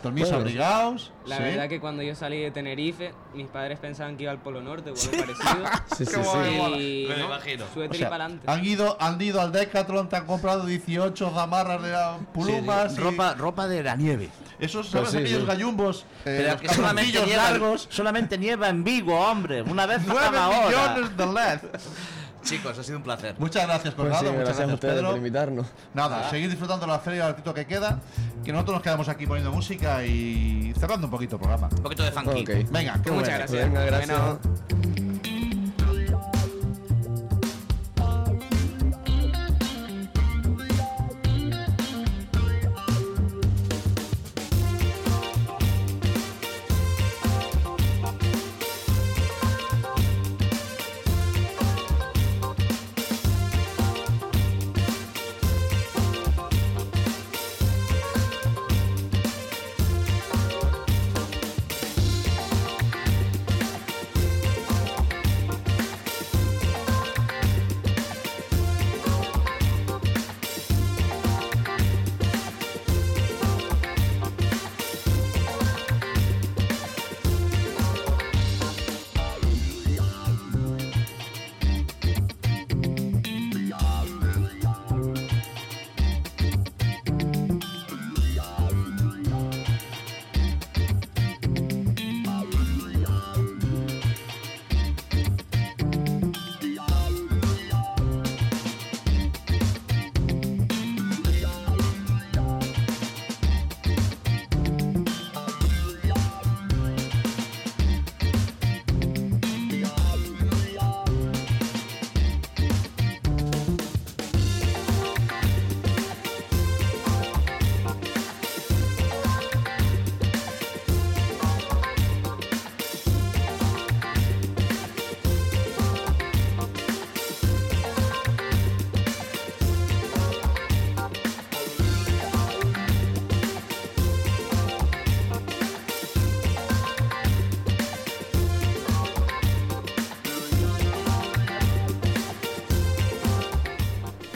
[SPEAKER 1] Dormís
[SPEAKER 21] Bueno.
[SPEAKER 1] abrigados.
[SPEAKER 21] La
[SPEAKER 1] sí.
[SPEAKER 21] verdad que cuando yo salí de Tenerife, mis padres pensaban que iba al Polo Norte o algo parecido.
[SPEAKER 1] Sí, sí, sí.
[SPEAKER 21] Y,
[SPEAKER 1] Me lo
[SPEAKER 21] ¿no?
[SPEAKER 1] imagino.
[SPEAKER 21] Suéter
[SPEAKER 1] O sea,
[SPEAKER 21] y pa'lante.
[SPEAKER 1] han ido, han ido al Decathlon, te han comprado 18 gamarras de la- plumas.
[SPEAKER 2] Sí, sí, ropa, ropa de la nieve.
[SPEAKER 1] Esos, ¿sabes
[SPEAKER 2] Pues sí,
[SPEAKER 1] aquellos
[SPEAKER 2] sí.
[SPEAKER 1] gallumbos? eh,
[SPEAKER 2] Pero
[SPEAKER 1] los
[SPEAKER 2] que solamente
[SPEAKER 1] calzoncillos
[SPEAKER 2] nieva,
[SPEAKER 1] largos.
[SPEAKER 2] solamente nieva en Vigo, hombre. Una vez por
[SPEAKER 1] 9
[SPEAKER 2] cada hora.
[SPEAKER 1] millones de LED.
[SPEAKER 2] Chicos, ha sido un placer.
[SPEAKER 1] Muchas gracias,
[SPEAKER 15] Pues sí,
[SPEAKER 1] Conrado. muchas
[SPEAKER 15] gracias a
[SPEAKER 1] gracias,
[SPEAKER 15] ustedes
[SPEAKER 1] Pedro.
[SPEAKER 15] por invitarnos.
[SPEAKER 1] Nada, seguir disfrutando la feria al ratito que queda. Que nosotros nos quedamos aquí poniendo música y cerrando un poquito el programa. Un
[SPEAKER 2] poquito de funky.
[SPEAKER 15] Ok.
[SPEAKER 1] Venga, qué
[SPEAKER 15] Muchas
[SPEAKER 1] bueno.
[SPEAKER 15] gracias. Venga, gracias. Bueno.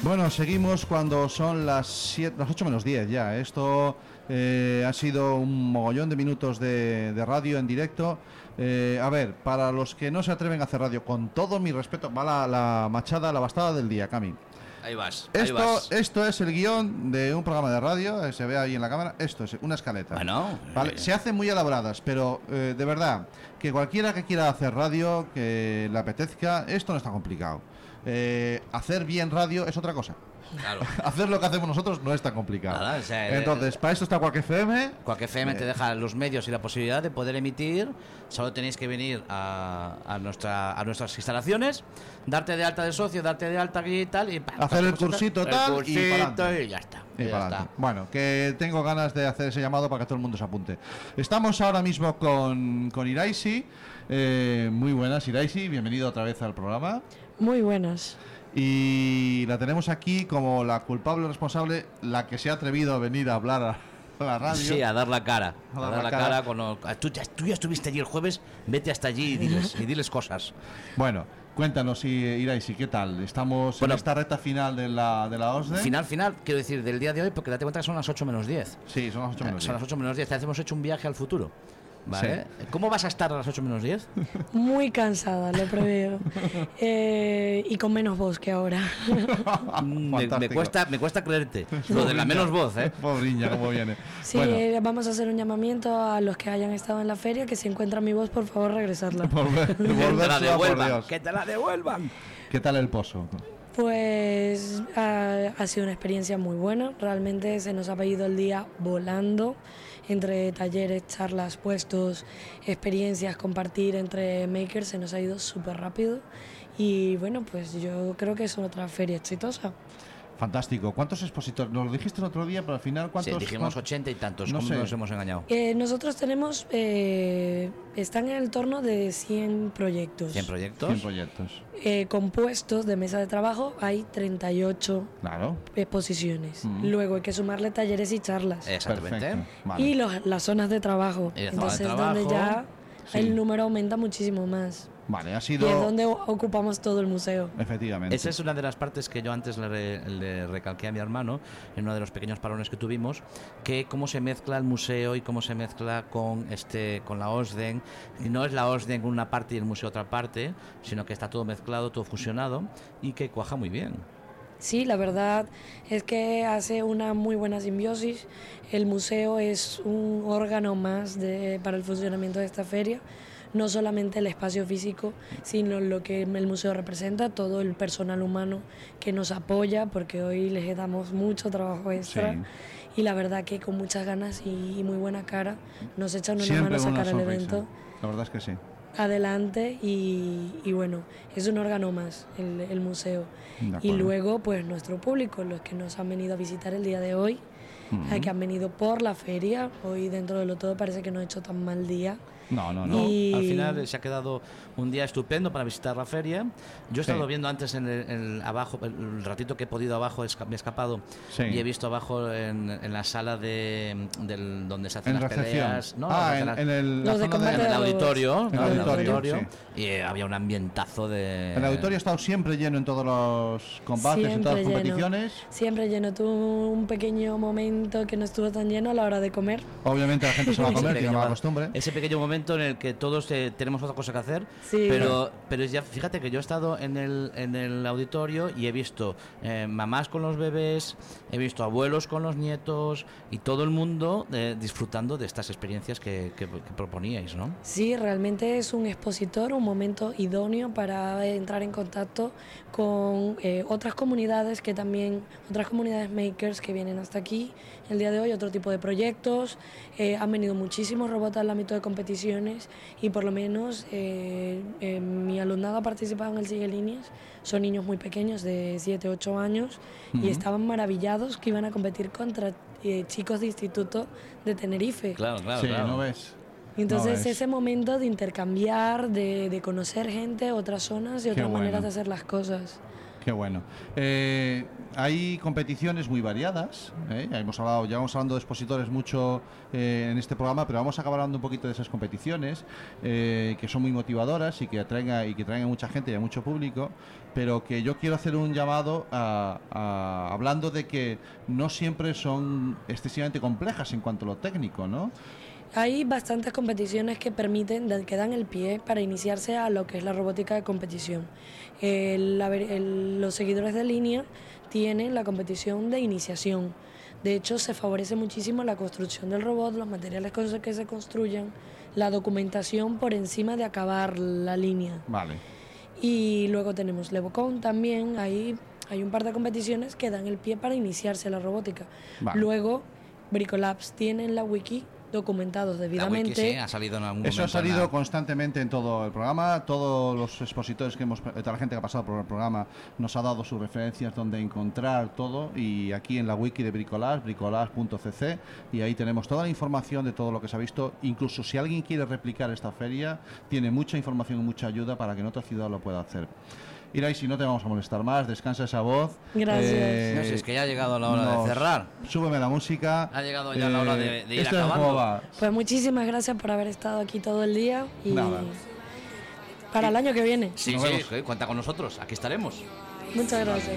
[SPEAKER 1] Bueno, seguimos cuando son las 7, las 8 menos 10 ya. Esto eh, ha sido un mogollón de minutos de, de radio en directo. Eh, a ver, para los que no se atreven a hacer radio, con todo mi respeto, va la, la machada, la bastada del día, Cami.
[SPEAKER 2] Ahí vas, ahí
[SPEAKER 1] Esto,
[SPEAKER 2] vas.
[SPEAKER 1] esto es el guión de un programa de radio, eh, se ve ahí en la cámara. Esto es una escaleta.
[SPEAKER 2] Bueno, eh.
[SPEAKER 1] Vale, Se hacen muy elaboradas, pero eh, de verdad, que cualquiera que quiera hacer radio, que le apetezca, esto no está complicado. Eh, hacer bien radio es otra cosa. Hacer lo que hacemos nosotros no es tan complicado.
[SPEAKER 2] Nada, o sea, eh,
[SPEAKER 1] Entonces, para eso está Quack FM.
[SPEAKER 2] Quack FM te
[SPEAKER 1] Eh.
[SPEAKER 2] deja los medios y la posibilidad de poder emitir. Solo tenéis que venir a, a nuestra, a nuestras instalaciones, darte de alta de socio, darte de alta guía y tal. Y pam,
[SPEAKER 1] Hacer el
[SPEAKER 2] cosas,
[SPEAKER 1] cursito
[SPEAKER 2] el
[SPEAKER 1] tal y
[SPEAKER 2] cursito
[SPEAKER 1] pa'lante.
[SPEAKER 2] y ya está.
[SPEAKER 1] Y
[SPEAKER 2] y ya
[SPEAKER 1] pa'lante.
[SPEAKER 2] está.
[SPEAKER 1] Bueno, que tengo ganas de hacer ese llamado para que todo el mundo se apunte. Estamos ahora mismo con, con Iraisi. Eh, muy buenas, Iraisi. Bienvenido otra vez al programa.
[SPEAKER 19] Muy buenas.
[SPEAKER 1] Y la tenemos aquí como la culpable responsable, la que se ha atrevido a venir a hablar a la radio.
[SPEAKER 2] Sí, a dar la cara. A dar, la cara.
[SPEAKER 1] cara.
[SPEAKER 2] con los- ah, tú, ya, tú ya estuviste allí el jueves, vete hasta allí y diles, y diles cosas.
[SPEAKER 1] Bueno, cuéntanos, I- Iraisi, ¿qué tal? Estamos en esta recta final de la, de la OSDE.
[SPEAKER 2] Final, final, quiero decir, del día de hoy, porque date cuenta que son las 8 menos 10.
[SPEAKER 1] Sí, son las 8 menos
[SPEAKER 2] Son
[SPEAKER 1] 10.
[SPEAKER 2] las 8 menos 10, te hemos hecho un viaje al futuro. ¿Vale? ¿Cómo vas a estar a las 8 menos 10?
[SPEAKER 19] Muy cansada, lo preveo. Eh, y con menos voz que ahora.
[SPEAKER 2] me, me
[SPEAKER 1] Ah, Fantástico.
[SPEAKER 2] cuesta, me cuesta creerte. Lo de la menos voz, ¿eh?
[SPEAKER 1] Pobriña, cómo viene.
[SPEAKER 19] Sí,
[SPEAKER 2] Bueno.
[SPEAKER 19] eh, vamos a hacer un llamamiento a los que hayan estado en la feria, que si encuentran mi voz, por favor, regresarla.
[SPEAKER 1] Volver- volver
[SPEAKER 2] la
[SPEAKER 1] solo, por
[SPEAKER 2] devuelvan,
[SPEAKER 1] Dios.
[SPEAKER 2] que te la devuelvan.
[SPEAKER 1] ¿Qué tal el pozo?
[SPEAKER 19] Pues ha, ha sido una experiencia muy buena. Realmente se nos ha pedido el día volando entre talleres, charlas, puestos, experiencias, compartir entre makers. Se nos ha ido súper rápido. Y bueno, pues yo creo que es otra feria exitosa.
[SPEAKER 1] Fantástico. ¿Cuántos expositores? Nos lo dijiste el otro día, pero al final, ¿cuántos?
[SPEAKER 2] Sí, dijimos
[SPEAKER 1] cuán-
[SPEAKER 2] 80 y tantos.
[SPEAKER 1] No
[SPEAKER 2] ¿Cómo
[SPEAKER 1] sé.
[SPEAKER 2] nos hemos engañado?
[SPEAKER 19] Eh, nosotros tenemos, eh, están en el torno de 100 proyectos.
[SPEAKER 2] 100 proyectos.
[SPEAKER 1] 100 proyectos.
[SPEAKER 19] Eh, compuestos de mesa de trabajo hay 38
[SPEAKER 1] Claro.
[SPEAKER 19] exposiciones.
[SPEAKER 1] Mm.
[SPEAKER 19] Luego hay que sumarle talleres y charlas.
[SPEAKER 2] Exactamente.
[SPEAKER 19] Y los- las zonas de trabajo.
[SPEAKER 2] Y las zonas
[SPEAKER 19] Entonces,
[SPEAKER 2] de
[SPEAKER 19] donde ya
[SPEAKER 2] trabajo,
[SPEAKER 1] sí.
[SPEAKER 19] el número aumenta muchísimo más.
[SPEAKER 1] Vale, ha
[SPEAKER 19] Y es
[SPEAKER 1] sido.
[SPEAKER 19] donde o- ocupamos todo el museo.
[SPEAKER 1] Efectivamente.
[SPEAKER 2] Esa es una de las partes que yo antes le, re- le recalqué a mi hermano en uno de los pequeños parones que tuvimos, que cómo se mezcla el museo y cómo se mezcla con este con la OSDEN. Y no es la OSDEN una parte y el museo otra parte, sino que está todo mezclado, todo fusionado y que cuaja muy bien.
[SPEAKER 19] Sí, la verdad es que hace una muy buena simbiosis. El museo es un órgano más de- para el funcionamiento de esta feria. No solamente el espacio físico, sino lo que el museo representa, todo el personal humano que nos apoya, porque hoy les damos mucho trabajo extra.
[SPEAKER 1] Sí.
[SPEAKER 19] Y la verdad que con muchas ganas y, y muy buena cara nos echan una mano
[SPEAKER 1] Siempre
[SPEAKER 19] a
[SPEAKER 1] una
[SPEAKER 19] sacar el
[SPEAKER 1] sonrisa.
[SPEAKER 19] evento
[SPEAKER 1] La verdad es que sí.
[SPEAKER 19] adelante y, y bueno, es un órgano más el, el museo.
[SPEAKER 1] De
[SPEAKER 19] Y
[SPEAKER 1] acuerdo.
[SPEAKER 19] luego pues nuestro público, los que nos han venido a visitar el día de hoy,
[SPEAKER 1] Ujú.
[SPEAKER 19] a que han venido por la feria, hoy dentro de lo todo parece que no he hecho tan mal día.
[SPEAKER 2] No, no,
[SPEAKER 19] no. Y-
[SPEAKER 2] Al final eh, se ha quedado un día estupendo para visitar la feria. Yo he
[SPEAKER 1] Sí.
[SPEAKER 2] estado viendo antes en el, en el abajo, el- el ratito que he podido abajo, esca- me he escapado
[SPEAKER 1] Sí.
[SPEAKER 2] y he visto abajo en, en la sala de, del- donde se hacen
[SPEAKER 1] En
[SPEAKER 2] las
[SPEAKER 1] recepción.
[SPEAKER 2] peleas. No,
[SPEAKER 1] Ah,
[SPEAKER 2] las-
[SPEAKER 1] en-
[SPEAKER 2] las-
[SPEAKER 1] en el- la
[SPEAKER 2] en
[SPEAKER 1] Los de zona de- combate
[SPEAKER 2] el
[SPEAKER 1] de robots.
[SPEAKER 2] auditorio.
[SPEAKER 1] En el
[SPEAKER 2] ¿no? En el
[SPEAKER 1] auditorio,
[SPEAKER 2] auditorio. Y eh, había un ambientazo de.
[SPEAKER 1] El auditorio ha estado siempre lleno en todos los combates, en todas las competiciones.
[SPEAKER 19] Siempre lleno. Tuve un pequeño momento que no estuvo tan lleno a la hora de comer.
[SPEAKER 1] Obviamente la gente se va a
[SPEAKER 2] Ese
[SPEAKER 1] comer,
[SPEAKER 2] pequeño
[SPEAKER 1] tiene mala
[SPEAKER 2] mo-
[SPEAKER 1] costumbre.
[SPEAKER 2] Ese pequeño momento en el que todos eh, tenemos otra cosa que hacer.
[SPEAKER 19] Sí.
[SPEAKER 2] Pero, pero es ya, fíjate que yo he estado en el, en el auditorio y he visto eh, mamás con los bebés, he visto abuelos con los nietos y todo el mundo eh, disfrutando de estas experiencias que, que- que proponíais, ¿no?
[SPEAKER 19] Sí, realmente es un expositor, un momento idóneo para entrar en contacto con eh, otras comunidades que también, otras comunidades makers que vienen hasta aquí el día de hoy, otro tipo de proyectos. Eh, han venido muchísimos robots al ámbito de competiciones y por lo menos eh, eh, mi alumnado ha participado en el Sigue Líneas. Son niños muy pequeños, de 7, 8 años,
[SPEAKER 2] Ujú.
[SPEAKER 19] y estaban maravillados que iban a competir contra eh, chicos de instituto de Tenerife.
[SPEAKER 2] Claro, claro,
[SPEAKER 1] sí,
[SPEAKER 2] claro.
[SPEAKER 1] no ves.
[SPEAKER 19] Y Entonces
[SPEAKER 1] No, es-
[SPEAKER 19] ese momento de intercambiar, de, de conocer gente, otras zonas y
[SPEAKER 1] Qué
[SPEAKER 19] otras maneras
[SPEAKER 1] bueno.
[SPEAKER 19] de hacer las cosas.
[SPEAKER 1] Qué bueno. Eh, hay competiciones muy variadas. ¿eh? Ya Hemos hablado, ya vamos hablando de expositores mucho eh, en este programa, pero vamos a acabar hablando un poquito de esas competiciones eh, que son muy motivadoras y que atraen a, y que traen a mucha gente y a mucho público. Pero que yo quiero hacer un llamado a- a- hablando de que no siempre son excesivamente complejas en cuanto a lo técnico, ¿no?
[SPEAKER 19] Hay bastantes competiciones que permiten, da- que dan el pie para iniciarse a lo que es la robótica de competición. El- la ver- el- los seguidores de línea tienen la competición de iniciación. De hecho, se favorece muchísimo la construcción del robot, los materiales con los que se construyan, la documentación por encima de acabar la línea.
[SPEAKER 1] Vale.
[SPEAKER 19] Y luego tenemos Levocon también, ahí hay un par de competiciones que dan el pie para iniciarse la robótica.
[SPEAKER 2] Vale.
[SPEAKER 19] Luego, Bricolabs tiene en la wiki documentados
[SPEAKER 2] La wiki
[SPEAKER 19] debidamente.
[SPEAKER 2] sí, ha salido en algún
[SPEAKER 1] Eso ha
[SPEAKER 2] momento en
[SPEAKER 1] salido
[SPEAKER 2] la-
[SPEAKER 1] constantemente en todo el programa. Todos los expositores que hemos, eh, toda la gente que ha pasado por el programa nos ha dado sus referencias donde encontrar todo y aquí en la wiki de Bricolás, bricolás.cc y ahí tenemos toda la información de todo lo que se ha visto. Incluso si alguien quiere replicar esta feria, tiene mucha información y mucha ayuda para que en otra ciudad lo pueda hacer. Irai, si no te vamos a molestar más, descansa esa voz. Eh,
[SPEAKER 2] Gracias. Eh, No, si es que ya ha llegado la hora de cerrar.
[SPEAKER 1] Súbeme la música. Eh,
[SPEAKER 2] Ha llegado ya la hora de- de ir
[SPEAKER 1] esto es
[SPEAKER 2] acabando.
[SPEAKER 1] como va.
[SPEAKER 19] Pues muchísimas gracias por haber estado aquí todo el día y
[SPEAKER 2] Nada.
[SPEAKER 19] para el año que viene.
[SPEAKER 2] Sí, sí, eh, cuenta con nosotros, aquí estaremos.
[SPEAKER 19] Muchas gracias.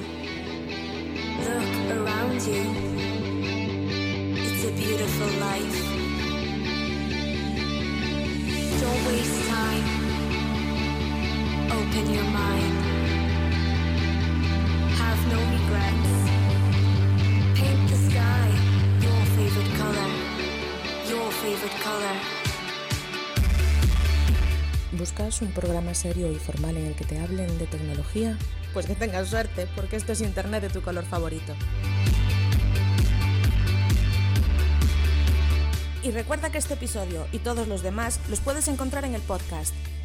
[SPEAKER 3] Look around you. It's a beautiful life. Don't waste time. Open your mind. Have no regrets. Paint the sky your favorite color. Your favorite color.
[SPEAKER 5] ¿Buscas un programa serio y formal en el que te hablen de tecnología?
[SPEAKER 22] Pues que tengas suerte, porque esto es Internet de tu color favorito.
[SPEAKER 5] Y recuerda que este episodio y todos los demás los puedes encontrar en el podcast